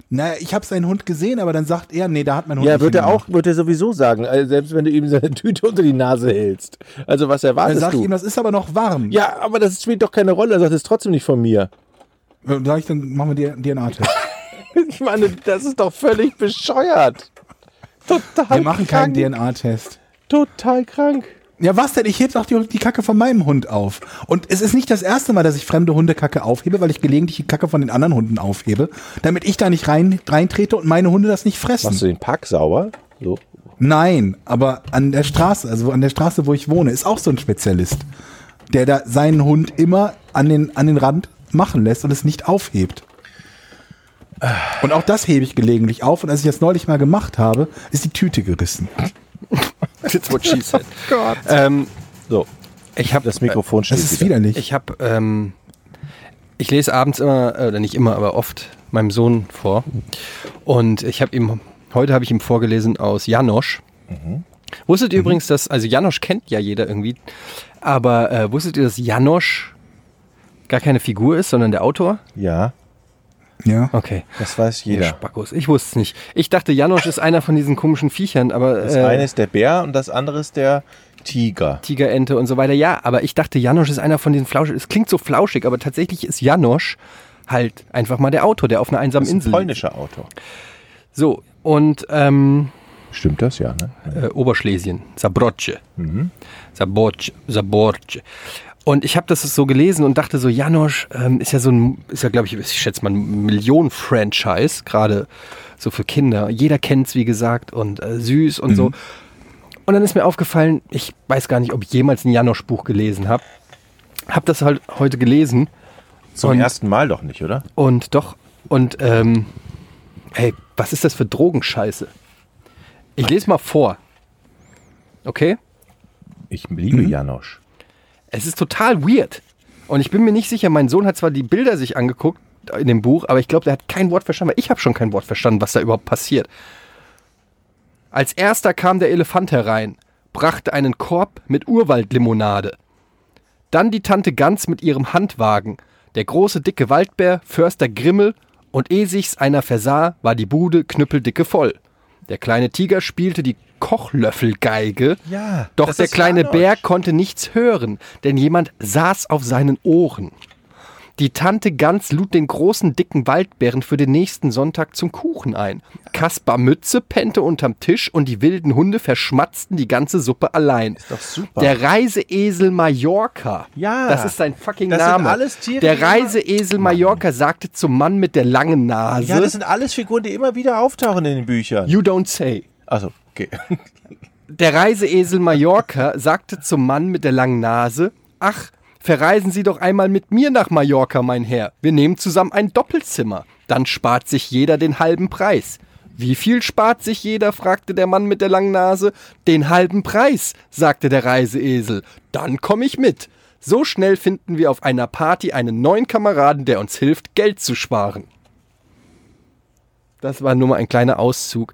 A: naja, ich habe seinen Hund gesehen, aber dann sagt er, nee, da hat mein Hund
C: Ja,
A: nicht
C: wird er
A: hingemacht.
C: auch, wird er sowieso sagen, also selbst wenn du ihm seine Tüte unter die Nase hältst. Also was
A: Dann
C: erwartest
A: sage ich
C: du?
A: ihm, das ist aber noch warm.
C: ja, aber das spielt doch keine Rolle. Er sagt es ist trotzdem nicht von mir.
A: Dann Äh, sag ich, dann machen wir
C: [laughs]
A: DNA-Test.
C: Ich meine, das ist doch völlig bescheuert. Total
A: Wir machen keinen
C: krank.
A: DNA-Test.
C: Total krank.
A: Ja, was denn? Ich heb doch die, die Kacke von meinem Hund auf. Und es ist nicht das erste Mal, dass ich fremde Hundekacke aufhebe, weil ich gelegentlich die Kacke von den anderen Hunden aufhebe, damit ich da nicht rein, reintrete und meine Hunde das nicht fressen.
C: Machst du den Park sauer? So.
A: Nein, aber an der Straße, also an der Straße, wo ich wohne, ist auch so ein Spezialist, der da seinen Hund immer an den, an den Rand machen lässt und es nicht aufhebt. Und auch das hebe ich gelegentlich auf. Und als ich das neulich mal gemacht habe, ist die Tüte gerissen.
B: That's what she [laughs]
C: halt.
B: said. Ähm,
C: So.
B: ich habe
C: Das Mikrofon steht
A: Das ist widerlich.
B: Ich habe, ähm, ich lese abends immer, äh, oder nicht immer, aber oft meinem Sohn vor. Und ich habe ihm, heute habe ich ihm vorgelesen aus Janosch.
C: Mhm.
B: Wusstet ihr übrigens, dass, also Janosch kennt ja jeder irgendwie, aber äh, wusstet ihr, dass Janosch gar keine Figur ist, sondern der Autor?
C: Ja.
A: Ja.
B: Okay.
C: Das weiß
B: Ihr
C: jeder.
B: Spackos. Ich wusste es nicht. Ich dachte, Janosch ist einer von diesen komischen Viechern, aber
C: Das
B: äh,
C: eine ist der Bär und das andere ist der Tiger.
B: Tigerente und so weiter. Ja, aber ich dachte, Janosch ist einer von diesen Flauschig. Es klingt so flauschig, aber tatsächlich ist Janosch halt einfach mal der Autor, der auf einer einsamen
C: Das ist ein
B: Insel.
C: polnischer Autor.
B: So, und ähm,
C: Stimmt das, ja, ne?
B: äh, Oberschlesien, Sabrocce. Saborce, Saborce. Und ich habe das so gelesen und dachte so, Janosch ähm, ist ja so ein, ist ja glaube ich, ich schätze mal ein Millionen-Franchise, gerade so für Kinder. Jeder kennt's wie gesagt, und äh, süß und so. Und dann ist mir aufgefallen, ich weiß gar nicht, ob ich jemals ein Janosch-Buch gelesen habe. Habe das halt heute gelesen
C: Zum
B: Und-
C: ersten Mal doch nicht, oder?
B: und doch, und ähm, hey, was ist das für Drogenscheiße? Ich lese mal vor. Okay?
C: Ich liebe Janosch.
B: Es ist total weird. Und ich bin mir nicht sicher, mein Sohn hat zwar die Bilder sich angeguckt in dem Buch, aber ich glaube, der hat kein Wort verstanden, weil ich habe schon kein Wort verstanden, was da überhaupt passiert. Als erster kam der Elefant herein, brachte einen Korb mit Urwaldlimonade. Dann die Tante Gans mit ihrem Handwagen, der große dicke Waldbär, Förster Grimmel und eh sich's einer versah, war die Bude knüppeldicke voll. Der kleine Tiger spielte die Kochlöffelgeige.
C: Ja,
B: Doch
C: das
B: der
C: ist
B: kleine
C: Janosch.
B: Bär konnte nichts hören, denn jemand saß auf seinen Ohren. Die Tante Gans lud den großen dicken Waldbären für den nächsten Sonntag zum Kuchen ein. Kaspar Mütze pennte unterm Tisch und die wilden Hunde verschmatzten die ganze Suppe allein.
C: Ist doch super.
B: Der Reiseesel Mallorca.
C: Ja.
B: Das ist sein fucking
C: Das sind
B: Name.
C: alles Tiere,
B: der
C: die immer-
B: Reiseesel Mallorca sagte zum Mann mit der langen Nase,
C: ja, das sind alles Figuren, die immer wieder auftauchen in den Büchern.
B: You don't say.
C: Also, okay. [laughs]
B: Der Reiseesel Mallorca sagte zum Mann mit der langen Nase, ach, verreisen Sie doch einmal mit mir nach Mallorca, mein Herr. Wir nehmen zusammen ein Doppelzimmer. Dann spart sich jeder den halben Preis. Wie viel spart sich jeder? fragte der Mann mit der langen Nase. Den halben Preis, sagte der Reiseesel. Dann komme ich mit. So schnell finden wir auf einer Party einen neuen Kameraden, der uns hilft, Geld zu sparen. Das war nur mal ein kleiner Auszug.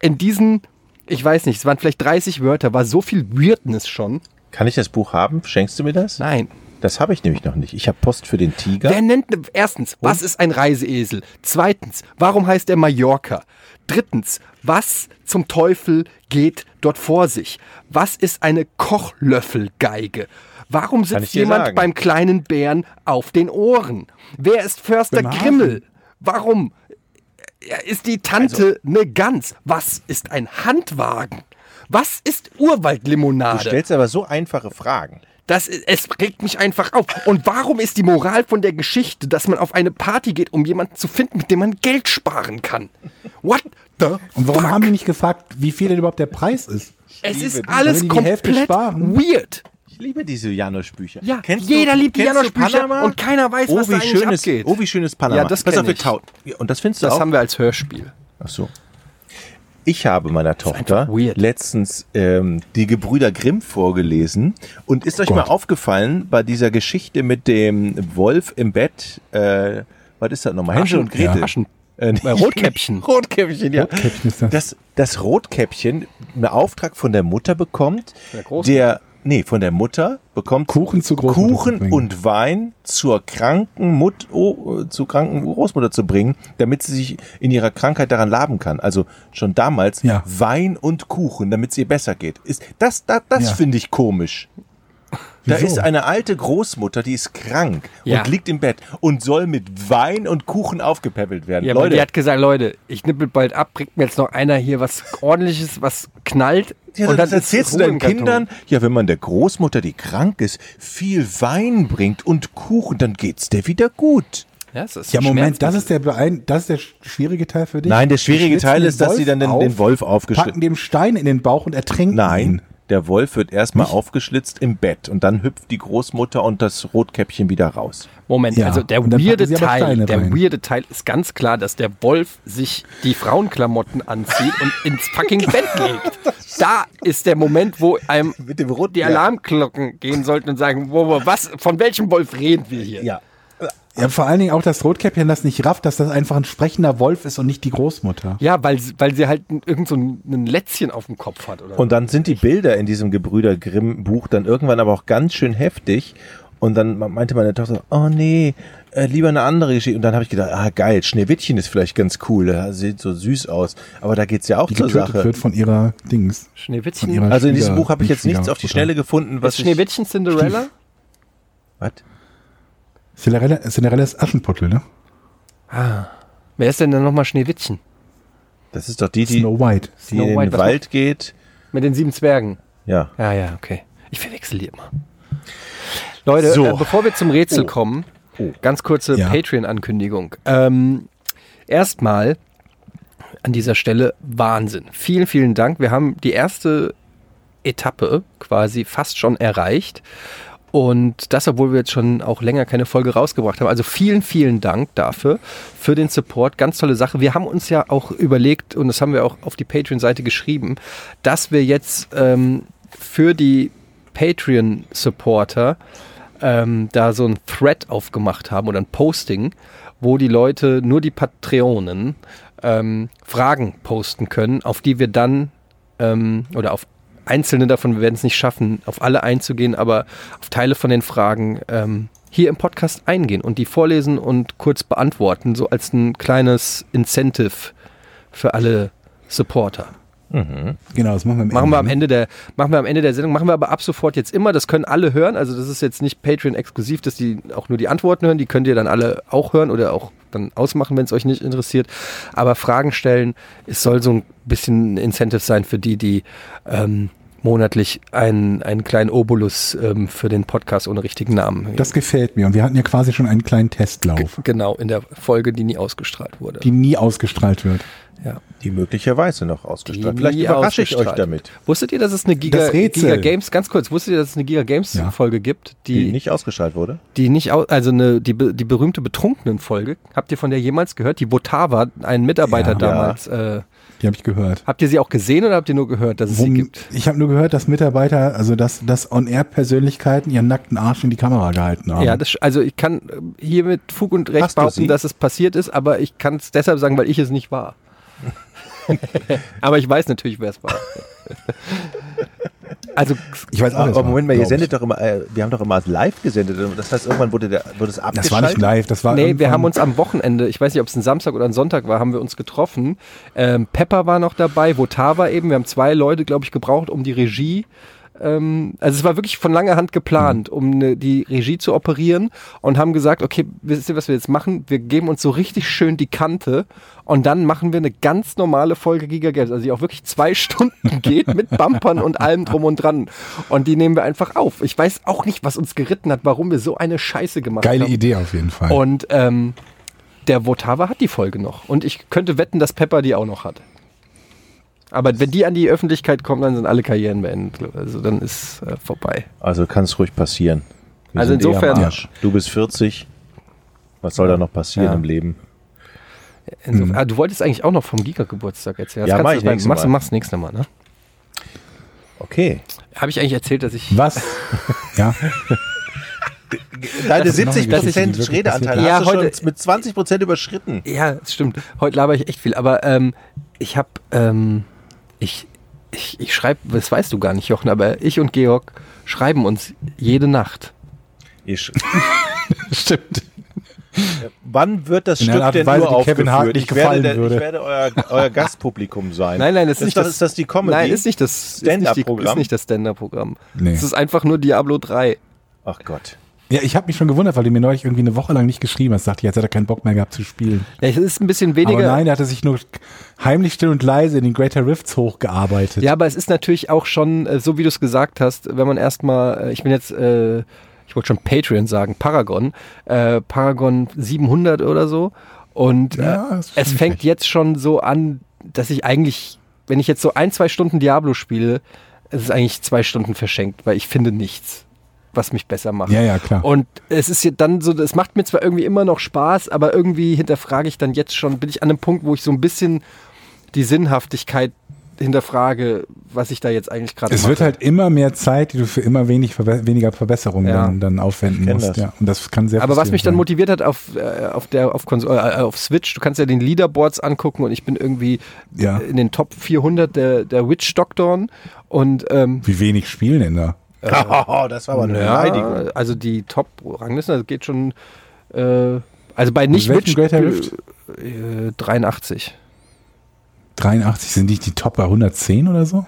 B: In diesen, ich weiß nicht, es waren vielleicht 30 Wörter, war so viel Weirdness schon.
C: Kann ich das Buch haben? Schenkst du mir das?
B: Nein.
C: Das habe ich nämlich noch nicht. Ich habe Post für den Tiger.
B: Wer nennt, erstens, was ist ein Reiseesel? Zweitens, warum heißt er Mallorca? Drittens, was zum Teufel geht dort vor sich? Was ist eine Kochlöffelgeige? Warum
C: ich
B: sitzt
C: dir
B: jemand
C: sagen.
B: beim kleinen Bären auf den Ohren? Wer ist Förster
A: Beim Hafen.
B: Grimmel? Warum ist die
C: Also-
B: Tante eine Gans? Was ist ein Handwagen? Was ist
C: du
B: Urwaldlimonade?
C: Ah, stellst aber so einfache Fragen.
B: Das, es regt mich einfach auf. Und warum ist die Moral von der Geschichte, dass man auf eine Party geht, um jemanden zu finden, mit dem man Geld sparen kann? What the
A: Und warum
B: fuck?
A: haben die nicht gefragt, wie viel denn überhaupt der Preis ist?
B: es ist
C: Liebe,
A: wenn
B: alles
A: die die Hälfte
B: komplett
A: sparen?
B: weird.
C: Ich liebe diese Janosch-Bücher.
B: Ja, jeder liebt die
C: kennst du
B: Janosch-Bücher
C: Panama?
B: und keiner weiß,
C: oh,
B: was
C: wie
B: da eigentlich
C: schön ist,
B: abgeht.
C: Oh, wie schön ist Panama.
B: Ja, das
C: Pass auf,
B: kenn
C: wir
B: ich.
C: tau- Ja, Und das findest du auch?
B: wir als Hörspiel.
C: Ach so. Ich habe meiner Tochter
B: einfach weird.
C: letztens ähm, die Gebrüder Grimm vorgelesen und ist euch mal aufgefallen bei dieser Geschichte mit dem Wolf im Bett, äh, was ist das nochmal? Hänsel
B: Aschen-
C: und Gretel.
B: ja, Aschen-
C: Äh, nicht-
B: Äh, Rotkäppchen.
C: [laughs] Rotkäppchen, ja.
A: Rotkäppchen ist das.
C: Dass, dass Rotkäppchen einen Auftrag von der Mutter bekommt,
B: der Großmutter.
C: der, nee, von der Mutter bekommt
A: Kuchen zu Großmutter zu
C: Kuchen
A: bringen.
C: und Wein zur kranken Mut oh, äh, zur kranken Großmutter zu bringen, damit sie sich in ihrer Krankheit daran laben kann. Also schon damals
A: Ja.
C: Wein und Kuchen, damit es ihr besser geht. Ist das da, das
A: Ja.
C: finde ich komisch. Da
A: Wieso?
C: ist eine alte Großmutter, die ist krank
B: Ja.
C: und liegt im Bett und soll mit Wein und Kuchen aufgepäppelt werden.
B: Ja, Leute.
C: Leute,
B: Die hat gesagt, Leute, ich nippel bald ab, bringt mir jetzt noch einer hier was ordentliches, was knallt.
C: Ja,
B: und
C: das
B: dann ist
C: erzählst du
B: Ruhe
C: deinen
B: im Karton.
C: Kindern, ja, wenn man der Großmutter, die krank ist, viel Wein bringt und Kuchen, dann geht's der wieder gut.
B: Ja, es ist
A: Ja, Moment, das
B: Schmerzmittel.
A: ist der, beein- das ist der sch- schwierige Teil für dich.
C: Nein, der schwierige
A: Die schlitzen
C: Teil ist, dass sie dann den-
A: auf,
C: den Wolf
A: packen
C: aufgeschnitten-
A: dem Stein in den Bauch und ertränken ihn.
C: Nein, der Wolf wird erstmal aufgeschlitzt im Bett und dann hüpft die Großmutter und das Rotkäppchen wieder raus.
B: Moment,
A: Ja,
B: also der
A: und dann packen
B: weirde
A: sie aber
B: Teil,
A: Steine
B: der
A: rein.
B: weirde Teil ist ganz klar, dass der Wolf sich die Frauenklamotten anzieht und ins
A: [laughs]
B: fucking Bett legt. Da ist der Moment, wo einem
C: Mit dem roten-
B: die
C: ja.
B: Alarmglocken gehen sollten und sagen, wo, wo, was, von welchem Wolf reden wir hier?
A: Ja, vor allen Dingen auch das Rotkäppchen, das nicht rafft, dass das einfach ein sprechender Wolf ist und nicht die Großmutter.
B: Ja, weil, sie- weil sie halt irgend so ein, ein Lätzchen auf dem Kopf hat, oder?
C: Und dann sind die Bilder in diesem Gebrüder Grimm Buch dann irgendwann aber auch ganz schön heftig. Und dann meinte meine Tochter, oh nee, äh, lieber eine andere Geschichte. Und dann habe ich gedacht, ah geil, Schneewittchen ist vielleicht ganz cool, äh, sieht so süß aus. Aber da geht's ja auch
A: die
C: zur
A: getötet
C: Sache.
A: wird von ihrer Dings. Von
B: Schneewittchen?
A: ihrer
C: Also in diesem
A: Schwieger-
C: Buch habe ich jetzt nichts auf die
A: Schwiegermutter.
C: Schnelle gefunden,
B: Was
C: was
B: ist
C: ich...
B: Schneewittchen Cinderella?
C: Was?
A: Cinderella, Cinderella ist Aschenputtel, ne?
B: Ah. Wer ist denn dann nochmal Schneewittchen?
C: Das ist doch die, die,
A: Snow White.
C: die
B: Snow
C: in den
B: White, was
C: Wald geht.
B: Mit den sieben Zwergen.
C: Ja.
B: Ja, ja, okay. Ich verwechsel die immer. Leute,
C: So.
B: äh, bevor wir zum
A: Oh.
B: Rätsel kommen, Oh. ganz kurze
A: Ja.
B: Patreon-Ankündigung. Ähm, Erstmal an dieser Stelle Wahnsinn. Vielen, vielen Dank. Wir haben die erste Etappe quasi fast schon erreicht. Und das, obwohl wir jetzt schon auch länger keine Folge rausgebracht haben. Also vielen, vielen Dank dafür, für den Support. Ganz tolle Sache. Wir haben uns ja auch überlegt, und das haben wir auch auf die Patreon-Seite geschrieben, dass wir jetzt ähm, für die Patreon-Supporter ähm, da so ein Thread aufgemacht haben oder ein Posting, wo die Leute, nur die Patreonen, ähm, Fragen posten können, auf die wir dann ähm, oder auf einzelne davon, wir werden es nicht schaffen, auf alle einzugehen, aber auf Teile von den Fragen ähm, hier im Podcast eingehen und die vorlesen und kurz beantworten, so als ein kleines Incentive für alle Supporter.
A: Genau, das machen wir am Ende.
B: Machen
C: Mhm.
B: wir am Ende der, machen wir am Ende der Sendung, machen wir aber ab sofort jetzt immer. Das können alle hören. Also das ist jetzt nicht Patreon exklusiv, dass die auch nur die Antworten hören. Die könnt ihr dann alle auch hören oder auch dann ausmachen, wenn es euch nicht interessiert. Aber Fragen stellen, es soll so ein bisschen ein Incentive sein für die, die ähm, monatlich einen, einen kleinen Obolus ähm, für den Podcast ohne richtigen Namen.
A: Das gefällt mir. Und wir hatten ja quasi schon einen kleinen Testlauf,
B: genau, in der Folge, die nie ausgestrahlt wurde.
A: die nie ausgestrahlt wird.
B: ja.
C: Die möglicherweise noch ausgestrahlt. Vielleicht
B: nie
C: überrasche ich euch
B: ausgestrahlt.
C: damit.
B: Wusstet ihr, dass es eine Giga,
A: Das Rätsel.
B: Giga Games, ganz kurz, wusstet ihr, dass es eine Giga Games
A: Ja.
B: Folge gibt,
C: Die nicht ausgestrahlt wurde.
B: Die nicht, au- also eine, die, be- die berühmte Betrunkenen-Folge, habt ihr von der jemals gehört? Die Botava, ein Mitarbeiter
A: Ja.
B: damals. Äh,
A: Die habe ich gehört.
B: habt ihr sie auch gesehen oder habt ihr nur gehört, dass es sie
A: Wum-
B: gibt?
A: ich habe nur gehört, dass Mitarbeiter, also dass, dass On-Air-Persönlichkeiten ihren nackten Arsch in die Kamera gehalten haben.
B: Ja, das, sch- also ich kann äh, hier mit Fug und Recht
C: Hast du
B: behaupten,
C: sie?
B: dass es passiert ist, aber ich kann es deshalb sagen, weil ich es nicht war. aber ich weiß natürlich, wer es war. also
A: ich weiß auch
C: Ah, Aber
A: nicht.
C: Moment mal, ihr
A: glaub ich.
C: sendet doch immer, äh, wir haben doch immer live gesendet. Das heißt, irgendwann wurde, der, wurde es abgeschaltet.
A: Das war nicht live, das war.
B: Nee, wir
A: irgendwann-
B: haben uns am Wochenende, ich weiß nicht, ob es ein Samstag oder ein Sonntag war, haben wir uns getroffen. Ähm, Pepper war noch dabei, Votar war eben. Wir haben zwei Leute, glaube ich, gebraucht, um die Regie. Ähm, also es war wirklich von langer Hand geplant, um ne, die Regie zu operieren und haben gesagt, okay, wisst ihr, was wir jetzt machen? Wir geben uns so richtig schön die Kante und dann machen wir eine ganz normale Folge Giga Games, also die auch wirklich zwei [laughs] Stunden geht mit Bumpern und allem drum und dran. Und die nehmen wir einfach auf. Ich weiß auch nicht, was uns geritten hat, warum wir so eine Scheiße gemacht
A: Geile
B: haben.
A: Idee auf jeden Fall.
B: Und ähm, der Votava hat die Folge noch. Und ich könnte wetten, dass Pepper die auch noch hat. Aber wenn die an die Öffentlichkeit kommen, dann sind alle Karrieren beendet. Also dann ist äh, vorbei.
C: Also kann es ruhig passieren. Wir
B: Also
C: sind eh am
B: insofern-
C: Arsch. Du bist 40. Was soll da noch passieren
B: Ja.
C: im Leben?
B: Insofern, ah, du wolltest eigentlich auch noch vom Giga-Geburtstag erzählen. Das
C: Mhm. Ja,
B: kannst
C: mach
B: du
C: ich
B: beim-
C: nächstes
B: machst,
C: Mal.
B: machst nächstes Mal, ne?
C: Okay.
B: Habe ich eigentlich erzählt, dass ich. [laughs]
A: Was? ja.
C: Deine
A: ist noch eine
C: 70
A: Geschichte, die
C: Prozent
A: wirklich
C: Redeanteil
B: passiert
C: hast
B: ist.
C: du
B: Ja,
C: schon
B: heute-
C: mit 20 Prozent überschritten.
B: Ja, das stimmt. Heute laber ich echt viel. Aber ähm, ich habe. Ähm, ich ich, ich schreibe, das weißt du gar nicht, Jochen, aber ich und Georg schreiben uns jede Nacht.
C: Ich,
A: Stimmt.
C: wann wird das
A: In einer
C: Stück
A: Art und
C: denn
A: Weise,
C: nur
A: die Kevin
C: aufgeführt?
A: Hart nicht
C: ich werde,
A: gefallen
C: der-
A: würde.
C: Ich werde euer, euer Gastpublikum sein.
B: Nein, nein, das ist
C: das
B: nicht
C: doch-
B: das-
C: ist das die Comedy.
B: Nein, ist nicht das
C: Stand-up-Programm?
B: Ist nicht das Stand-Up-Programm.
A: Nee.
B: Es ist einfach nur Diablo 3.
C: Ach Gott.
A: Ja, ich habe mich schon gewundert, weil du mir neulich irgendwie eine Woche lang nicht geschrieben hast. Sagte, jetzt hat er keinen Bock mehr gehabt zu spielen.
B: Es ist ein bisschen
A: Aber
B: weniger.
A: nein, er hatte sich nur heimlich still und leise in den Greater Rifts hochgearbeitet.
B: Ja, aber es ist natürlich auch schon, äh, so wie du es gesagt hast, wenn man erstmal, äh, ich bin jetzt, äh, ich wollte schon Patreon sagen, Paragon, äh, Paragon 700 oder so. Und äh,
A: Ja, das ist
B: es
A: schon
B: fängt
A: schlecht.
B: jetzt schon so an, dass ich eigentlich, wenn ich jetzt so ein, zwei Stunden Diablo spiele, es ist eigentlich zwei Stunden verschenkt, weil ich finde nichts, was mich besser macht.
A: Ja, ja, klar.
B: Und es ist ja dann so, es macht mir zwar irgendwie immer noch Spaß, aber irgendwie hinterfrage ich dann jetzt schon, bin ich an einem Punkt, wo ich so ein bisschen die Sinnhaftigkeit hinterfrage, was ich da jetzt eigentlich gerade
A: es
B: mache.
A: wird halt immer mehr Zeit, die du für immer wenig verbe weniger Verbesserungen
B: Ja.
A: dann, dann aufwenden
C: kenn
A: musst.
C: das.
A: Ja. Und das kann sehr
B: aber was mich dann
A: frustrierend
B: motiviert hat auf, äh, auf, der, auf, Konsole, äh, auf Switch, du kannst ja den Leaderboards angucken und ich bin irgendwie
A: Ja.
B: in den Top 400 der, der Witch-Doktoren und ähm,
A: sein. Wie wenig spielen denn da?
C: [laughs] Oh, das war aber eine
B: ja,
C: Beleidigung.
B: also die Top-Ranglisten, das geht schon Äh, also bei nicht
A: welchen Greater Rift?
B: äh, 83.
A: 83 sind nicht die Top bei 110 oder so?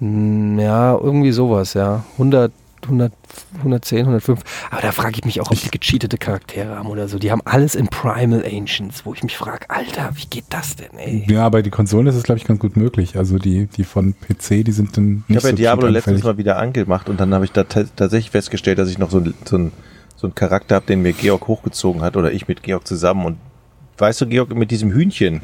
B: Mm, Ja, irgendwie sowas, ja. 100, 100, 110, 105. Aber da frage ich mich auch, ob die gecheatete Charaktere haben oder so. Die haben alles in Primal Ancients, wo ich mich frage, Alter, wie geht das denn, ey?
A: Ja, bei die Konsolen ist es, glaube ich, ganz gut möglich. Also die, die von PC, die sind dann nicht
C: Ich habe
A: so
C: ja Diablo letztens
A: cheatanfällig.
C: mal wieder angemacht und dann habe ich da ta- tatsächlich festgestellt, dass ich noch so einen so ein, so ein Charakter habe, den mir Georg hochgezogen hat oder ich mit Georg zusammen. Und weißt du, Georg, mit diesem Hühnchen.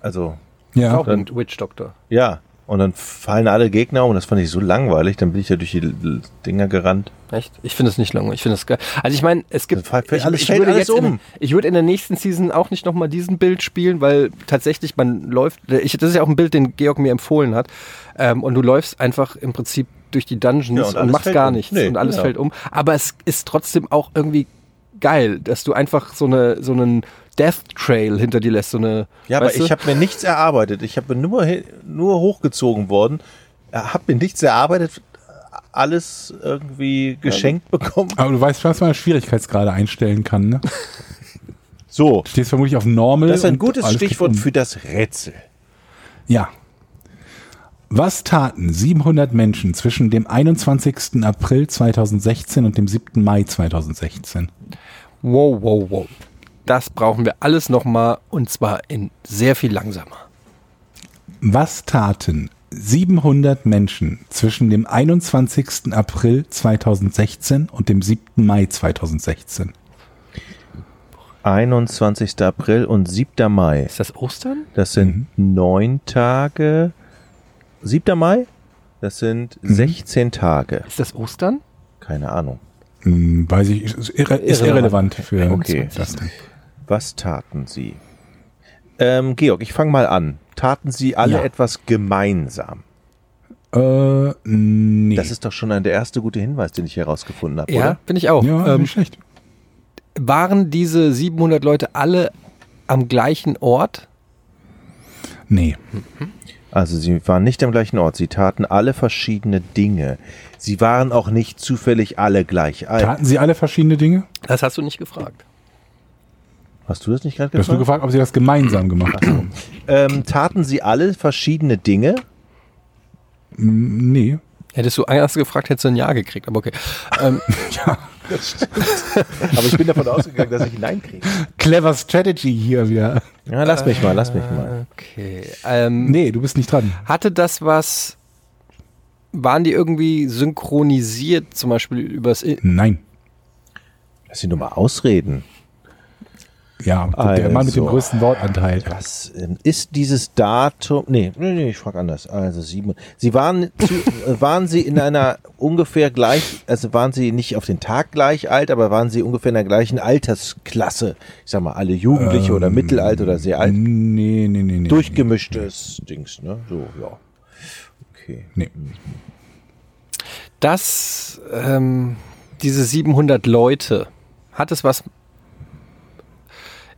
C: Also,
A: Ja,
C: dann-
B: ein Witch Doctor.
C: ja. Und dann fallen alle Gegner um und das fand ich so langweilig. Dann bin ich ja durch die L- Dinger gerannt.
B: Echt? Ich finde es nicht langweilig. Ich finde es geil. Also ich meine, es gibt.
C: Das fällt
B: ich,
C: alles-
B: ich,
C: fällt
B: würde
C: alles
B: jetzt in,
C: um.
B: ich würde in der nächsten Season auch nicht nochmal diesen Bild spielen, weil tatsächlich man läuft. äh, Ich, das ist ja auch ein Bild, den Georg mir empfohlen hat. Ähm, und du läufst einfach im Prinzip durch die
C: Ja,
B: Dungeons
C: und
B: und,
C: alles
B: machst
C: fällt
B: gar
C: um.
B: nichts
C: Nee,
B: und alles
C: genau.
B: fällt um. Aber es ist trotzdem auch irgendwie geil, dass du einfach so eine so einen Death Trail hinter dir lässt, so eine.
C: Ja, aber
B: weißt du?
C: ich habe mir nichts erarbeitet. Ich habe nur, hi- nur hochgezogen worden, äh, habe mir nichts erarbeitet, alles irgendwie geschenkt bekommen.
A: aber du weißt, was man Schwierigkeitsgrade einstellen kann. Ne?
C: So,
A: Stehst vermutlich auf Normal.
C: das ist ein
A: und
C: gutes
A: alles geht
C: Stichwort
A: um.
C: für das Rätsel.
A: Ja. Was taten 700 Menschen zwischen dem 21. April 2016 und dem 7. Mai 2016?
B: Wow, wow, wow. Das brauchen wir alles nochmal und zwar in sehr viel langsamer.
A: Was taten 700 Menschen zwischen dem 21. April 2016 und dem 7. Mai 2016?
C: 21. April und 7. Mai.
B: Ist das Ostern?
C: Das sind
A: Mhm.
C: neun Tage. 7. Mai? Das sind
A: Mhm.
C: 16 Tage.
B: Ist das Ostern?
C: Keine Ahnung.
A: Hm, weiß ich, ist, irre, ist irrelevant
B: Irrelevant.
A: für
C: Okay.
A: das Ding.
C: Was taten sie? Ähm, Georg, ich fange mal an. Taten sie alle
A: Ja.
C: etwas gemeinsam?
A: Äh, nee.
C: Das ist doch schon ein- der erste gute Hinweis, den ich herausgefunden habe,
B: Ja,
C: oder?
B: bin ich auch.
A: ja,
B: ähm,
A: nicht schlecht.
B: waren diese 700 Leute alle am gleichen Ort?
A: Nee.
C: Also sie waren nicht am gleichen Ort. Sie taten alle verschiedene Dinge. Sie waren auch nicht zufällig alle gleich alt.
A: Taten sie alle verschiedene Dinge?
B: Das hast du nicht gefragt.
C: Hast du das nicht gerade
A: Du hast nur
C: gefragt?
A: gefragt, ob sie das
C: [clears throat]
A: gemeinsam gemacht haben.
C: Ähm, taten sie alle verschiedene Dinge?
A: Hm, Nee.
B: Hättest du anders gefragt, hättest du ein Ja gekriegt. Aber okay. [laughs] Ähm,
C: Aber ich bin davon ausgegangen, dass ich Nein kriege.
A: Clever Strategy hier wieder.
C: Ja, lass mich mal, lass mich mal.
B: okay. Ähm,
A: Nee, du bist nicht dran.
B: hatte das was. Waren die irgendwie synchronisiert, zum Beispiel übers. I
A: Nein.
C: Lass ihn nur mal ausreden.
A: Ja, der Mann mit dem
C: Also.
A: größten Wortanteil.
C: Was ähm, ist dieses Datum? Nee, nee, nee, ich frage anders. Also sieben. Sie waren, zu, äh, waren Sie in einer ungefähr gleich, also waren Sie nicht auf den Tag gleich alt, aber waren Sie ungefähr in der gleichen Altersklasse? Ich sag mal, alle Jugendliche oder Mittelalt oder sehr alt.
A: Ähm, Nee, nee, nee, nee.
C: Durchgemischtes Dings, ne? So, ja. Okay.
A: Nee.
B: Das. Ähm, diese 700 Leute. Hat es was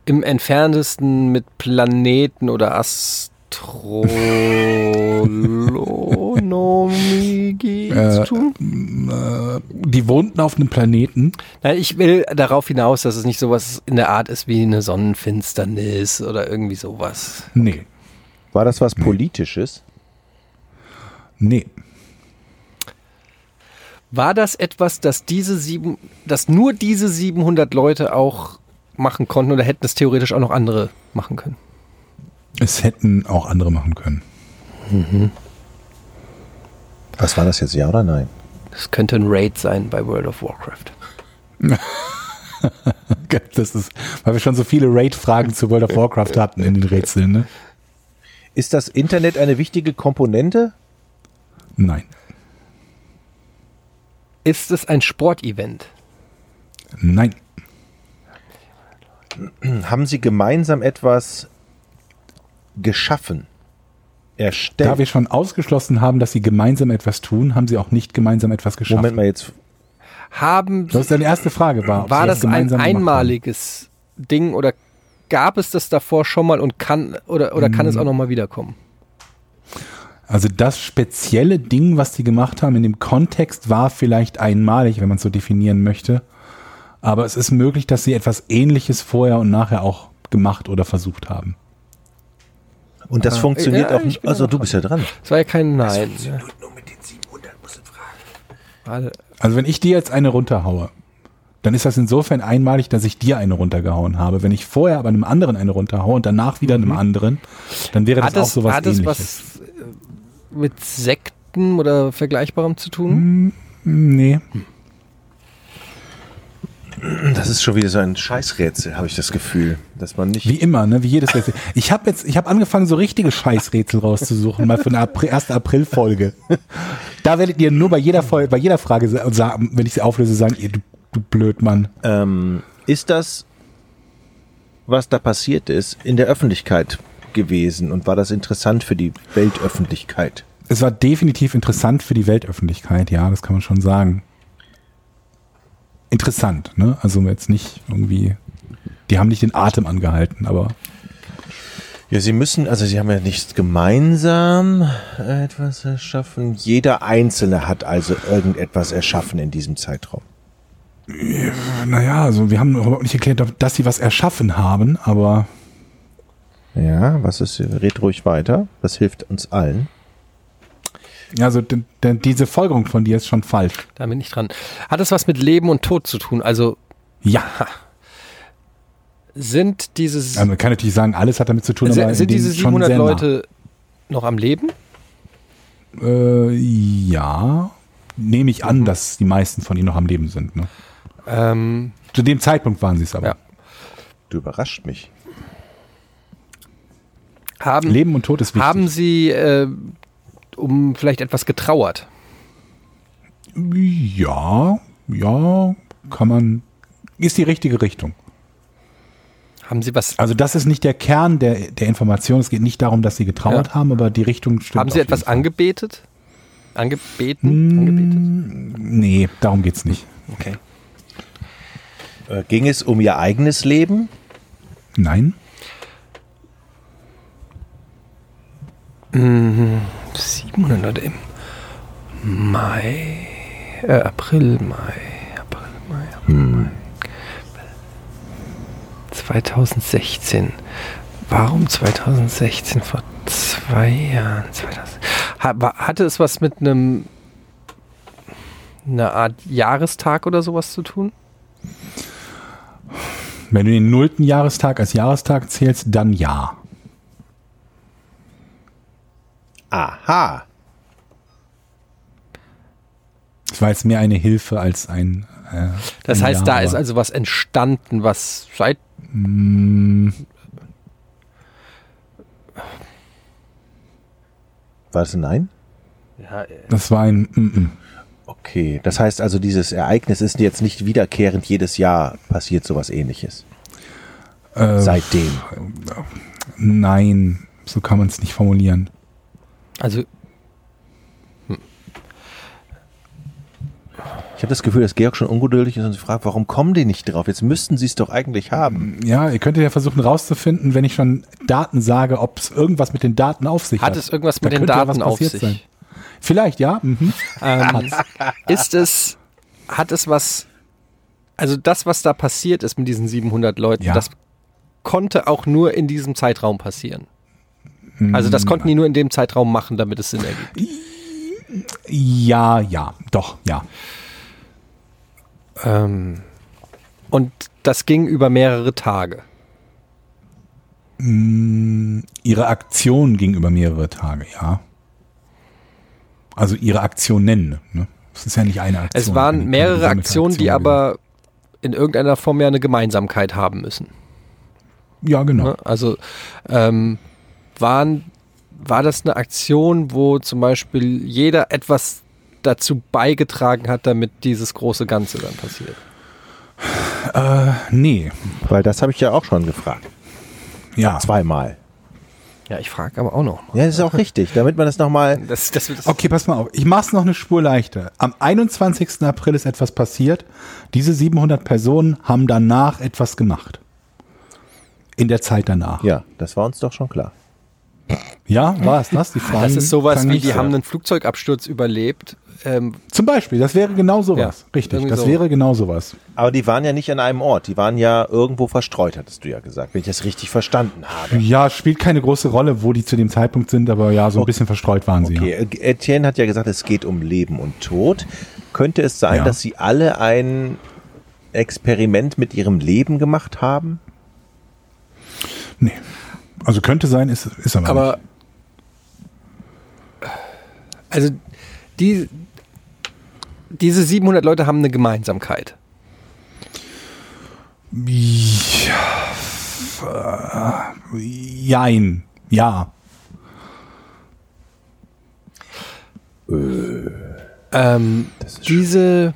B: im entferntesten mit Planeten oder Astronomie zu tun?
A: Die wohnten auf einem Planeten.
B: Nein, ich will darauf hinaus, dass es nicht sowas in der Art ist wie eine Sonnenfinsternis oder irgendwie sowas.
A: Nee.
C: War das was Politisches?
A: Nee.
B: War das etwas, das diese sieben, dass nur diese 700 Leute auch machen konnten oder hätten es theoretisch auch noch andere machen können?
A: Es hätten auch andere machen können. [laughs]
C: Was war das jetzt, ja oder nein?
B: Das könnte ein Raid sein bei World of Warcraft.
A: Das ist, weil wir schon so viele Raid-Fragen zu World of Warcraft hatten in den Rätseln, ne?
C: Ist das Internet eine wichtige Komponente?
A: Nein.
B: Ist es ein Sportevent?
A: Nein.
C: Haben Sie gemeinsam etwas geschaffen? Erstellt?
A: Da wir schon ausgeschlossen haben, dass sie gemeinsam etwas tun, haben sie auch nicht gemeinsam etwas geschafft.
C: Moment mal jetzt.
B: Haben
A: Das ist deine erste Frage, war. ob
B: War
A: sie
B: das ein
A: gemeinsam gemacht haben.
B: einmaliges Ding oder gab es das davor schon mal und kann oder, oder
A: Mhm.
B: kann es auch nochmal wiederkommen?
A: Also das spezielle Ding, was die gemacht haben in dem Kontext, war vielleicht einmalig, wenn man es so definieren möchte. Aber es ist möglich, dass sie etwas Ähnliches vorher und nachher auch gemacht oder versucht haben.
C: Und das funktioniert
B: Ja,
C: auch.
B: ich bin
C: Also
B: auch
C: du bist ja dran.
B: Es war ja kein Nein. ne?
D: Nur um mit den 700 musst du fragen.
B: Warte.
A: Also wenn ich dir jetzt eine runterhaue, dann ist das insofern einmalig, dass ich dir eine runtergehauen habe. Wenn ich vorher aber einem anderen eine runterhaue und danach wieder einem anderen, dann wäre das
B: Mhm. Hat
A: auch
B: das,
A: sowas
B: hat das
A: ähnliches.
B: was äh, mit Sekten oder Vergleichbarem zu
A: Mhm.
B: tun?
A: Nee.
C: Das ist schon wieder so ein Scheißrätsel, habe ich das Gefühl, dass man nicht.
A: Wie immer, ne? Wie jedes Rätsel. Ich habe jetzt, ich habe angefangen, so richtige Scheißrätsel rauszusuchen, mal für eine April, erste April-Folge. Da werdet ihr nur bei jeder Folge, bei jeder Frage sa- sagen, wenn ich sie auflöse, sagen, ihr, du, du Blödmann.
C: Ähm, ist das, was da passiert ist, in der Öffentlichkeit gewesen und war das interessant für die Weltöffentlichkeit?
A: Es war definitiv interessant für die Weltöffentlichkeit, ja, das kann man schon sagen. Interessant, ne? Also jetzt nicht irgendwie. Die haben nicht den Atem angehalten, aber
C: Ja, sie müssen, also sie haben ja nichts gemeinsam etwas erschaffen. Jeder Einzelne hat also irgendetwas erschaffen in diesem Zeitraum.
A: naja, also wir haben noch überhaupt nicht erklärt, ob- dass sie was erschaffen haben, aber
C: Ja, was ist, hier? red ruhig weiter. Das hilft uns allen.
A: ja, also d- d- diese Folgerung von dir ist schon falsch.
B: Da bin ich dran. Hat es was mit Leben und Tod zu tun? Also
A: Ja.
B: sind dieses
A: Also man kann natürlich sagen, alles hat damit zu tun, aber
B: sind,
A: in
B: sind
A: dem
B: diese
A: schon
B: 700
A: sehr nah.
B: Leute noch am Leben?
A: Äh, ja, nehme ich
B: Mhm.
A: an, dass die meisten von ihnen noch am Leben sind. Ne?
B: Ähm,
A: Zu dem Zeitpunkt waren sie es aber.
B: Ja.
C: Du überrascht mich.
B: haben
A: Leben und Tod ist wichtig.
B: Mhm. haben sie äh, um vielleicht etwas getrauert?
A: Ja, ja, kann man. Ist die richtige Richtung.
B: Haben sie was?
A: Also das ist nicht der Kern der, der Information. Es geht nicht darum, dass sie getrauert haben, aber die Richtung stimmt.
B: haben sie
A: auf
B: etwas
A: jeden Fall. Hm.
B: angebetet? Angebeten? Angebetet?
A: Nee, darum geht's nicht.
B: Okay.
C: Äh, ging es um ihr eigenes Leben?
A: Nein?
B: Mhm. 700 Leute im Mai, äh, April, Mai, April, Mai, April, Mai. 2016. Warum 2016? Vor zwei Jahren. 2000. Ha- wa- Hatte es was mit einem einer Art Jahrestag oder sowas zu tun?
A: Wenn du den nullten Jahrestag als Jahrestag zählst, dann ja.
C: Aha.
A: Es war jetzt mehr eine Hilfe als ein. Äh,
B: Das
A: ein
B: heißt,
A: Jahr,
B: da
A: aber-
B: ist also was entstanden, was seit
C: War es ein Nein?
A: Das war ein. Mm -mm.
C: Okay, das heißt also, dieses Ereignis ist jetzt nicht wiederkehrend jedes Jahr passiert sowas ähnliches.
A: Äh,
C: Seitdem.
A: Nein, so kann man es nicht formulieren.
B: also
C: Ich habe das Gefühl, dass Georg schon ungeduldig ist und fragt, warum kommen die nicht drauf? Jetzt müssten sie es doch eigentlich haben.
A: Ja, ihr könntet ja versuchen rauszufinden, wenn ich schon Daten sage, ob es irgendwas mit den Daten auf sich hat.
B: hat es irgendwas
A: Da
B: mit den
A: könnte ja
B: Daten
A: was
B: auf
A: passiert
B: sich?
A: sein. Vielleicht, ja. Mhm.
B: Ähm, ist es, hat es was, also das, was da passiert ist mit diesen 700 Leuten,
A: Ja.
B: das konnte auch nur in diesem Zeitraum passieren.
A: Hm.
B: Also das konnten die nur in dem Zeitraum machen, damit es Sinn ergibt.
A: Ja, ja, doch, ja. Ähm.
B: Und das ging über mehrere Tage.
A: Mm, Ihre Aktion ging über mehrere Tage, ja. Also ihre Aktionen, ne? Es ist ja nicht eine Aktion.
B: Es
A: eine
B: waren mehrere
A: gesammelte
B: Aktionen, die
A: Aktion
B: aber in irgendeiner Form ja eine Gemeinsamkeit haben müssen.
A: gewesen. Ja, genau.
B: Ne? Also ähm, waren, war das eine Aktion, wo zum Beispiel jeder etwas dazu beigetragen hat, damit dieses große Ganze dann passiert?
A: Nee,
C: Weil das habe ich ja auch schon gefragt.
A: ja.
C: Zweimal.
B: Ja, ich frage aber auch noch.
C: Ja, das ist [laughs] auch richtig, damit man das nochmal.
B: Das, das, das,
A: Okay, pass mal auf. Ich mach's noch eine Spur leichter. Am 21. April ist etwas passiert. Diese 700 Personen haben danach etwas gemacht. In der Zeit danach.
C: Ja, das war uns doch schon klar.
A: Ja, war es das? Die Frage.
B: Das ist sowas wie, die haben einen Flugzeugabsturz überlebt. Ähm,
A: Zum Beispiel, das wäre genau sowas.
B: Ja,
A: Richtig,
B: irgendwie
A: das
B: so.
A: wäre genau sowas.
C: Aber die waren ja nicht an einem Ort, die waren ja irgendwo verstreut, hattest du ja gesagt, wenn ich das richtig verstanden habe.
A: Ja, spielt keine große Rolle, wo die zu dem Zeitpunkt sind, aber ja, so ein bisschen verstreut waren sie.
C: Okay, äh, Etienne hat ja gesagt, es geht um Leben und Tod. Könnte es sein,
A: Ja.
C: dass sie alle ein Experiment mit ihrem Leben gemacht haben?
A: Ja. Nee. Also könnte sein, ist, ist aber,
B: aber also die, diese 700 Leute haben eine Gemeinsamkeit.
A: nicht. Ja, äh, jein. Ja.
B: Ähm, diese,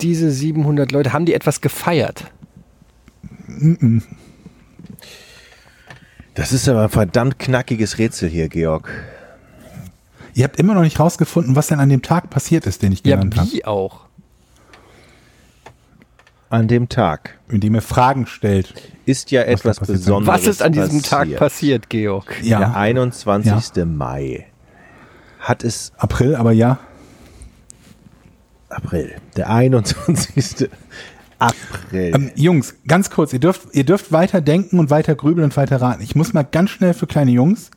B: diese 700 Leute, haben die etwas gefeiert?
C: Das ist aber ein verdammt knackiges Rätsel hier, Georg.
A: Ihr habt immer noch nicht rausgefunden, was denn an dem Tag passiert ist, den ich
B: Ja,
A: genannt habe.
B: wie auch.
C: An dem Tag
A: Indem ihr Fragen stellt.
C: ist ja etwas
A: da passiert sein?
C: Besonderes
B: Was ist an diesem Tag passiert, Georg?
A: Ja.
C: Der 21. Mai hat es
A: April, aber ja.
C: April. Der 21. April.
A: Ähm, Jungs, ganz kurz, ihr dürft, ihr dürft weiter denken und weiter grübeln und weiter raten. Ich muss mal ganz schnell für kleine Jungs.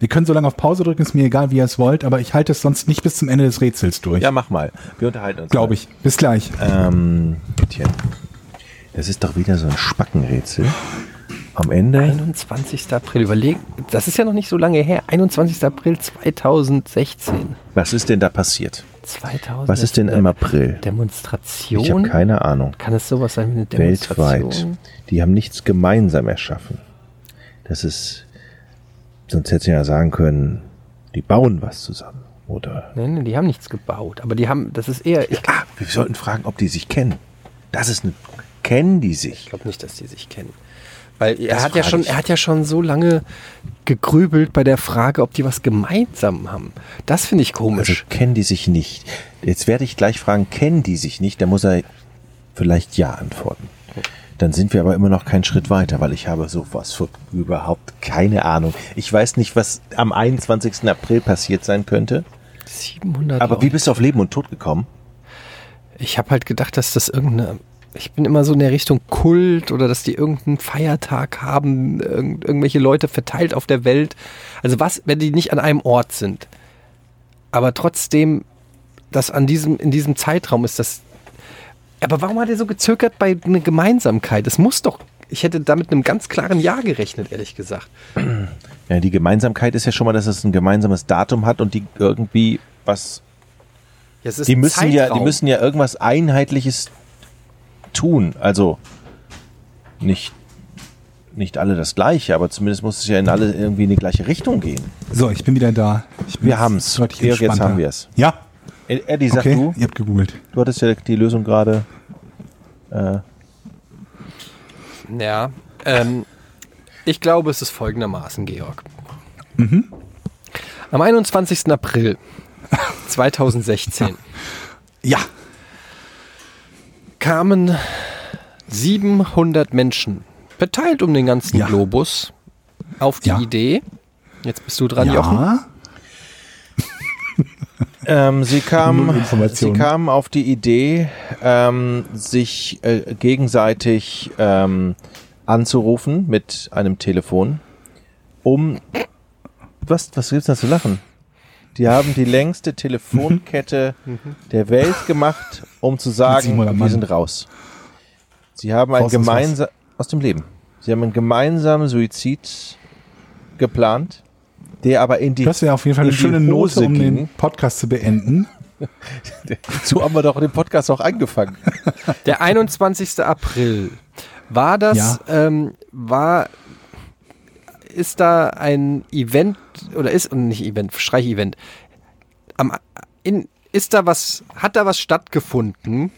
A: Wir können so lange auf Pause drücken, ist mir egal, wie ihr es wollt, aber ich halte es sonst nicht bis zum Ende des Rätsels durch.
C: ja, mach mal. Wir unterhalten uns.
A: Glaube ich. Bis gleich.
C: Ähm, Gottchen. Das ist doch wieder so ein Spackenrätsel. Am Ende.
B: 21. April, überleg, das ist ja noch nicht so lange her. 21. April 2016.
C: Was ist denn da passiert?
B: 2000
C: Was ist denn im April?
B: Demonstration?
C: Ich habe keine Ahnung.
B: Kann es sowas sein wie eine Demonstration?
C: Weltweit. Die haben nichts gemeinsam erschaffen. Das ist. Sonst hätte ich ja sagen können, die bauen was zusammen. Oder.
B: Nein, nein, die haben nichts gebaut, aber die haben, das ist eher, ich
C: Ah, wir sollten fragen, ob die sich kennen. Das ist eine. Kennen die sich?
B: glaube nicht, dass die sich kennen. Weil er
C: Das
B: hat, ja
C: frag
B: schon,
C: ich.
B: er hat ja schon so lange gegrübelt bei der Frage, ob die was gemeinsam haben. Das finde ich
C: Also
B: komisch.
C: kennen die sich nicht. Jetzt werde ich gleich fragen, kennen die sich nicht? Da muss er vielleicht ja antworten. Dann sind wir aber immer noch keinen Schritt weiter, weil ich habe sowas von überhaupt keine Ahnung. Ich weiß nicht, was am 21. April passiert sein könnte.
B: 700
C: Also, Aber wie
B: Leute.
C: bist du auf Leben und Tod gekommen?
B: Ich habe halt gedacht, dass das irgendeine. Ich bin immer so in der Richtung Kult oder dass die irgendeinen Feiertag haben, irgend, irgendwelche Leute verteilt auf der Welt. Also was, wenn die nicht an einem Ort sind, aber trotzdem, dass an diesem in diesem Zeitraum ist das. Aber warum hat er so gezögert bei einer Gemeinsamkeit? Es muss doch. Ich hätte da mit einem ganz klaren Ja gerechnet, ehrlich gesagt.
C: Ja, die Gemeinsamkeit ist ja schon mal, dass es ein gemeinsames Datum hat und die irgendwie was.
B: Ja, es ist
C: Die
B: ein
C: müssen ja, die
B: Zeitraum.
C: müssen ja irgendwas Einheitliches tun. Also nicht, nicht alle das Gleiche, aber zumindest muss es ja in alle irgendwie in die gleiche Richtung gehen.
A: So, ich bin wieder da. Ich bin
C: Wir
A: jetzt
C: haben's.
A: deutlich
C: Georg, jetzt
A: entspannter.
C: haben wir's.
A: Ja,
C: Ed- Eddie, sag
A: okay.
C: du,
A: Ihr habt gegoogelt.
C: du hattest ja die Lösung gerade. Äh,
B: Ja, ähm, ich glaube, es ist folgendermaßen, Georg.
A: Mhm.
B: Am 21. April [laughs] 2016
A: Ja.
B: kamen 700 Menschen, verteilt um den ganzen
A: Ja.
B: Globus, auf die
A: Ja.
B: Idee. Jetzt bist du dran, Jochen.
A: ja.
C: Ähm, sie
A: Null
C: kamen sie
A: Informationen.
C: kam auf die Idee, ähm, sich äh, gegenseitig ähm, anzurufen mit einem Telefon, um. Was, was gibt's da zu lachen? Die haben die längste
A: [laughs]
C: Telefonkette
A: Mhm.
C: der Welt gemacht, um zu sagen,
A: 700
C: wir
A: Mann.
C: sind raus. Sie haben ein
A: Raus aus was?
C: gemeinsam aus dem Leben. Sie haben einen gemeinsamen Suizid geplant, der aber in die
A: Das wäre auf jeden Fall eine
C: in die
A: schöne Note,
C: Hose
A: um
C: ging.
A: den Podcast zu beenden.
C: [laughs] So haben wir doch den Podcast auch angefangen.
B: Der 21. April. War das, ähm, war, ist da ein Event oder ist, nicht Event, Streich-Event, am, in, ist da was, hat da was stattgefunden,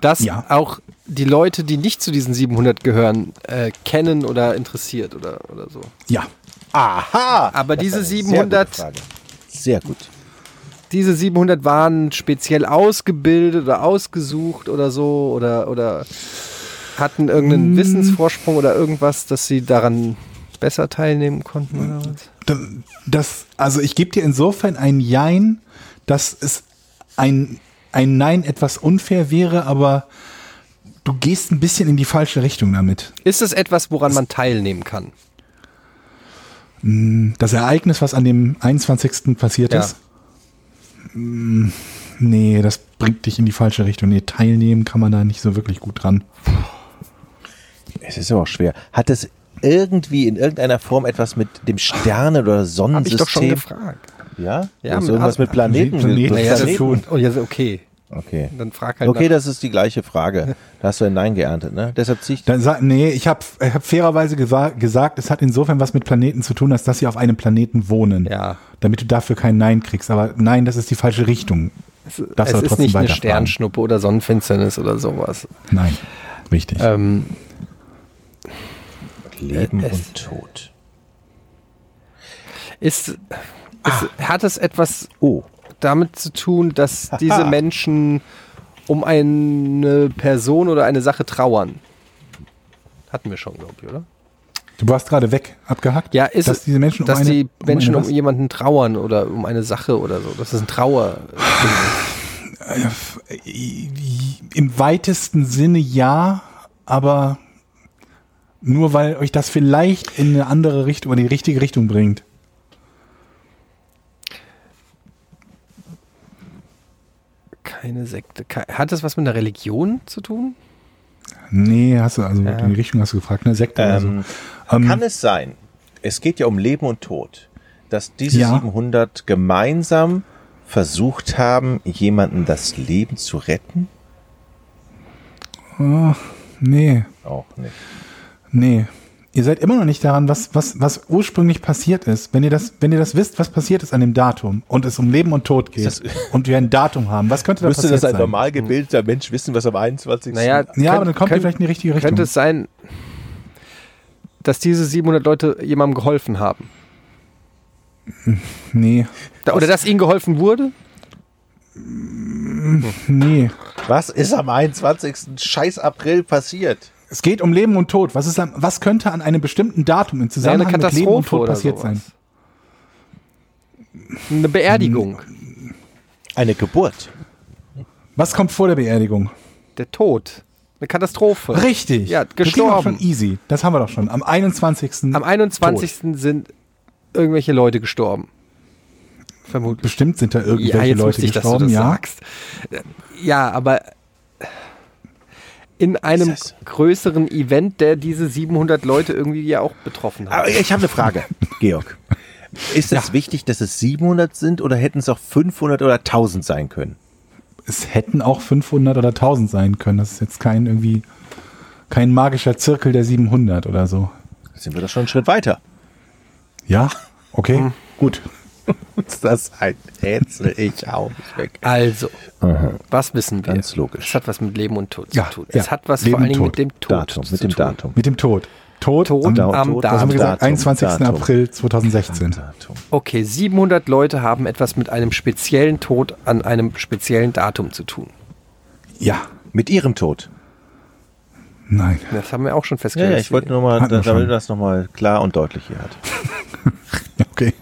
B: das
A: Ja.
B: auch die Leute, die nicht zu diesen 700 gehören, äh, kennen oder interessiert oder, oder so?
A: Ja.
C: Aha!
B: Aber
C: Das
B: diese
C: ist eine
B: 700
C: Sehr gute, Frage. sehr gut.
B: Diese 700 waren speziell ausgebildet oder ausgesucht oder so oder, oder hatten
A: Mm. Mm.
B: irgendeinen Wissensvorsprung oder irgendwas, dass sie daran besser teilnehmen konnten oder was?
A: das, also ich gebe dir insofern ein Jein, dass es ein, ein Nein etwas unfair wäre, aber du gehst ein bisschen in die falsche Richtung damit.
B: Ist es etwas, woran man teilnehmen kann?
A: Das Ereignis, was an dem 21. passiert
B: Ja.
A: ist, Hm, nee, das bringt dich in die falsche Richtung. Nee, teilnehmen kann man da nicht so wirklich gut dran.
C: Es ist aber auch schwer. Hat es irgendwie in irgendeiner Form etwas mit dem Sterne oder
B: Hab
C: Sonnensystem?
B: ich doch schon gefragt.
C: Ja?
B: Ja,
C: Ist
B: mit
C: irgendwas
B: Aspen.
C: mit Planeten?
A: Planeten.
C: mit
A: Naja, das-
C: Planeten?
A: Tun.
B: Und jetzt, Oh, okay.
C: Okay.
B: Dann frag halt
C: Okay,
B: nach.
C: das ist die gleiche Frage. Da hast du ein Nein geerntet, ne? Deshalb ziehe ich
A: Dann sag, nee, ich habe ich hab fairerweise gesa gesagt, es hat insofern was mit Planeten zu tun, als dass sie auf einem Planeten wohnen.
B: Ja.
A: Damit du dafür kein Nein kriegst. Aber nein, das ist die falsche Richtung. Darfst
B: es
A: aber
B: ist
A: trotzdem
B: nicht eine
A: weiterfragen.
B: Sternschnuppe oder Sonnenfinsternis oder sowas.
A: Nein, richtig.
B: Ähm,
C: Leben
B: es-
C: und Tod.
B: ist, ist,
A: Ah.
B: Hat es etwas
C: Oh.
B: damit zu tun, dass diese Menschen um eine Person oder eine Sache trauern? Hatten wir schon, glaube ich, oder?
A: du warst gerade weg, abgehackt.
B: Ja, ist
A: dass
B: es,
A: diese Menschen
B: dass
A: um eine,
B: die Menschen um,
A: eine was?
B: jemanden trauern oder um eine Sache oder so. Das ist ein Trauer.
A: Äh, Im weitesten Sinne ja, aber nur weil euch das vielleicht in eine andere Richtung oder die richtige Richtung bringt.
B: Keine Sekte. Ke hat das was mit einer Religion zu tun?
A: Nee, hast du, also
B: Ja.
A: in die Richtung hast du gefragt, ne? Sekte
C: Ähm,
A: oder so. Ähm,
C: Kann es sein, es geht ja um Leben und Tod, dass diese
A: Ja.
C: 700 gemeinsam versucht haben, jemanden das Leben zu retten?
A: nee.
C: Auch nicht.
A: Nee. Ihr seid immer noch nicht daran, was, was, was ursprünglich passiert ist. Wenn ihr, das, wenn ihr das wisst, was passiert ist an dem Datum und es um Leben und Tod geht
B: [laughs]
C: das-
A: und wir ein Datum haben, was könnte da
C: Müsste
A: passiert
C: das ein
A: sein?
C: normal gebildeter Mensch wissen, was am 21.
B: Naja,
A: Ja, aber
B: halt könnt-
A: dann kommt ihr
B: könnt-
A: vielleicht in die richtige Richtung.
B: Könnte es sein, dass diese 700 Leute jemandem geholfen haben?
A: nee,
B: Da, oder dass ihnen geholfen wurde?
A: nee.
C: was ist am 21. Scheiß April passiert?
A: Es geht um Leben und Tod. Was, ist an, was könnte an einem bestimmten Datum im
B: Ja, eine
A: Zusammenhang mit
B: Katastrophe
A: Leben und Tod
B: oder
A: passiert sein?
B: sowas. Eine Beerdigung.
A: Mhm.
C: Eine Geburt.
A: Was kommt vor der Beerdigung?
B: Der Tod. Eine Katastrophe.
A: Richtig.
B: Ja,
A: Das ging doch
B: gestorben.
A: schon easy. Das haben wir doch schon. Am 21.
B: Am 21. sind irgendwelche Leute gestorben.
A: Tod. Bestimmt sind da irgendwelche Leute
B: wusste
A: gestorben,
B: dass du das
A: ja.
B: sagst. Ja, aber in einem
C: das-
B: größeren Event, der diese 700 Leute irgendwie ja auch betroffen hat.
C: Aber ich habe eine Frage, [laughs] Georg. Ist es wichtig, dass es 700 sind oder hätten es auch 500 oder 1000 sein können?
A: es hätten auch 500 oder 1000 sein können. Das ist jetzt kein irgendwie kein magischer Zirkel der 700 oder so.
C: Sind wir doch schon einen Schritt weiter.
A: Ja, okay, gut.
C: Ist [laughs] das ein Rätsel? Ich hau mich weg.
B: Also, was wissen wir?
C: Ganz logisch.
B: Es hat was mit Leben und Tod
A: Ja,
B: zu tun.
A: ja.
B: Es hat was
A: Leben,
B: vor allen Dingen
A: Tod,
B: mit dem Tod
C: Datum,
B: zu
C: mit dem
B: tun.
C: Datum.
A: Mit dem Tod. Tod,
B: Tod
A: am,
B: am,
C: Tod,
A: was haben wir
B: Datum.
A: gesagt?
C: Datum,
A: 21.
C: Datum.
A: April 2016.
C: Datum.
B: Okay, 700 Leute haben etwas mit einem speziellen Tod an einem speziellen Datum zu tun.
A: Ja,
C: Mit ihrem Tod.
A: nein. [laughs]
B: Das haben wir auch schon
C: Ja,
B: festgestellt.
C: ja, ich wollte nur mal,
A: Hatten wir
C: damit man
A: schon.
C: das nochmal klar und deutlich hier hat.
A: Ja, okay.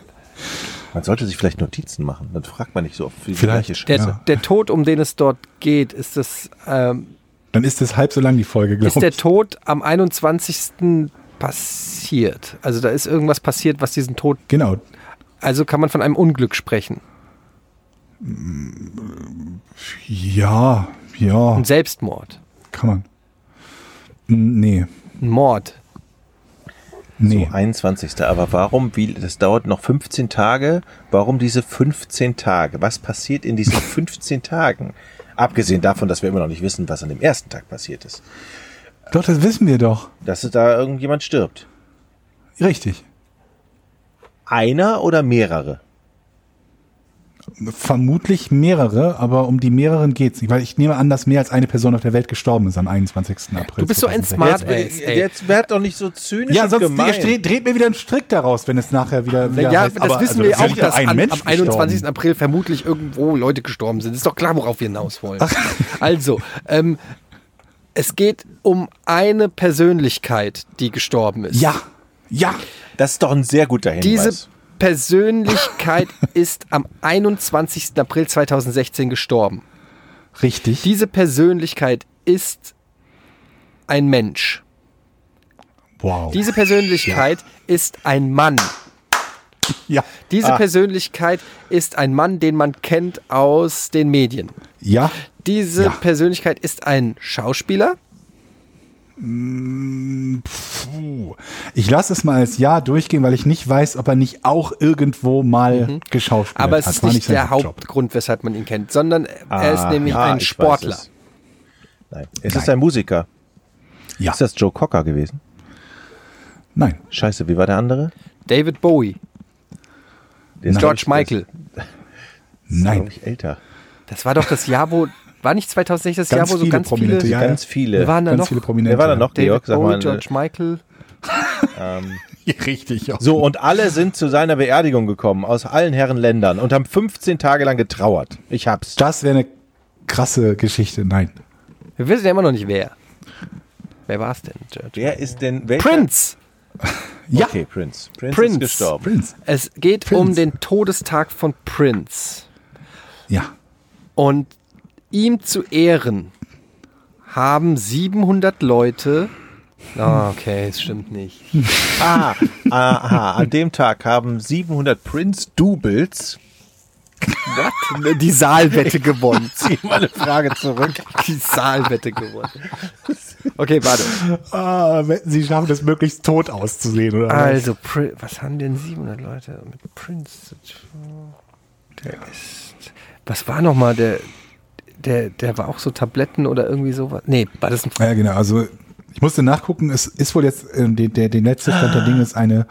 C: Man sollte sich vielleicht Notizen machen, dann fragt man nicht so oft für die
A: Vielleicht.
C: gleiche
B: der,
C: Scheiße.
B: der Tod, um den es dort geht, ist das ähm,
A: Dann ist es halb so lang die Folge,
B: ist
A: glaube
B: der
A: ich.
B: Tod am 21. passiert. Also da ist irgendwas passiert, was diesen Tod.
A: Genau.
B: Also kann man von einem Unglück sprechen.
A: Ja, ja,
B: Ein Selbstmord.
A: kann man. Hm, Nee,
B: Ein Mord.
A: nee.
C: So, 21. Aber warum, wie, das dauert noch 15 Tage, warum diese 15 Tage? Was passiert
B: [laughs]
C: in diesen 15 Tagen? Abgesehen davon, dass wir immer noch nicht wissen, was an dem ersten Tag passiert ist.
A: Doch, das wissen wir doch.
C: Dass da irgendjemand stirbt.
A: Richtig.
C: Einer oder mehrere?
A: Vermutlich mehrere, aber um die mehreren geht's nicht, weil ich nehme an, dass mehr als eine Person auf der Welt gestorben ist am 21. April.
B: Du bist so ein
A: 2016.
B: Smart
C: bin
B: Ass,
C: ich-
B: ey.
C: jetzt werd doch nicht so zynisch
A: Ja,
C: und
A: sonst
C: gemein.
A: ihr dreht, dreht mir wieder einen Strick daraus, wenn es nachher wieder. wieder
B: Ja,
A: heißt,
B: das
A: aber,
B: wissen
A: also,
B: wir
A: das ist
B: auch,
A: ja
B: dass
A: ein
B: an,
A: Mensch
B: am 21.
A: gestorben.
B: April vermutlich irgendwo Leute gestorben sind. Ist doch klar, worauf wir
A: [laughs]
B: hinaus wollen. Also, ähm, es geht um eine Persönlichkeit, die gestorben ist.
A: Ja, ja,
C: Das ist doch ein sehr guter Hinweis.
B: Diese
A: [laughs]
B: Persönlichkeit ist am 21. April 2016 gestorben.
A: Richtig.
B: Diese Persönlichkeit ist ein Mensch.
A: wow.
B: Diese Persönlichkeit ist ein Mann.
A: ja.
B: Diese
A: Ah.
B: Persönlichkeit ist ein Mann, den man kennt aus den Medien.
A: ja.
B: Diese
A: Ja.
B: Persönlichkeit ist ein Schauspieler.
A: Mm, Puh. Ich lasse es mal als Ja durchgehen, weil ich nicht weiß, ob er nicht auch irgendwo mal geschauspielt hat.
B: Mhm. Aber es ist
A: War
B: nicht,
A: sein
B: der
A: Hauptjob.
B: Hauptgrund, weshalb man ihn kennt, sondern er ist
C: Ah,
B: nämlich
C: ja,
B: ein
C: ich weiß
B: Sportler.
C: es. Nein. Es ist ein Musiker.
A: Ja.
C: Ist das Joe Cocker gewesen?
A: Nein.
C: Scheiße, wie war der andere?
B: David Bowie,
C: Der
B: George
C: ist, glaub ich,
B: Michael.
C: der ist, glaub
A: Nein.
C: Ich älter.
B: Das war doch das Jahr, wo war nicht 2006 das
A: Ganz
B: Jahr, wo so
A: viele
B: ganz
A: Prominente,
B: viele
A: ja.
C: Ganz viele.
B: Wir waren da
A: Ganz
B: noch
A: viele Prominente.
C: Wer war da noch,
B: David
C: Georg? Sag
B: Bowie,
C: mal. äh,
B: George Michael.
A: Richtig. [laughs] Ja.
C: So, und alle sind zu seiner Beerdigung gekommen, aus allen Herren Ländern und haben 15 Tage lang getrauert. Ich hab's.
A: Das wäre eine krasse Geschichte. Nein.
B: Wir wissen ja immer noch nicht wer. Wer war es denn? George?
C: Wer ist denn welcher?
B: Prince.
A: Ja.
C: Okay, Prince. Prince,
B: Prince.
C: ist gestorben.
A: Prince.
B: Es geht
A: Prince.
B: um den Todestag von Prince.
A: Ja.
B: Und ihm zu Ehren haben 700 Leute. Ah, okay, es stimmt nicht.
C: Ah, aha, an dem Tag haben 700 Prince-Doubles.
B: What? Die [laughs] Saalwette gewonnen.
C: Zieh mal eine Frage zurück.
B: Die Saalwette gewonnen. Okay, warte.
A: Ah, wenn Sie schaffen es, möglichst tot auszusehen, oder?
B: Also, Pri- was haben denn 700 Leute mit Prince zu tun? Der ist. Was war nochmal der. Der, der war auch so Tabletten oder irgendwie sowas. Nee, war das ein.
A: Ja, genau. Also ich musste nachgucken, es ist wohl jetzt, ähm, die, der, der letzte Stand der Dinge ist eine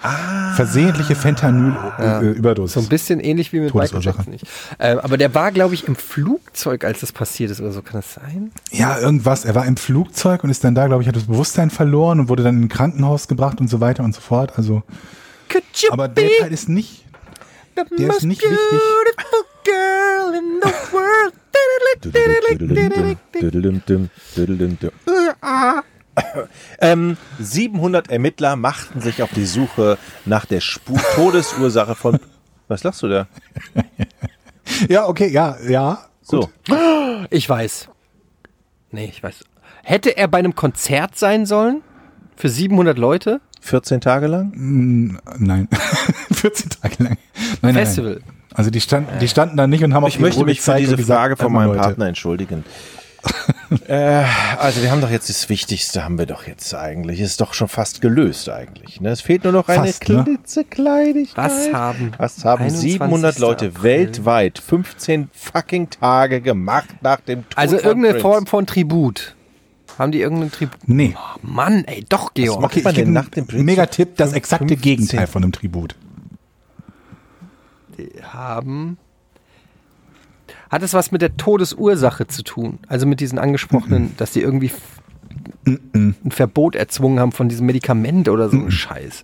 A: versehentliche Fentanyl-Überdosis.
B: So ein bisschen ähnlich wie mit Michael
A: Todesursache.
B: Jackson. Ich. Ähm, aber der war, glaube ich, im Flugzeug, als das passiert ist oder so. Kann das sein?
A: ja, irgendwas. Er war im Flugzeug und ist dann da, glaube ich, hat das Bewusstsein verloren und wurde dann in ein Krankenhaus gebracht und so weiter und so fort. Also,
B: Could you
A: aber der Teil ist nicht. der ist nicht wichtig.
B: beautiful girl in the world.
C: Ähm, 700 Ermittler machten sich auf die Suche nach der Spur Todesursache von. Was lachst du da?
A: Ja, okay, ja, ja.
C: So.
B: Ich weiß. Nee, ich weiß. Hätte er bei einem Konzert sein sollen? Für 700 Leute?
C: 14 Tage lang?
A: Nein. [laughs] 14 Tage lang. Nein, nein,
B: Festival.
A: Nein. Also die standen, die standen da nicht und haben auf
C: Ich
A: die
C: möchte
A: Uhr
C: mich für
A: gezeigt
C: diese
A: und gesagt,
C: Frage
A: "Warte
C: von
A: mal,
C: meinem
A: Leute."
C: Partner entschuldigen.
A: [laughs]
C: äh, also wir haben doch jetzt das Wichtigste, haben wir doch jetzt eigentlich. Ist doch schon fast gelöst eigentlich. Ne? Es fehlt nur noch eine
A: Fast, ne?
C: klitzekleinigkeit.
B: Was haben
C: Was haben
B: 21.
C: 700 Leute
B: April?
C: weltweit 15 fucking Tage gemacht nach dem Tod
B: Also
C: von
B: irgendeine
C: Prince?
B: Form von Tribut. Haben die irgendeinen Tribut? Oh
A: Nee.
B: Mann, ey, doch, Georg.
C: macht
A: Okay,
C: man
A: ich gebe
C: denn nach dem
A: einen
C: Prinz-
A: Megatipp, das exakte
C: 15?
A: Gegenteil von einem Tribut.
B: haben. Hat es was mit der Todesursache zu tun? Also mit diesen angesprochenen, dass die irgendwie f- ein Verbot erzwungen haben von diesem Medikament oder so ein Scheiß.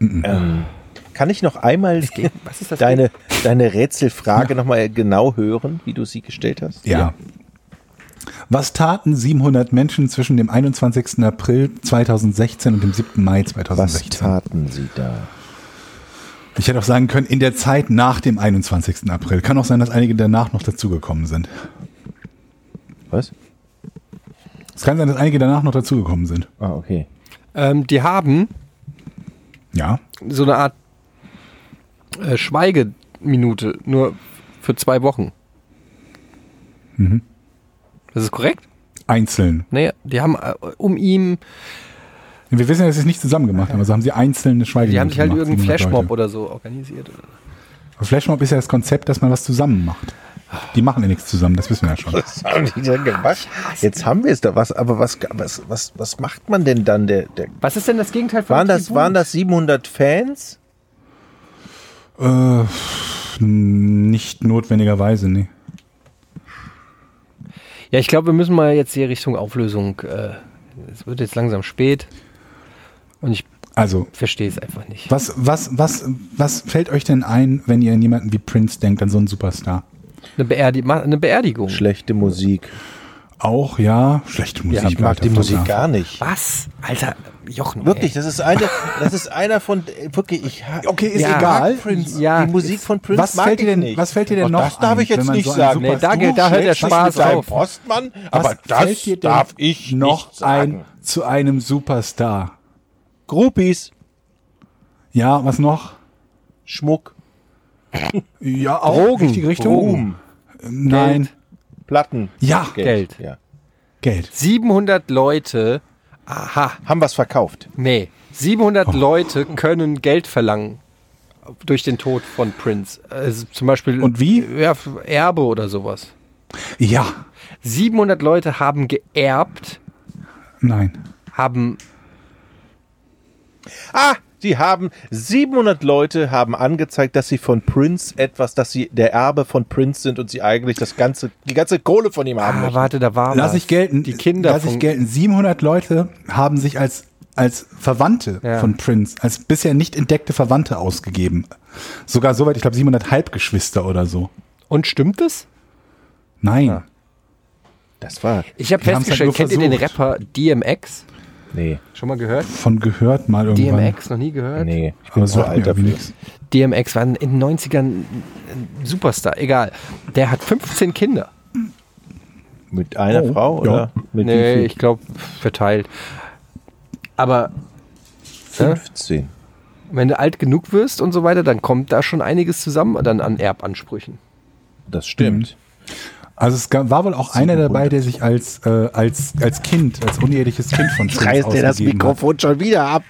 C: Kann ich noch einmal
B: geht- was ist das
C: deine, deine Rätselfrage nochmal genau hören, wie du sie gestellt hast?
A: Ja. Was taten 700 Menschen zwischen dem 21. April 2016 und dem 7. Mai
C: Was
A: 2016?
C: taten sie da?
A: Ich hätte auch sagen können, in der Zeit nach dem 21. April. Kann auch sein, dass einige danach noch dazugekommen sind.
C: Was?
A: Es kann sein, dass einige danach noch dazugekommen sind.
C: Ah, okay.
B: Ähm, die haben
A: Ja.
B: so eine Art äh, Schweigeminute, nur für zwei Wochen.
C: Mhm.
B: Das ist korrekt?
A: Einzeln.
B: Naja, die haben äh, um ihm,
A: Wir wissen ja, dass sie es nicht zusammen gemacht haben, also haben sie einzelne Schweigen
B: die haben sich halt
A: gemacht,
B: irgendeinen
A: 700
B: Flashmob
A: Leute.
B: oder so organisiert.
A: Flashmob ist ja das Konzept, dass man was zusammen macht. Die machen ja nichts zusammen, das wissen wir ja schon.
C: Was haben die denn gemacht? Jetzt haben wir es da. Was, aber was, was, was, was macht man denn dann? Der, der,
B: Was ist denn das Gegenteil von
C: waren, das,
B: Tribut?
C: waren das 700 Fans?
A: Äh, nicht notwendigerweise, nee.
B: Ja, ich glaube, wir müssen mal jetzt hier Richtung Auflösung. äh, Es wird jetzt langsam spät und ich
A: Also,
B: verstehe es einfach nicht.
A: Was, was, was, was fällt euch denn ein, wenn ihr an jemanden wie Prince denkt, an so einen Superstar?
B: Eine, Beerdi ma- eine Beerdigung.
C: Schlechte Musik.
A: Auch ja, schlechte Musik.
B: Ja, ich
C: Ich mag
A: Alter,
C: die
A: verdammt.
B: Ah,
C: Musik gar nicht.
B: Was? Alter, Jochen.
C: Wirklich, das ist eine, das ist einer von wirklich ich ha-
A: Okay, ist
C: ich
A: egal.
C: mag Prince,
B: Ja,
C: die Musik von Prince
A: was
C: mag
A: fällt dir
C: ich
A: denn-
C: nicht.
A: was fällt dir denn
C: Und
A: noch
C: Das darf
A: ein,
C: ich jetzt
A: wenn man
C: nicht
A: so einen
C: sagen.
A: super-
B: Nee, da
C: Du
B: geht- da hört der
C: schlägst dich
B: Spaß
C: mit deinem
B: auf.
C: Postmann,
A: Was
C: aber das
A: fällt dir denn
C: darf ich
A: noch
C: nicht sagen.
A: ein zu einem Superstar.
C: Groupies,
A: Ja, was noch?
C: Schmuck,
A: Ja, auch
B: Drogen.
A: richtige Richtung.
C: Ruhm,
A: Nein.
C: Platten,
A: Ja,
B: Geld.
C: Ja.
A: Geld.
B: 700 Leute, aha,
C: Haben was verkauft.
B: nee,
A: Oh.
B: 700 Leute können Geld verlangen durch den Tod von Prince. Also zum Beispiel
A: Und wie?
B: Ja, Erbe oder sowas.
A: Ja,
B: 700 Leute haben geerbt,
A: nein.
B: haben
C: Ah, sie haben 700 Leute haben angezeigt, dass sie von Prince etwas, dass sie der Erbe von Prince sind und sie eigentlich das ganze die ganze Kohle von ihm haben.
B: Ah,
C: möchten.
B: warte, da war
A: Lass
B: was.
A: ich gelten.
B: Die Kinder
A: Lass ich
B: von-
A: gelten. 700 Leute haben sich als, als Verwandte
B: Ja.
A: von Prince, als bisher nicht entdeckte Verwandte ausgegeben. Sogar soweit, ich glaube, 700 Halbgeschwister oder so.
B: Und stimmt es?
A: Nein.
C: Das war
B: Ich habe
A: Wir haben's
B: festgestellt,
A: halt nur
B: kennt ihr den
A: versucht.
B: Rapper DMX?
C: nee,
B: Schon mal gehört?
A: Von gehört mal irgendwann.
B: DMX, noch nie gehört?
C: nee, ich
A: Aber
C: bin
A: es
C: zu
A: sagt mir
C: alt
A: irgendwie
C: dafür.
A: nichts.
B: DMX war in den 90ern ein Superstar, egal. Der hat 15 Kinder.
C: Mit einer
A: Oh,
C: Frau
A: ja.
C: oder mit wie
B: Nee,
C: viel?
B: ich glaube, verteilt. Aber äh?
C: 15.
B: wenn du alt genug wirst und so weiter, dann kommt da schon einiges zusammen dann an Erbansprüchen.
C: Das stimmt.
A: Also es gab- war wohl auch einer dabei, der sich als, äh, als, als Kind, als uneheliches Kind von Prince ausgegeben hat.
C: schon wieder ab.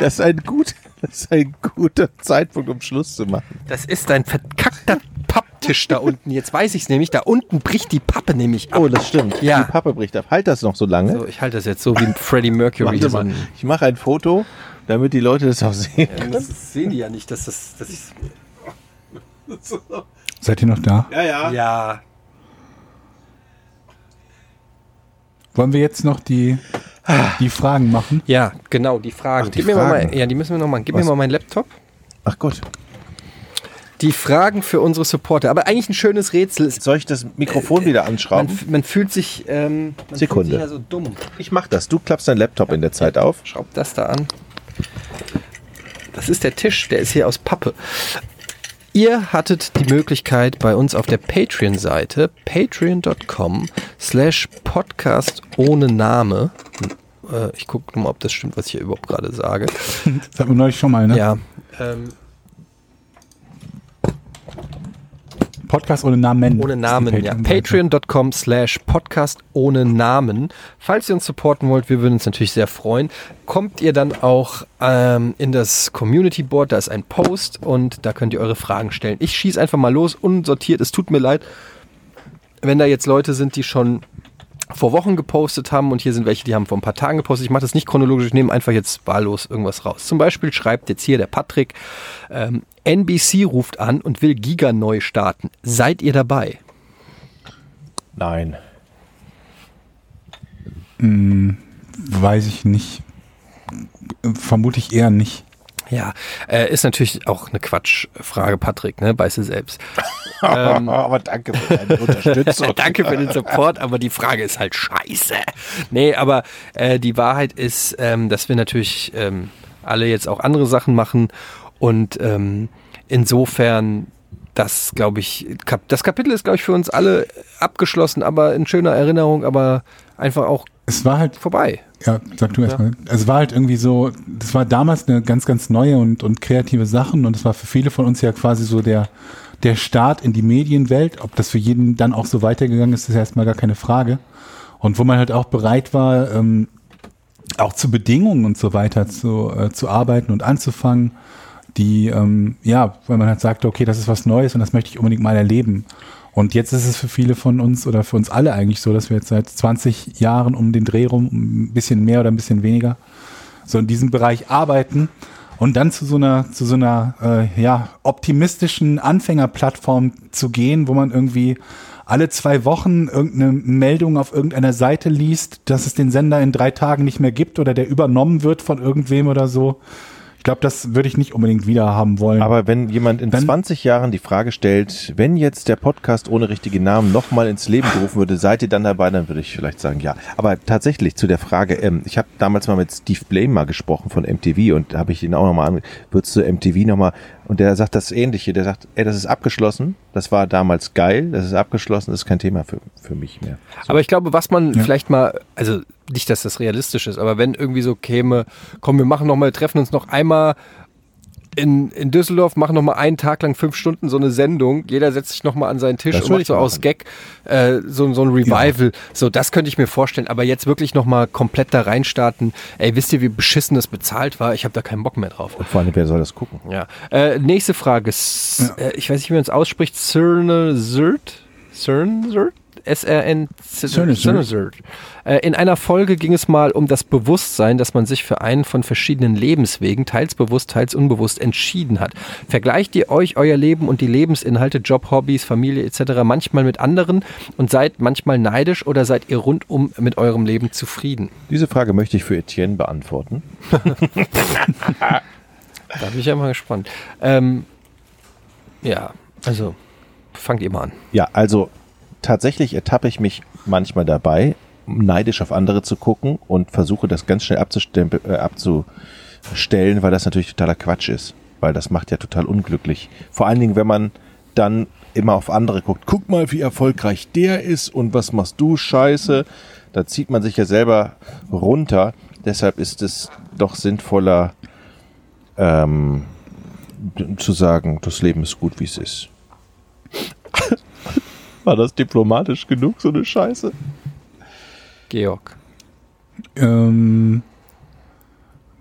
C: Das, ist ein gut, das ist ein guter Zeitpunkt, um Schluss zu machen.
B: Das ist ein verkackter Papptisch da unten. Jetzt weiß ich es nämlich. Da unten bricht die Pappe nämlich ab.
C: Oh, das stimmt.
B: Ja.
C: Die Pappe bricht ab. Halt das noch so lange.
B: So, ich halte das jetzt so wie Freddie Mercury.
C: Warte mal. Ich mache ein Foto, damit die Leute das auch sehen.
B: Das sehen die ja nicht, dass das. Dass ich,
A: Seid ihr noch da?
C: Ja, ja.
B: ja.
A: Wollen wir jetzt noch die, die Fragen machen?
B: Ja, genau, die Fragen.
C: Ach, die
B: Gib mir mal
C: Fragen.
B: mein- ja, die müssen wir noch mal. Gib
C: Was?
B: mir mal meinen Laptop.
C: Ach Gott.
B: Die Fragen für unsere Supporter. Aber eigentlich ein schönes Rätsel. Es-
C: Soll ich das Mikrofon wieder
B: Man,
C: anschrauben?
B: f- man fühlt sich, ähm, man
C: Sekunde.
B: Fühlt sich ja so dumm.
C: Ich mach das. Du klappst deinen Laptop in der Zeit auf.
B: Schraub das da an. Das ist der Tisch, der ist hier aus Pappe. Ihr hattet die Möglichkeit, bei uns auf der Patreon-Seite patreon.com slash podcast ohne Name. Äh, Ich gucke mal, ob das stimmt, was ich hier überhaupt gerade sage.
A: Das hatten wir neulich schon mal, ne?
B: Ja. Ähm,
A: Podcast ohne Namen.
B: Ohne
A: ist die
B: Namen, ja.
A: Patreon-Seite.
B: Patreon.com slash Podcast ohne Namen. Falls ihr uns supporten wollt, wir würden uns natürlich sehr freuen. Kommt ihr dann auch ähm, in das Community Board, da ist ein Post und da könnt ihr eure Fragen stellen. Ich schieße einfach mal los, unsortiert, es tut mir leid, wenn da jetzt Leute sind, die schon vor Wochen gepostet haben und hier sind welche, die haben vor ein paar Tagen gepostet. Ich mache das nicht chronologisch, ich nehme einfach jetzt wahllos irgendwas raus. Zum Beispiel schreibt jetzt hier der Patrick, ähm, NBC ruft an und will Giga neu starten. Seid ihr dabei?
C: Nein.
A: Weiß ich nicht. Vermutlich eher nicht.
B: Ja, äh, ist natürlich auch eine Quatschfrage, Patrick, ne? Weißt du selbst.
C: [laughs] Aber danke für deine
B: [laughs]
C: [laughs] Unterstützung.
B: Danke für den Support, aber die Frage ist halt scheiße. Nee, aber äh, die Wahrheit ist, ähm, dass wir natürlich ähm, alle jetzt auch andere Sachen machen und ähm, insofern das, glaube ich, kap das Kapitel ist, glaube ich, für uns alle abgeschlossen, aber in schöner Erinnerung, aber einfach auch
A: Es war halt,
B: vorbei.
A: ja, sag du erstmal. Es war halt irgendwie so, das war damals eine ganz, ganz neue und, und kreative Sache und es war für viele von uns ja quasi so der, der Start in die Medienwelt. Ob das für jeden dann auch so weitergegangen ist, ist ja erstmal gar keine Frage. Und wo man halt auch bereit war, ähm, auch zu Bedingungen und so weiter zu, äh, zu arbeiten und anzufangen, die, ähm, ja, weil man halt sagte, okay, das ist was Neues und das möchte ich unbedingt mal erleben. Und jetzt ist es für viele von uns oder für uns alle eigentlich so, dass wir jetzt seit 20 Jahren um den Dreh rum, um ein bisschen mehr oder ein bisschen weniger, so in diesem Bereich arbeiten und dann zu so einer, zu so einer äh, ja, optimistischen Anfängerplattform zu gehen, wo man irgendwie alle zwei Wochen irgendeine Meldung auf irgendeiner Seite liest, dass es den Sender in drei Tagen nicht mehr gibt oder der übernommen wird von irgendwem oder so. Ich Ich glaube, das würde ich nicht unbedingt wieder haben wollen.
C: Aber wenn jemand in
A: Dann-
C: 20 Jahren die Frage stellt, wenn jetzt der Podcast ohne richtigen Namen nochmal ins Leben gerufen würde, seid ihr dann dabei, dann würde ich vielleicht sagen, ja. Aber tatsächlich zu der Frage, ähm, ich habe damals mal mit Steve Blame mal gesprochen von MTV und da habe ich ihn auch nochmal an, würdest du MTV nochmal, und der sagt das Ähnliche, der sagt, ey, das ist abgeschlossen, das war damals geil, das ist abgeschlossen, das ist kein Thema für, für mich mehr.
B: Aber ich glaube, was man
A: Ja.
B: vielleicht mal, also nicht, dass das realistisch ist, aber wenn irgendwie so käme, komm, wir machen nochmal, treffen uns noch einmal in, in Düsseldorf, machen nochmal einen Tag lang fünf Stunden so eine Sendung, jeder setzt sich nochmal an seinen Tisch
C: Das
B: und
C: würd
B: macht
C: ich
B: so aus
C: machen.
B: Gag äh, so, so ein Revival. So, das könnte ich mir vorstellen, aber jetzt wirklich nochmal komplett da reinstarten, ey, wisst ihr, wie beschissen das bezahlt war? Ich habe da keinen Bock mehr drauf.
C: Und vor allem, wer soll das gucken?
B: Ja. Äh, nächste Frage. S äh, ich weiß nicht, wie man es ausspricht. Cernozert? Cernozert? SRN
A: Cernozert.
B: Cernozert. Äh, In einer Folge ging es mal um das Bewusstsein, dass man sich für einen von verschiedenen Lebenswegen, teils bewusst, teils unbewusst, entschieden hat. Vergleicht ihr euch euer Leben und die Lebensinhalte, Job, Hobbys, Familie etc. manchmal mit anderen und seid manchmal neidisch oder seid ihr rundum mit eurem Leben zufrieden?
C: Diese Frage möchte ich für Etienne beantworten.
B: Da bin ich ja mal gespannt. Ähm, ja, also fangt ihr mal an.
C: Ja, also tatsächlich ertappe ich mich manchmal dabei, neidisch auf andere zu gucken und versuche das ganz schnell abzustempel- äh, abzustellen, weil das natürlich totaler Quatsch ist. Weil das macht ja total unglücklich. Vor allen Dingen, wenn man dann immer auf andere guckt. Guck mal, wie erfolgreich der ist und was machst du Scheiße. Da zieht man sich ja selber runter. Deshalb ist es doch sinnvoller ähm, zu sagen, das Leben ist gut, wie es ist. War das diplomatisch genug, so eine Scheiße?
B: Georg.
A: Ähm,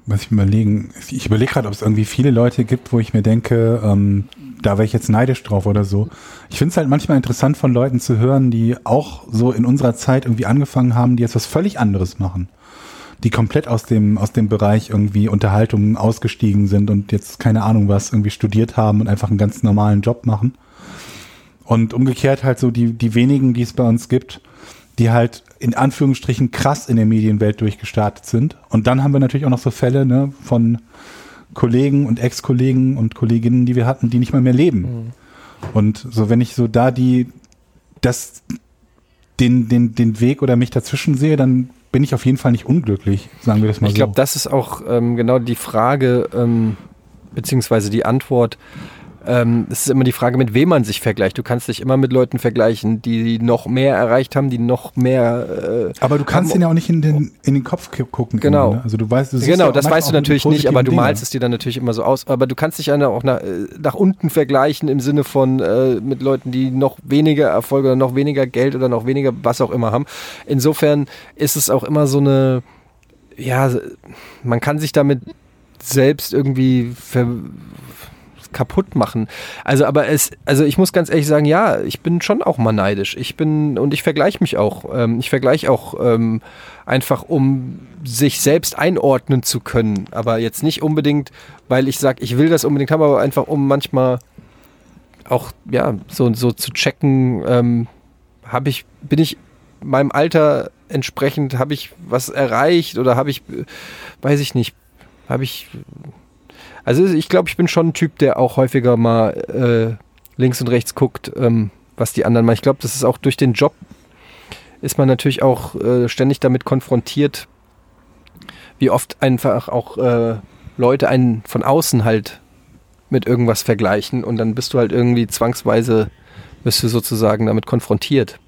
A: was ich überlegen, ich überlege gerade, ob es irgendwie viele Leute gibt, wo ich mir denke, ähm, da wäre ich jetzt neidisch drauf oder so. Ich finde es halt manchmal interessant von Leuten zu hören, die auch so in unserer Zeit irgendwie angefangen haben, die jetzt was völlig anderes machen. Die komplett aus dem, aus dem Bereich irgendwie Unterhaltung ausgestiegen sind und jetzt keine Ahnung was irgendwie studiert haben und einfach einen ganz normalen Job machen. Und umgekehrt halt so die, die wenigen, die es bei uns gibt, die halt in Anführungsstrichen krass in der Medienwelt durchgestartet sind. Und dann haben wir natürlich auch noch so Fälle ne, von Kollegen und Ex-Kollegen und Kolleginnen, die wir hatten, die nicht mal mehr leben.
B: Mhm.
A: Und so, wenn ich so da die, das, den, den, den Weg oder mich dazwischen sehe, dann bin ich auf jeden Fall nicht unglücklich, sagen wir das mal
B: Ich glaube,
A: so.
B: das ist auch ähm, genau die Frage, ähm, beziehungsweise die Antwort. Ähm, es ist immer die Frage, mit wem man sich vergleicht. Du kannst dich immer mit Leuten vergleichen, die noch mehr erreicht haben, die noch mehr. Äh,
A: aber du kannst
B: haben-
A: den ja auch nicht in den, in den Kopf gu- gucken.
B: Oh. Genau.
A: immer, ne? Also du weißt, du siehst
B: Genau,
A: ja
B: das
A: manchmal
B: weißt du
A: auch die
B: natürlich nicht, aber du
A: positiven
B: malst
A: Dinge.
B: es dir dann natürlich immer so aus. Aber du kannst dich ja auch nach, äh, nach unten vergleichen im Sinne von äh, mit Leuten, die noch weniger Erfolg oder noch weniger Geld oder noch weniger was auch immer haben. Insofern ist es auch immer so eine, ja, man kann sich damit selbst irgendwie ver kaputt machen. Also, aber es, also ich muss ganz ehrlich sagen, ja, ich bin schon auch mal neidisch. Ich bin und ich vergleiche mich auch. Ähm, ich vergleiche auch ähm, einfach, um sich selbst einordnen zu können. Aber jetzt nicht unbedingt, weil ich sage, ich will das unbedingt haben, aber einfach um manchmal auch ja so so zu checken, ähm, habe ich, bin ich meinem Alter entsprechend, habe ich was erreicht oder habe ich, äh, weiß ich nicht, habe ich also ich glaube, ich bin schon ein Typ, der auch häufiger mal äh, links und rechts guckt, ähm, was die anderen machen. Ich glaube, das ist auch durch den Job, ist man natürlich auch äh, ständig damit konfrontiert, wie oft einfach auch äh, Leute einen von außen halt mit irgendwas vergleichen und dann bist du halt irgendwie zwangsweise, bist du sozusagen damit konfrontiert.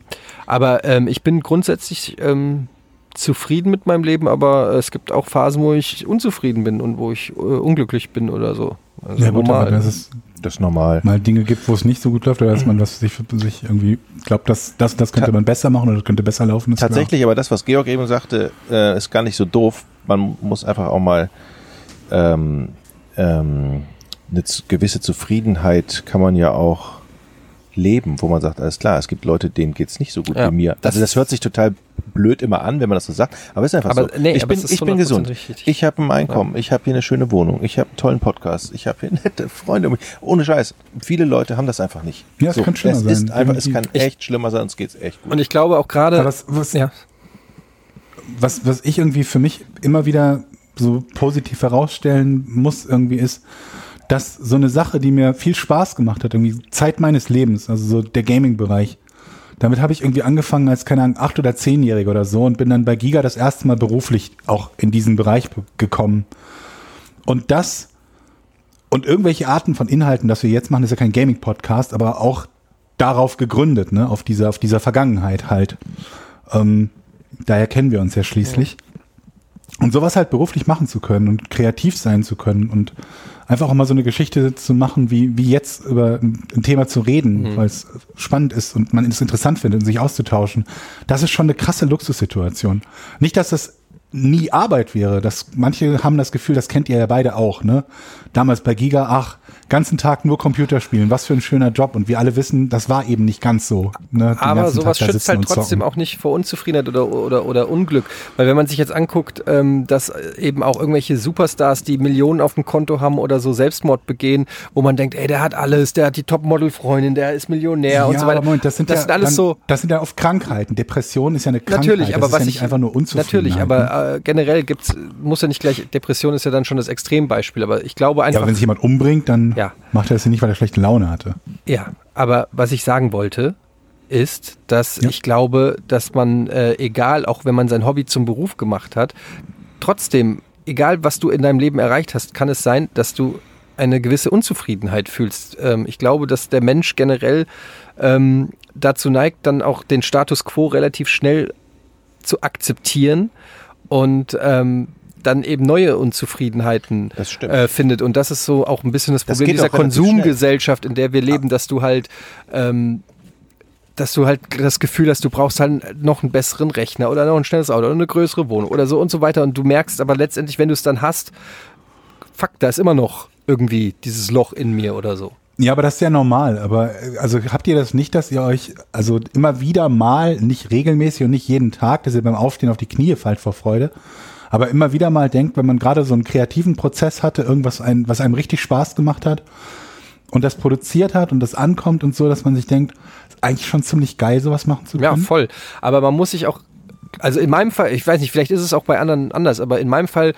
B: Aber ähm, ich bin grundsätzlich ähm, zufrieden mit meinem Leben, aber es gibt auch Phasen, wo ich unzufrieden bin und wo ich äh, unglücklich bin oder so. Also
A: Ja gut, aber
B: normal.
A: das ist,
C: Das ist normal.
A: mal Dinge gibt, wo es nicht so gut läuft oder dass man was sich, sich irgendwie glaubt, dass das, das könnte
C: Mhm. Ta-
A: man besser machen oder das könnte besser laufen. ist
B: Genau.
A: klar.
C: Tatsächlich, aber das, was Georg eben sagte, äh, ist gar nicht so doof. Man muss einfach auch mal ähm, ähm, eine z- gewisse Zufriedenheit kann man ja auch leben, wo man sagt, alles klar, es gibt Leute, denen geht's nicht so gut
B: Ja,
C: wie mir.
B: das
C: also das hört sich total blöd immer an, wenn man das so sagt, aber es ist einfach
B: Aber
C: so.
B: nee,
C: ich
B: aber
C: bin,
B: es ist
C: ich bin
B: 100%
C: gesund,
B: richtig.
C: ich habe ein Einkommen, ich habe hier eine schöne Wohnung, ich habe einen tollen Podcast, ich habe hier [laughs] nette Freunde. um mich- Ohne Scheiß, viele Leute haben das einfach nicht.
A: Ja, es kann schlimmer
C: es
A: sein,
C: Ist einfach, es kann
A: definitiv.
C: echt schlimmer sein, uns geht's echt gut.
B: Und ich glaube auch
A: Aber
B: gerade.
A: das, was,
B: Ja.
A: was, was ich irgendwie für mich immer wieder so positiv herausstellen muss, irgendwie ist, dass so eine Sache, die mir viel Spaß gemacht hat, irgendwie Zeit meines Lebens, also so der Gaming-Bereich, damit habe ich irgendwie angefangen als, keine Ahnung, acht- oder zehnjähriger oder so und bin dann bei Giga das erste Mal beruflich auch in diesen Bereich be- gekommen. Und das und irgendwelche Arten von Inhalten, das wir jetzt machen, ist ja kein Gaming-Podcast, aber auch darauf gegründet, ne, auf dieser, auf dieser Vergangenheit halt. Ähm, daher kennen wir uns ja schließlich. Und sowas halt beruflich machen zu können und kreativ sein zu können und einfach auch mal so eine Geschichte zu machen, wie, wie jetzt über ein ein Thema zu
B: Mhm.
A: reden, weil es spannend ist und man es interessant findet und sich auszutauschen, das ist schon eine krasse Luxussituation. Nicht, dass das nie Arbeit wäre. Das, manche haben das Gefühl, das kennt ihr ja beide auch, ne? Damals bei Giga, ach, ganzen Tag nur Computerspielen, was für ein schöner Job. Und wir alle wissen, das war eben nicht ganz so. Ne? Den
B: Aber
A: ganzen
B: sowas
A: Tag da
B: schützt
A: sitzen
B: halt
A: und zocken.
B: trotzdem auch nicht vor Unzufriedenheit oder, oder, oder Unglück. Weil wenn man sich jetzt anguckt, ähm, dass eben auch irgendwelche Superstars, die Millionen auf dem Konto haben oder so Selbstmord begehen, wo man denkt, ey, der hat alles, der hat die Topmodel-Freundin, der ist Millionär und so
A: aber
B: weiter.
A: Moment, das sind, ja,
B: alles
A: dann,
B: so.
A: Das sind ja oft Krankheiten. Depression ist ja eine Krankheit.
B: Natürlich,
A: das
B: aber
A: ist
B: was
A: ja
B: ich
A: nicht einfach nur Unzufriedenheit. ne?
B: Natürlich, aber äh, generell gibt's muss ja nicht gleich Depression ist ja dann schon das Extrembeispiel, aber ich glaube
A: ja,
B: einfach
A: aber wenn sich jemand umbringt, dann
B: Ja.
A: macht er das ja nicht, weil er schlechte Laune hatte.
B: Ja, aber was ich sagen wollte, ist, dass
A: Ja.
B: ich glaube, dass man, äh, egal, auch wenn man sein Hobby zum Beruf gemacht hat, trotzdem, egal was du in deinem Leben erreicht hast, kann es sein, dass du eine gewisse Unzufriedenheit fühlst. Ähm, ich glaube, dass der Mensch generell ähm, dazu neigt, dann auch den Status quo relativ schnell zu akzeptieren und ähm, dann eben neue Unzufriedenheiten
C: Das stimmt.
B: Äh, findet. Und das ist so auch ein bisschen das
C: Das
B: Problem
C: geht
B: dieser
C: auch relativ
B: Konsumgesellschaft, in der wir leben, dass du halt, ähm, dass du halt das Gefühl hast, du brauchst halt noch einen besseren Rechner oder noch ein schnelles Auto oder eine größere Wohnung oder so und so weiter. Und du merkst aber letztendlich, wenn du es dann hast, fuck, da ist immer noch irgendwie dieses Loch in mir oder so.
A: Ja, aber das ist ja normal. Aber äh, also habt ihr das nicht, dass ihr euch also immer wieder mal, nicht regelmäßig und nicht jeden Tag, dass ihr beim Aufstehen auf die Knie fallt vor Freude, aber immer wieder mal denkt, wenn man gerade so einen kreativen Prozess hatte, irgendwas, ein, was einem richtig Spaß gemacht hat und das produziert hat und das ankommt und so, dass man sich denkt, ist eigentlich schon ziemlich geil, sowas machen zu
B: Ja,
A: können.
B: voll. Aber man muss sich auch, also in meinem Fall, ich weiß nicht, vielleicht ist es auch bei anderen anders, aber in meinem Fall,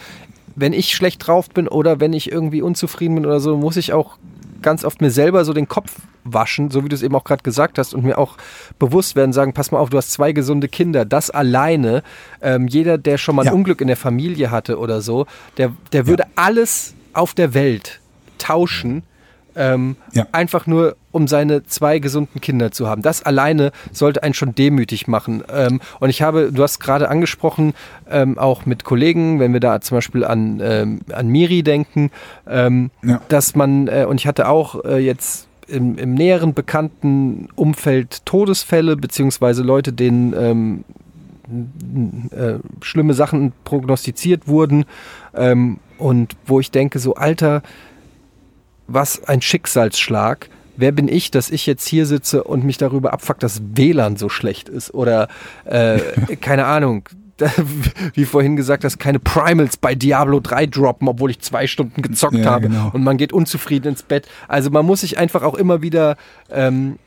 B: wenn ich schlecht drauf bin oder wenn ich irgendwie unzufrieden bin oder so, muss ich auch ganz oft mir selber so den Kopf waschen, so wie du es eben auch gerade gesagt hast, und mir auch bewusst werden, sagen, pass mal auf, du hast zwei gesunde Kinder, das alleine, ähm, jeder, der schon mal ein
A: Ja.
B: Unglück in der Familie hatte oder so, der, der würde alles auf der Welt tauschen, ähm,
A: Ja.
B: einfach nur, um seine zwei gesunden Kinder zu haben. Das alleine sollte einen schon demütig machen. Ähm, und ich habe, du hast gerade angesprochen, ähm, auch mit Kollegen, wenn wir da zum Beispiel an, ähm, an Miri denken, ähm,
A: Ja.
B: dass man, äh, und ich hatte auch äh, jetzt im, im näheren bekannten Umfeld Todesfälle, beziehungsweise Leute, denen ähm, äh, schlimme Sachen prognostiziert wurden ähm, und wo ich denke, so Alter, was ein Schicksalsschlag. Wer bin ich, dass ich jetzt hier sitze und mich darüber abfuck, dass WLAN so schlecht ist oder
A: [laughs]
B: äh, keine Ahnung. [laughs] da- Wie vorhin gesagt, dass keine Primals bei Diablo 3 droppen, obwohl ich zwei Stunden gezockt
A: Ja,
B: habe
A: genau.
B: und man geht unzufrieden ins Bett. Also man muss sich einfach auch immer wieder ähm,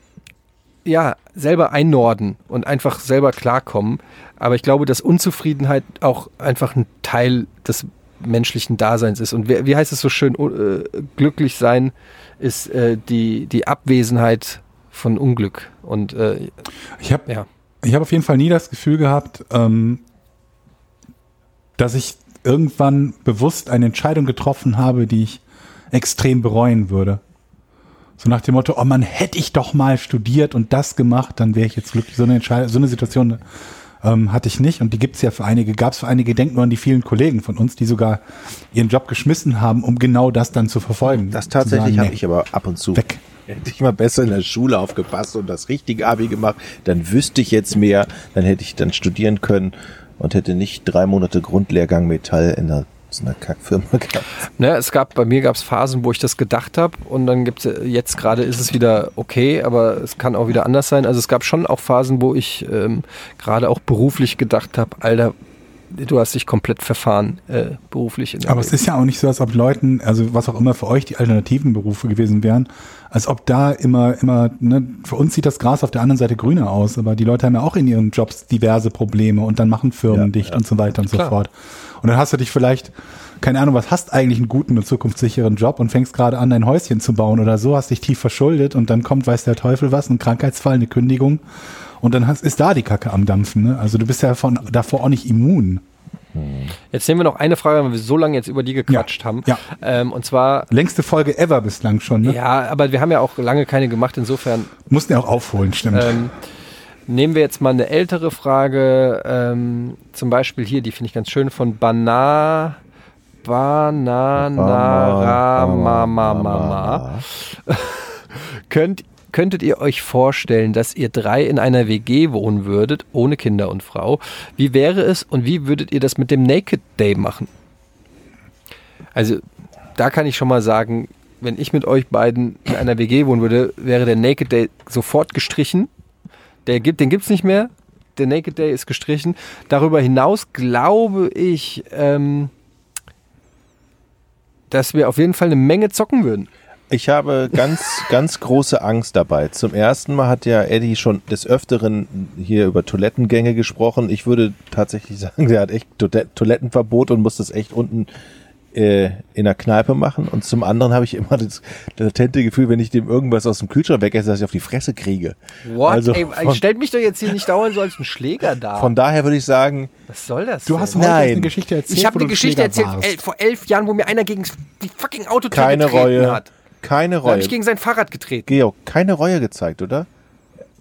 B: ja, selber einnorden und einfach selber klarkommen. Aber ich glaube, dass Unzufriedenheit auch einfach ein Teil des menschlichen Daseins ist. Und wie, wie heißt es so schön, u- äh, glücklich sein ist äh, die, die Abwesenheit von Unglück. Und äh,
A: Ich habe
B: ja.
A: ich habe auf jeden Fall nie das Gefühl gehabt, ähm, dass ich irgendwann bewusst eine Entscheidung getroffen habe, die ich extrem bereuen würde. So nach dem Motto, oh man, hätte ich doch mal studiert und das gemacht, dann wäre ich jetzt glücklich. So eine, Entscheidung, so eine Situation ähm, hatte ich nicht und die gibt es ja für einige, gab es für einige, denkt nur an die vielen Kollegen von uns, die sogar ihren Job geschmissen haben, um genau das dann zu verfolgen.
C: Das
A: Zu
C: tatsächlich
A: sagen,
C: habe
A: nee,
C: ich aber ab und zu.
A: Weg.
C: Hätte ich mal besser in der Schule aufgepasst und das richtige Abi gemacht, dann wüsste ich jetzt mehr, dann hätte ich dann studieren können und hätte nicht drei Monate Grundlehrgang Metall in einer, so einer Kackfirma [laughs] gehabt.
B: Ne, es gab, bei mir gab es Phasen, wo ich das gedacht habe und dann gibt es, jetzt gerade ist es wieder okay, aber es kann auch wieder anders sein. Also es gab schon auch Phasen, wo ich ähm, gerade auch beruflich gedacht habe, Alter, du hast dich komplett verfahren äh, beruflich. In deinem
A: Aber es
B: Leben.
A: ist ja auch nicht so, als ob Leuten, also was auch immer für euch die alternativen Berufe gewesen wären, als ob da immer, immer, ne, für uns sieht das Gras auf der anderen Seite grüner aus, aber die Leute haben ja auch in ihren Jobs diverse Probleme und dann machen Firmen
C: Ja,
A: dicht und so weiter und
B: Klar.
A: so fort. Und dann hast du dich vielleicht, keine Ahnung, was hast eigentlich einen guten und zukunftssicheren Job und fängst gerade an, dein Häuschen zu bauen oder so, hast dich tief verschuldet und dann kommt, weiß der Teufel was, ein Krankheitsfall, eine Kündigung und dann hast, ist da die Kacke am Dampfen. Ne? Also du bist ja von, davor auch nicht immun.
B: Jetzt nehmen wir noch eine Frage, weil wir so lange jetzt über die gequatscht
A: Ja,
B: haben.
A: ja.
B: Ähm, und zwar,
A: Längste Folge ever bislang schon, ne?
B: ja, aber wir haben ja auch lange keine gemacht, insofern
A: Mussten ja auch aufholen, stimmt.
B: ähm, nehmen wir jetzt mal eine ältere Frage, ähm, zum Beispiel hier, die finde ich ganz schön, von Bana, Bananaramamamama. [laughs] Könnt, könntet ihr euch vorstellen, dass ihr drei in einer WG wohnen würdet, ohne Kinder und Frau? Wie wäre es und wie würdet ihr das mit dem Naked Day machen? Also, da kann ich schon mal sagen, wenn ich mit euch beiden in einer WG wohnen würde, wäre der Naked Day sofort gestrichen. Der gibt, den gibt es nicht mehr. Der Naked Day ist gestrichen. Darüber hinaus glaube ich, ähm, dass wir auf jeden Fall eine Menge zocken würden.
C: Ich habe
B: [laughs]
C: ganz, ganz große Angst dabei. Zum ersten Mal hat ja Eddie schon des Öfteren hier über Toilettengänge gesprochen. Ich würde tatsächlich [laughs] sagen, der hat echt Toilette- Toilettenverbot und muss das echt unten äh, in der Kneipe machen. Und zum anderen habe ich immer das latente Gefühl, wenn ich dem irgendwas aus dem Kühlschrank wegesse, dass ich auf die Fresse kriege.
B: What?
C: Also
B: Ey,
C: von-
B: stellt mich doch jetzt hier nicht dauernd so als ein Schläger dar.
C: Von daher würde ich sagen,
B: Was soll das?
A: du hast
B: denn?
A: heute
C: nein.
A: eine Geschichte erzählt.
B: Ich
A: wo
B: habe
A: du
B: eine
A: ein
B: Geschichte
A: Schläger
B: erzählt
A: warst.
B: el vor elf Jahren, wo mir einer gegen die fucking Autotür
C: keine
B: getreten
C: Reue,
B: hat.
C: keine
B: Da habe ich
C: Reue.
B: gegen sein Fahrrad getreten.
C: Georg, keine Reue gezeigt, oder?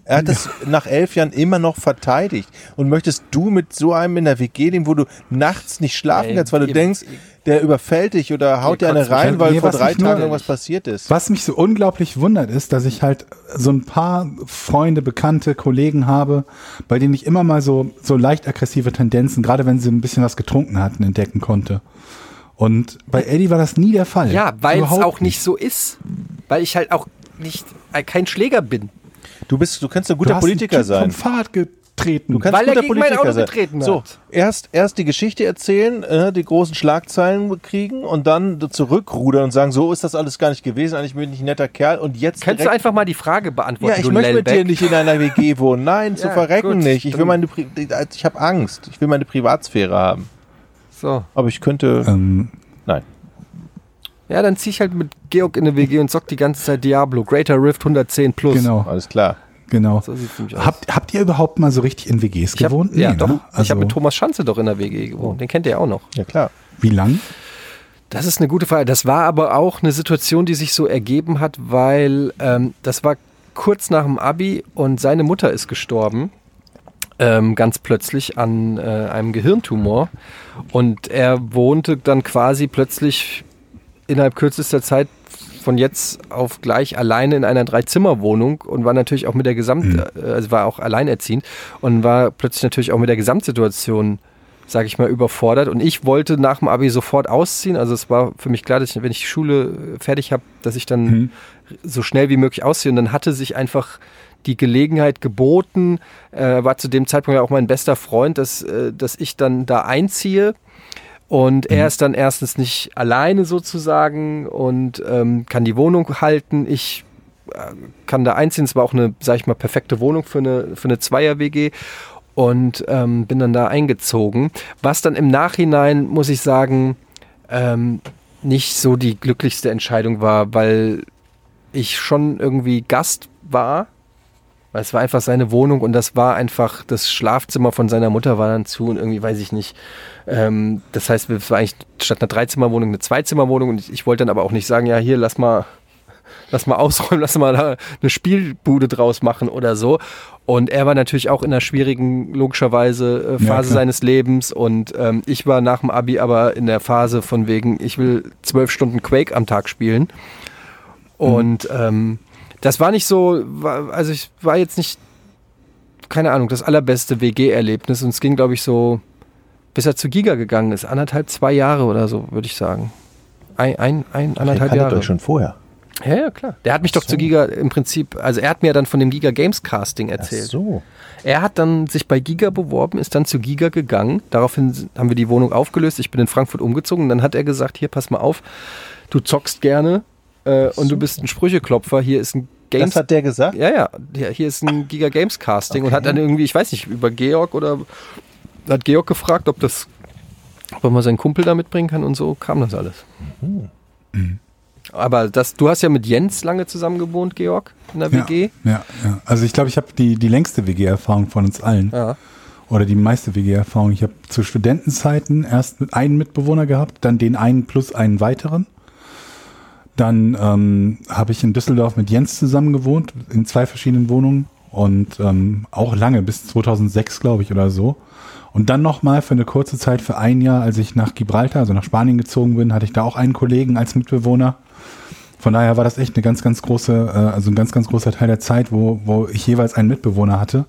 C: Er hat es [laughs] nach elf Jahren immer noch verteidigt. Und möchtest du mit so einem in der WG leben, wo du nachts nicht schlafen
B: Ey,
C: kannst, weil du
B: ihr-
C: denkst, der überfällt dich oder haut dir
B: kotzt
C: eine
B: mich
C: rein,
A: an.
C: weil
A: Mir
C: vor
A: war's
C: drei
A: nicht nur-
C: Tagen irgendwas passiert ist?
A: Was mich so unglaublich wundert, ist, dass ich halt so ein paar Freunde, Bekannte, Kollegen habe, bei denen ich immer mal so, so leicht aggressive Tendenzen, gerade wenn sie ein bisschen was getrunken hatten, entdecken konnte. Und bei Eddie war das nie der Fall.
B: Ja, weil es
A: Überhaupt
B: auch nicht so ist. Weil ich halt auch nicht äh, kein Schläger bin.
C: Du bist, du kannst ein
A: Du
C: guter
A: hast
C: Politiker
A: einen Typ vom
C: sein.
A: Fahrrad getreten.
C: Du kannst
B: Weil er
C: guter
B: gegen mein
C: Politiker
B: Auto
C: sein.
B: getreten
C: So,
B: hat.
C: erst, erst die Geschichte erzählen, äh, die großen Schlagzeilen kriegen und dann zurückrudern und sagen, so ist das alles gar nicht gewesen, eigentlich bin ich ein netter Kerl und jetzt
B: Könntest
C: direkt
B: du einfach mal die Frage beantworten,
C: Ja, ich
B: du
C: möchte mit dir
B: Lellback?
C: nicht in
B: [laughs]
C: einer WG wohnen. Nein, zu
B: Ja,
C: verrecken
B: gut,
C: nicht. Ich will
B: dann-
C: meine, Pri- ich habe Angst. Ich will meine Privatsphäre haben.
B: So.
C: Aber ich könnte,
A: Ähm,
C: nein.
B: Ja, dann zieh ich halt mit Georg in eine WG und zock die ganze Zeit Diablo. Greater Rift 110 plus.
A: genau,
C: Alles klar.
A: genau.
B: So sieht's nämlich aus.
A: Habt, habt ihr überhaupt mal so richtig in WGs
B: Ich hab,
A: gewohnt?
B: ja,
A: Nee,
B: doch.
A: ne?
B: ich habe
A: Also,
B: mit Thomas Schanze doch in der WG gewohnt. Den kennt ihr ja auch noch.
C: Ja klar.
A: wie lang?
B: Das ist eine gute Frage. Das war aber auch eine Situation, die sich so ergeben hat, weil ähm, das war kurz nach dem Abi und seine Mutter ist gestorben. Ähm, ganz plötzlich an äh, einem Gehirntumor. Und er wohnte dann quasi plötzlich innerhalb kürzester Zeit von jetzt auf gleich alleine in einer Dreizimmerwohnung und war natürlich auch mit der Gesamt, äh, also war auch alleinerziehend und war plötzlich natürlich auch mit der Gesamtsituation, sag ich mal, überfordert. Und ich wollte nach dem Abi sofort ausziehen. Also es war für mich klar, dass ich, wenn ich die Schule äh, fertig habe, dass ich dann so schnell wie möglich ausziehe. Und dann hatte sich einfach die Gelegenheit geboten, äh, war zu dem Zeitpunkt ja auch mein bester Freund, dass, äh, dass ich dann da einziehe. Und er ist dann erstens nicht alleine sozusagen und ähm, kann die Wohnung halten. Ich äh, kann da einziehen. Es war auch eine, sag ich mal, perfekte Wohnung für eine, für eine Zweier-WG. Und ähm, bin dann da eingezogen. Was dann im Nachhinein, muss ich sagen, ähm, nicht so die glücklichste Entscheidung war, weil ich schon irgendwie Gast war. Weil es war einfach seine Wohnung und das war einfach, das Schlafzimmer von seiner Mutter war dann zu und irgendwie weiß ich nicht. Ähm, das heißt, es war eigentlich statt einer Dreizimmerwohnung eine Zweizimmerwohnung und ich, ich wollte dann aber auch nicht sagen, ja, hier, lass mal, lass mal ausräumen, [laughs] lass mal da eine Spielbude draus machen oder so. Und er war natürlich auch in einer schwierigen, logischerweise, äh,
A: Ja,
B: Phase
A: klar.
B: seines Lebens und ähm, ich war nach dem Abi aber in der Phase von wegen, ich will zwölf Stunden Quake am Tag spielen.
A: Mhm.
B: Und ähm, das war nicht so, war, also ich war jetzt nicht, keine Ahnung, das allerbeste WG-Erlebnis. Und es ging, glaube ich, so, bis er zu Giga gegangen ist, anderthalb, zwei Jahre oder so, würde ich sagen. Ein, ein, ein
C: Ihr
B: anderthalb
C: kanntet
B: Jahre.
C: euch schon vorher.
B: Ja, ja, klar. Der hat mich doch zu Giga im Prinzip, also er hat mir dann von dem Giga Games Casting erzählt.
C: so.
B: Er hat dann sich bei Giga beworben, ist dann zu Giga gegangen. Daraufhin haben wir die Wohnung aufgelöst. Ich bin in Frankfurt umgezogen. Und dann hat er gesagt: Hier, pass mal auf, du zockst gerne äh, und du bist ein Sprücheklopfer. Hier ist ein Games.
C: Das hat der gesagt?
B: ja, ja. Hier- Hier ist ein Giga Games Casting und hat dann irgendwie, ich weiß nicht, über Georg oder hat Georg gefragt, ob das, ob er mal seinen Kumpel da mitbringen kann und so kam das alles.
A: Mhm.
B: Aber das, du hast ja mit Jens lange zusammen gewohnt, Georg, in der
A: Ja,
B: WG.
A: ja, ja. Also ich glaube, ich habe die, die längste WG-Erfahrung von uns allen.
B: Ja.
A: Oder die meiste WG-Erfahrung. Ich habe zu Studentenzeiten erst mit einen Mitbewohner gehabt, dann den einen plus einen weiteren. Dann ähm, habe ich in Düsseldorf mit Jens zusammen gewohnt, in zwei verschiedenen Wohnungen und ähm, auch lange, bis 2006, glaube ich, oder so. Und dann nochmal für eine kurze Zeit, für ein Jahr, als ich nach Gibraltar, also nach Spanien gezogen bin, hatte ich da auch einen Kollegen als Mitbewohner. Von daher war das echt eine ganz, ganz große, äh, also ein ganz, ganz großer Teil der Zeit, wo, wo ich jeweils einen Mitbewohner hatte.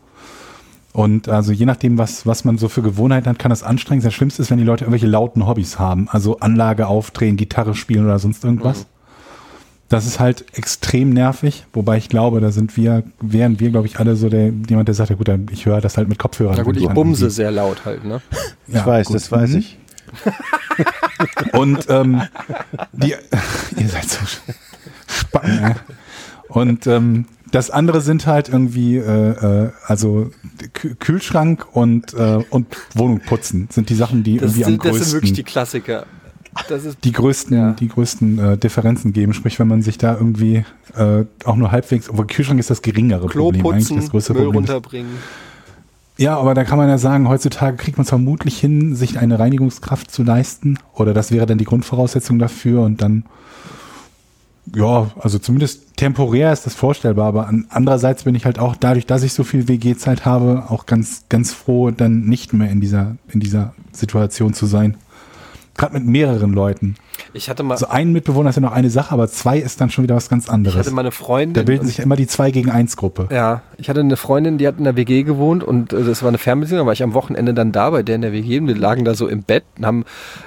A: Und also je nachdem, was, was man so für Gewohnheiten hat, kann das anstrengend sein. Das Schlimmste ist, wenn die Leute irgendwelche lauten Hobbys haben, also Anlage aufdrehen, Gitarre spielen oder sonst irgendwas. Das ist halt extrem nervig, wobei ich glaube, da sind wir, wären wir, glaube ich, alle so der, jemand, der sagt, ja gut, dann ich höre das halt mit Kopfhörern.
B: Na gut,
A: Wenn
B: ich
A: dann
B: bumse
A: irgendwie-
B: sehr laut halt, ne?
A: Ja,
C: ich weiß,
A: gut.
C: das weiß
A: Mhm.
C: ich.
A: Und ähm, die, [laughs] ihr seid so sch- spannend. Ne? Und ähm, das andere sind halt irgendwie, äh, äh, also Kü- Kühlschrank und, äh, und Wohnung putzen sind die Sachen, die
B: Das,
A: irgendwie am
B: sind, das
A: größten,
B: sind wirklich die
A: die,
B: Klassiker. Das ist
A: größten,
B: Ja.
A: die größten äh, Differenzen geben. Sprich, wenn man sich da irgendwie äh, auch nur halbwegs, aber Kühlschrank ist das geringere
B: Klo
A: Problem, eigentlich
B: putzen,
A: das größere
B: Müll
A: Problem.
B: runterbringen.
A: Ja, aber da kann man ja sagen, heutzutage kriegt man es vermutlich hin, sich eine Reinigungskraft zu leisten. Oder das wäre dann die Grundvoraussetzung dafür und dann, ja, also zumindest temporär ist das vorstellbar, aber an, andererseits bin ich halt auch dadurch, dass ich so viel WG-Zeit habe, auch ganz, ganz froh, dann nicht mehr in dieser, in dieser Situation zu sein. Gerade mit mehreren Leuten.
B: Ich hatte mal,
A: Also ein Mitbewohner ist ja noch eine Sache, aber zwei ist dann schon wieder was ganz
B: ich hatte
A: anderes.
B: mal eine Freundin.
A: Da bilden sich immer die zwei gegen eins Gruppe.
B: Ja, ich hatte eine Freundin, die hat in der WG gewohnt und äh, das war eine Fernbeziehung, da war ich am Wochenende dann da bei der in der WG und wir lagen da so im Bett und haben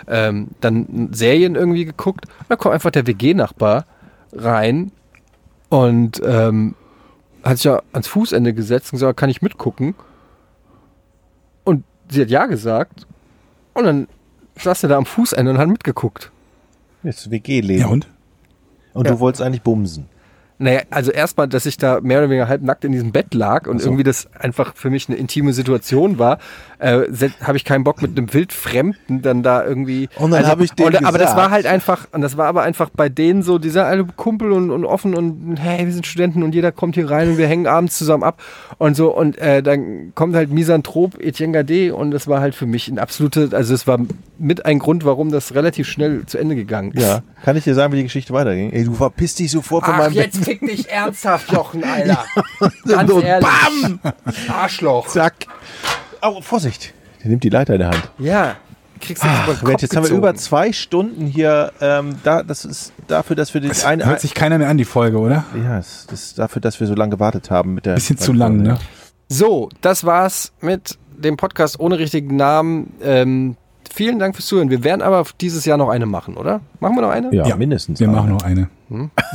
B: ähm, dann Serien irgendwie geguckt. Und da kommt einfach der WG-Nachbar rein und ähm, hat sich ja ans Fußende gesetzt und gesagt, kann ich mitgucken? Und sie hat ja gesagt und dann saß er da am Fußende und hat mitgeguckt.
C: Das WG-Leben.
A: Ja, und?
C: Und
B: Ja.
C: du wolltest eigentlich bumsen.
B: Naja, also erstmal, dass ich da mehr oder weniger halbnackt in diesem Bett lag und irgendwie das einfach für mich eine intime Situation war, äh, se- habe ich keinen Bock mit einem wildfremden dann da irgendwie.
C: Und dann
B: also,
C: hab ich denen
B: und, Aber das
C: gesagt.
B: war halt einfach, und das war aber einfach bei denen so dieser alte Kumpel und, und offen und hey, wir sind Studenten und jeder kommt hier rein und wir hängen abends zusammen ab und so und äh, dann kommt halt Misanthrop Etienne Gade und das war halt für mich ein absolute, also es war mit ein Grund, warum das relativ schnell zu Ende gegangen ist.
C: Ja. Kann ich dir sagen, wie die Geschichte weiterging? Ey, du verpiss dich sofort von
B: Ach,
C: meinem
B: jetzt fick dich ernsthaft, Jochen, [laughs] Alter. Ganz
C: Und
B: ehrlich.
C: bam!
B: Arschloch.
C: Zack. Au, Vorsicht. Der nimmt die Leiter in der Hand.
B: Ja. Kriegst du jetzt über den Kopf
C: Mensch, jetzt haben wir
B: Oh gezogen.
C: über zwei Stunden hier. Ähm, da, das ist dafür, dass wir den
A: Das
C: einen.
A: hört sich keiner mehr an, die Folge, oder?
C: ja, es ist dafür, dass wir so lange gewartet haben mit der.
A: Ah. Bisschen zu lang, ne?
B: So, das war's mit dem Podcast ohne richtigen Namen. Ähm, vielen Dank fürs Zuhören. Wir werden aber dieses Jahr noch eine machen, oder? Machen wir noch eine?
C: Ja, mindestens.
A: Wir
C: eine.
A: machen noch eine.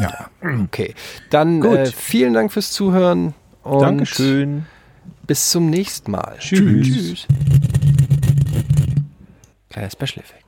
A: Ja.
B: Okay. Dann
C: Gut.
B: äh, vielen Dank fürs Zuhören und
C: Dankeschön.
B: bis zum nächsten Mal.
C: Tschüss.
B: Kleiner Special Effekt.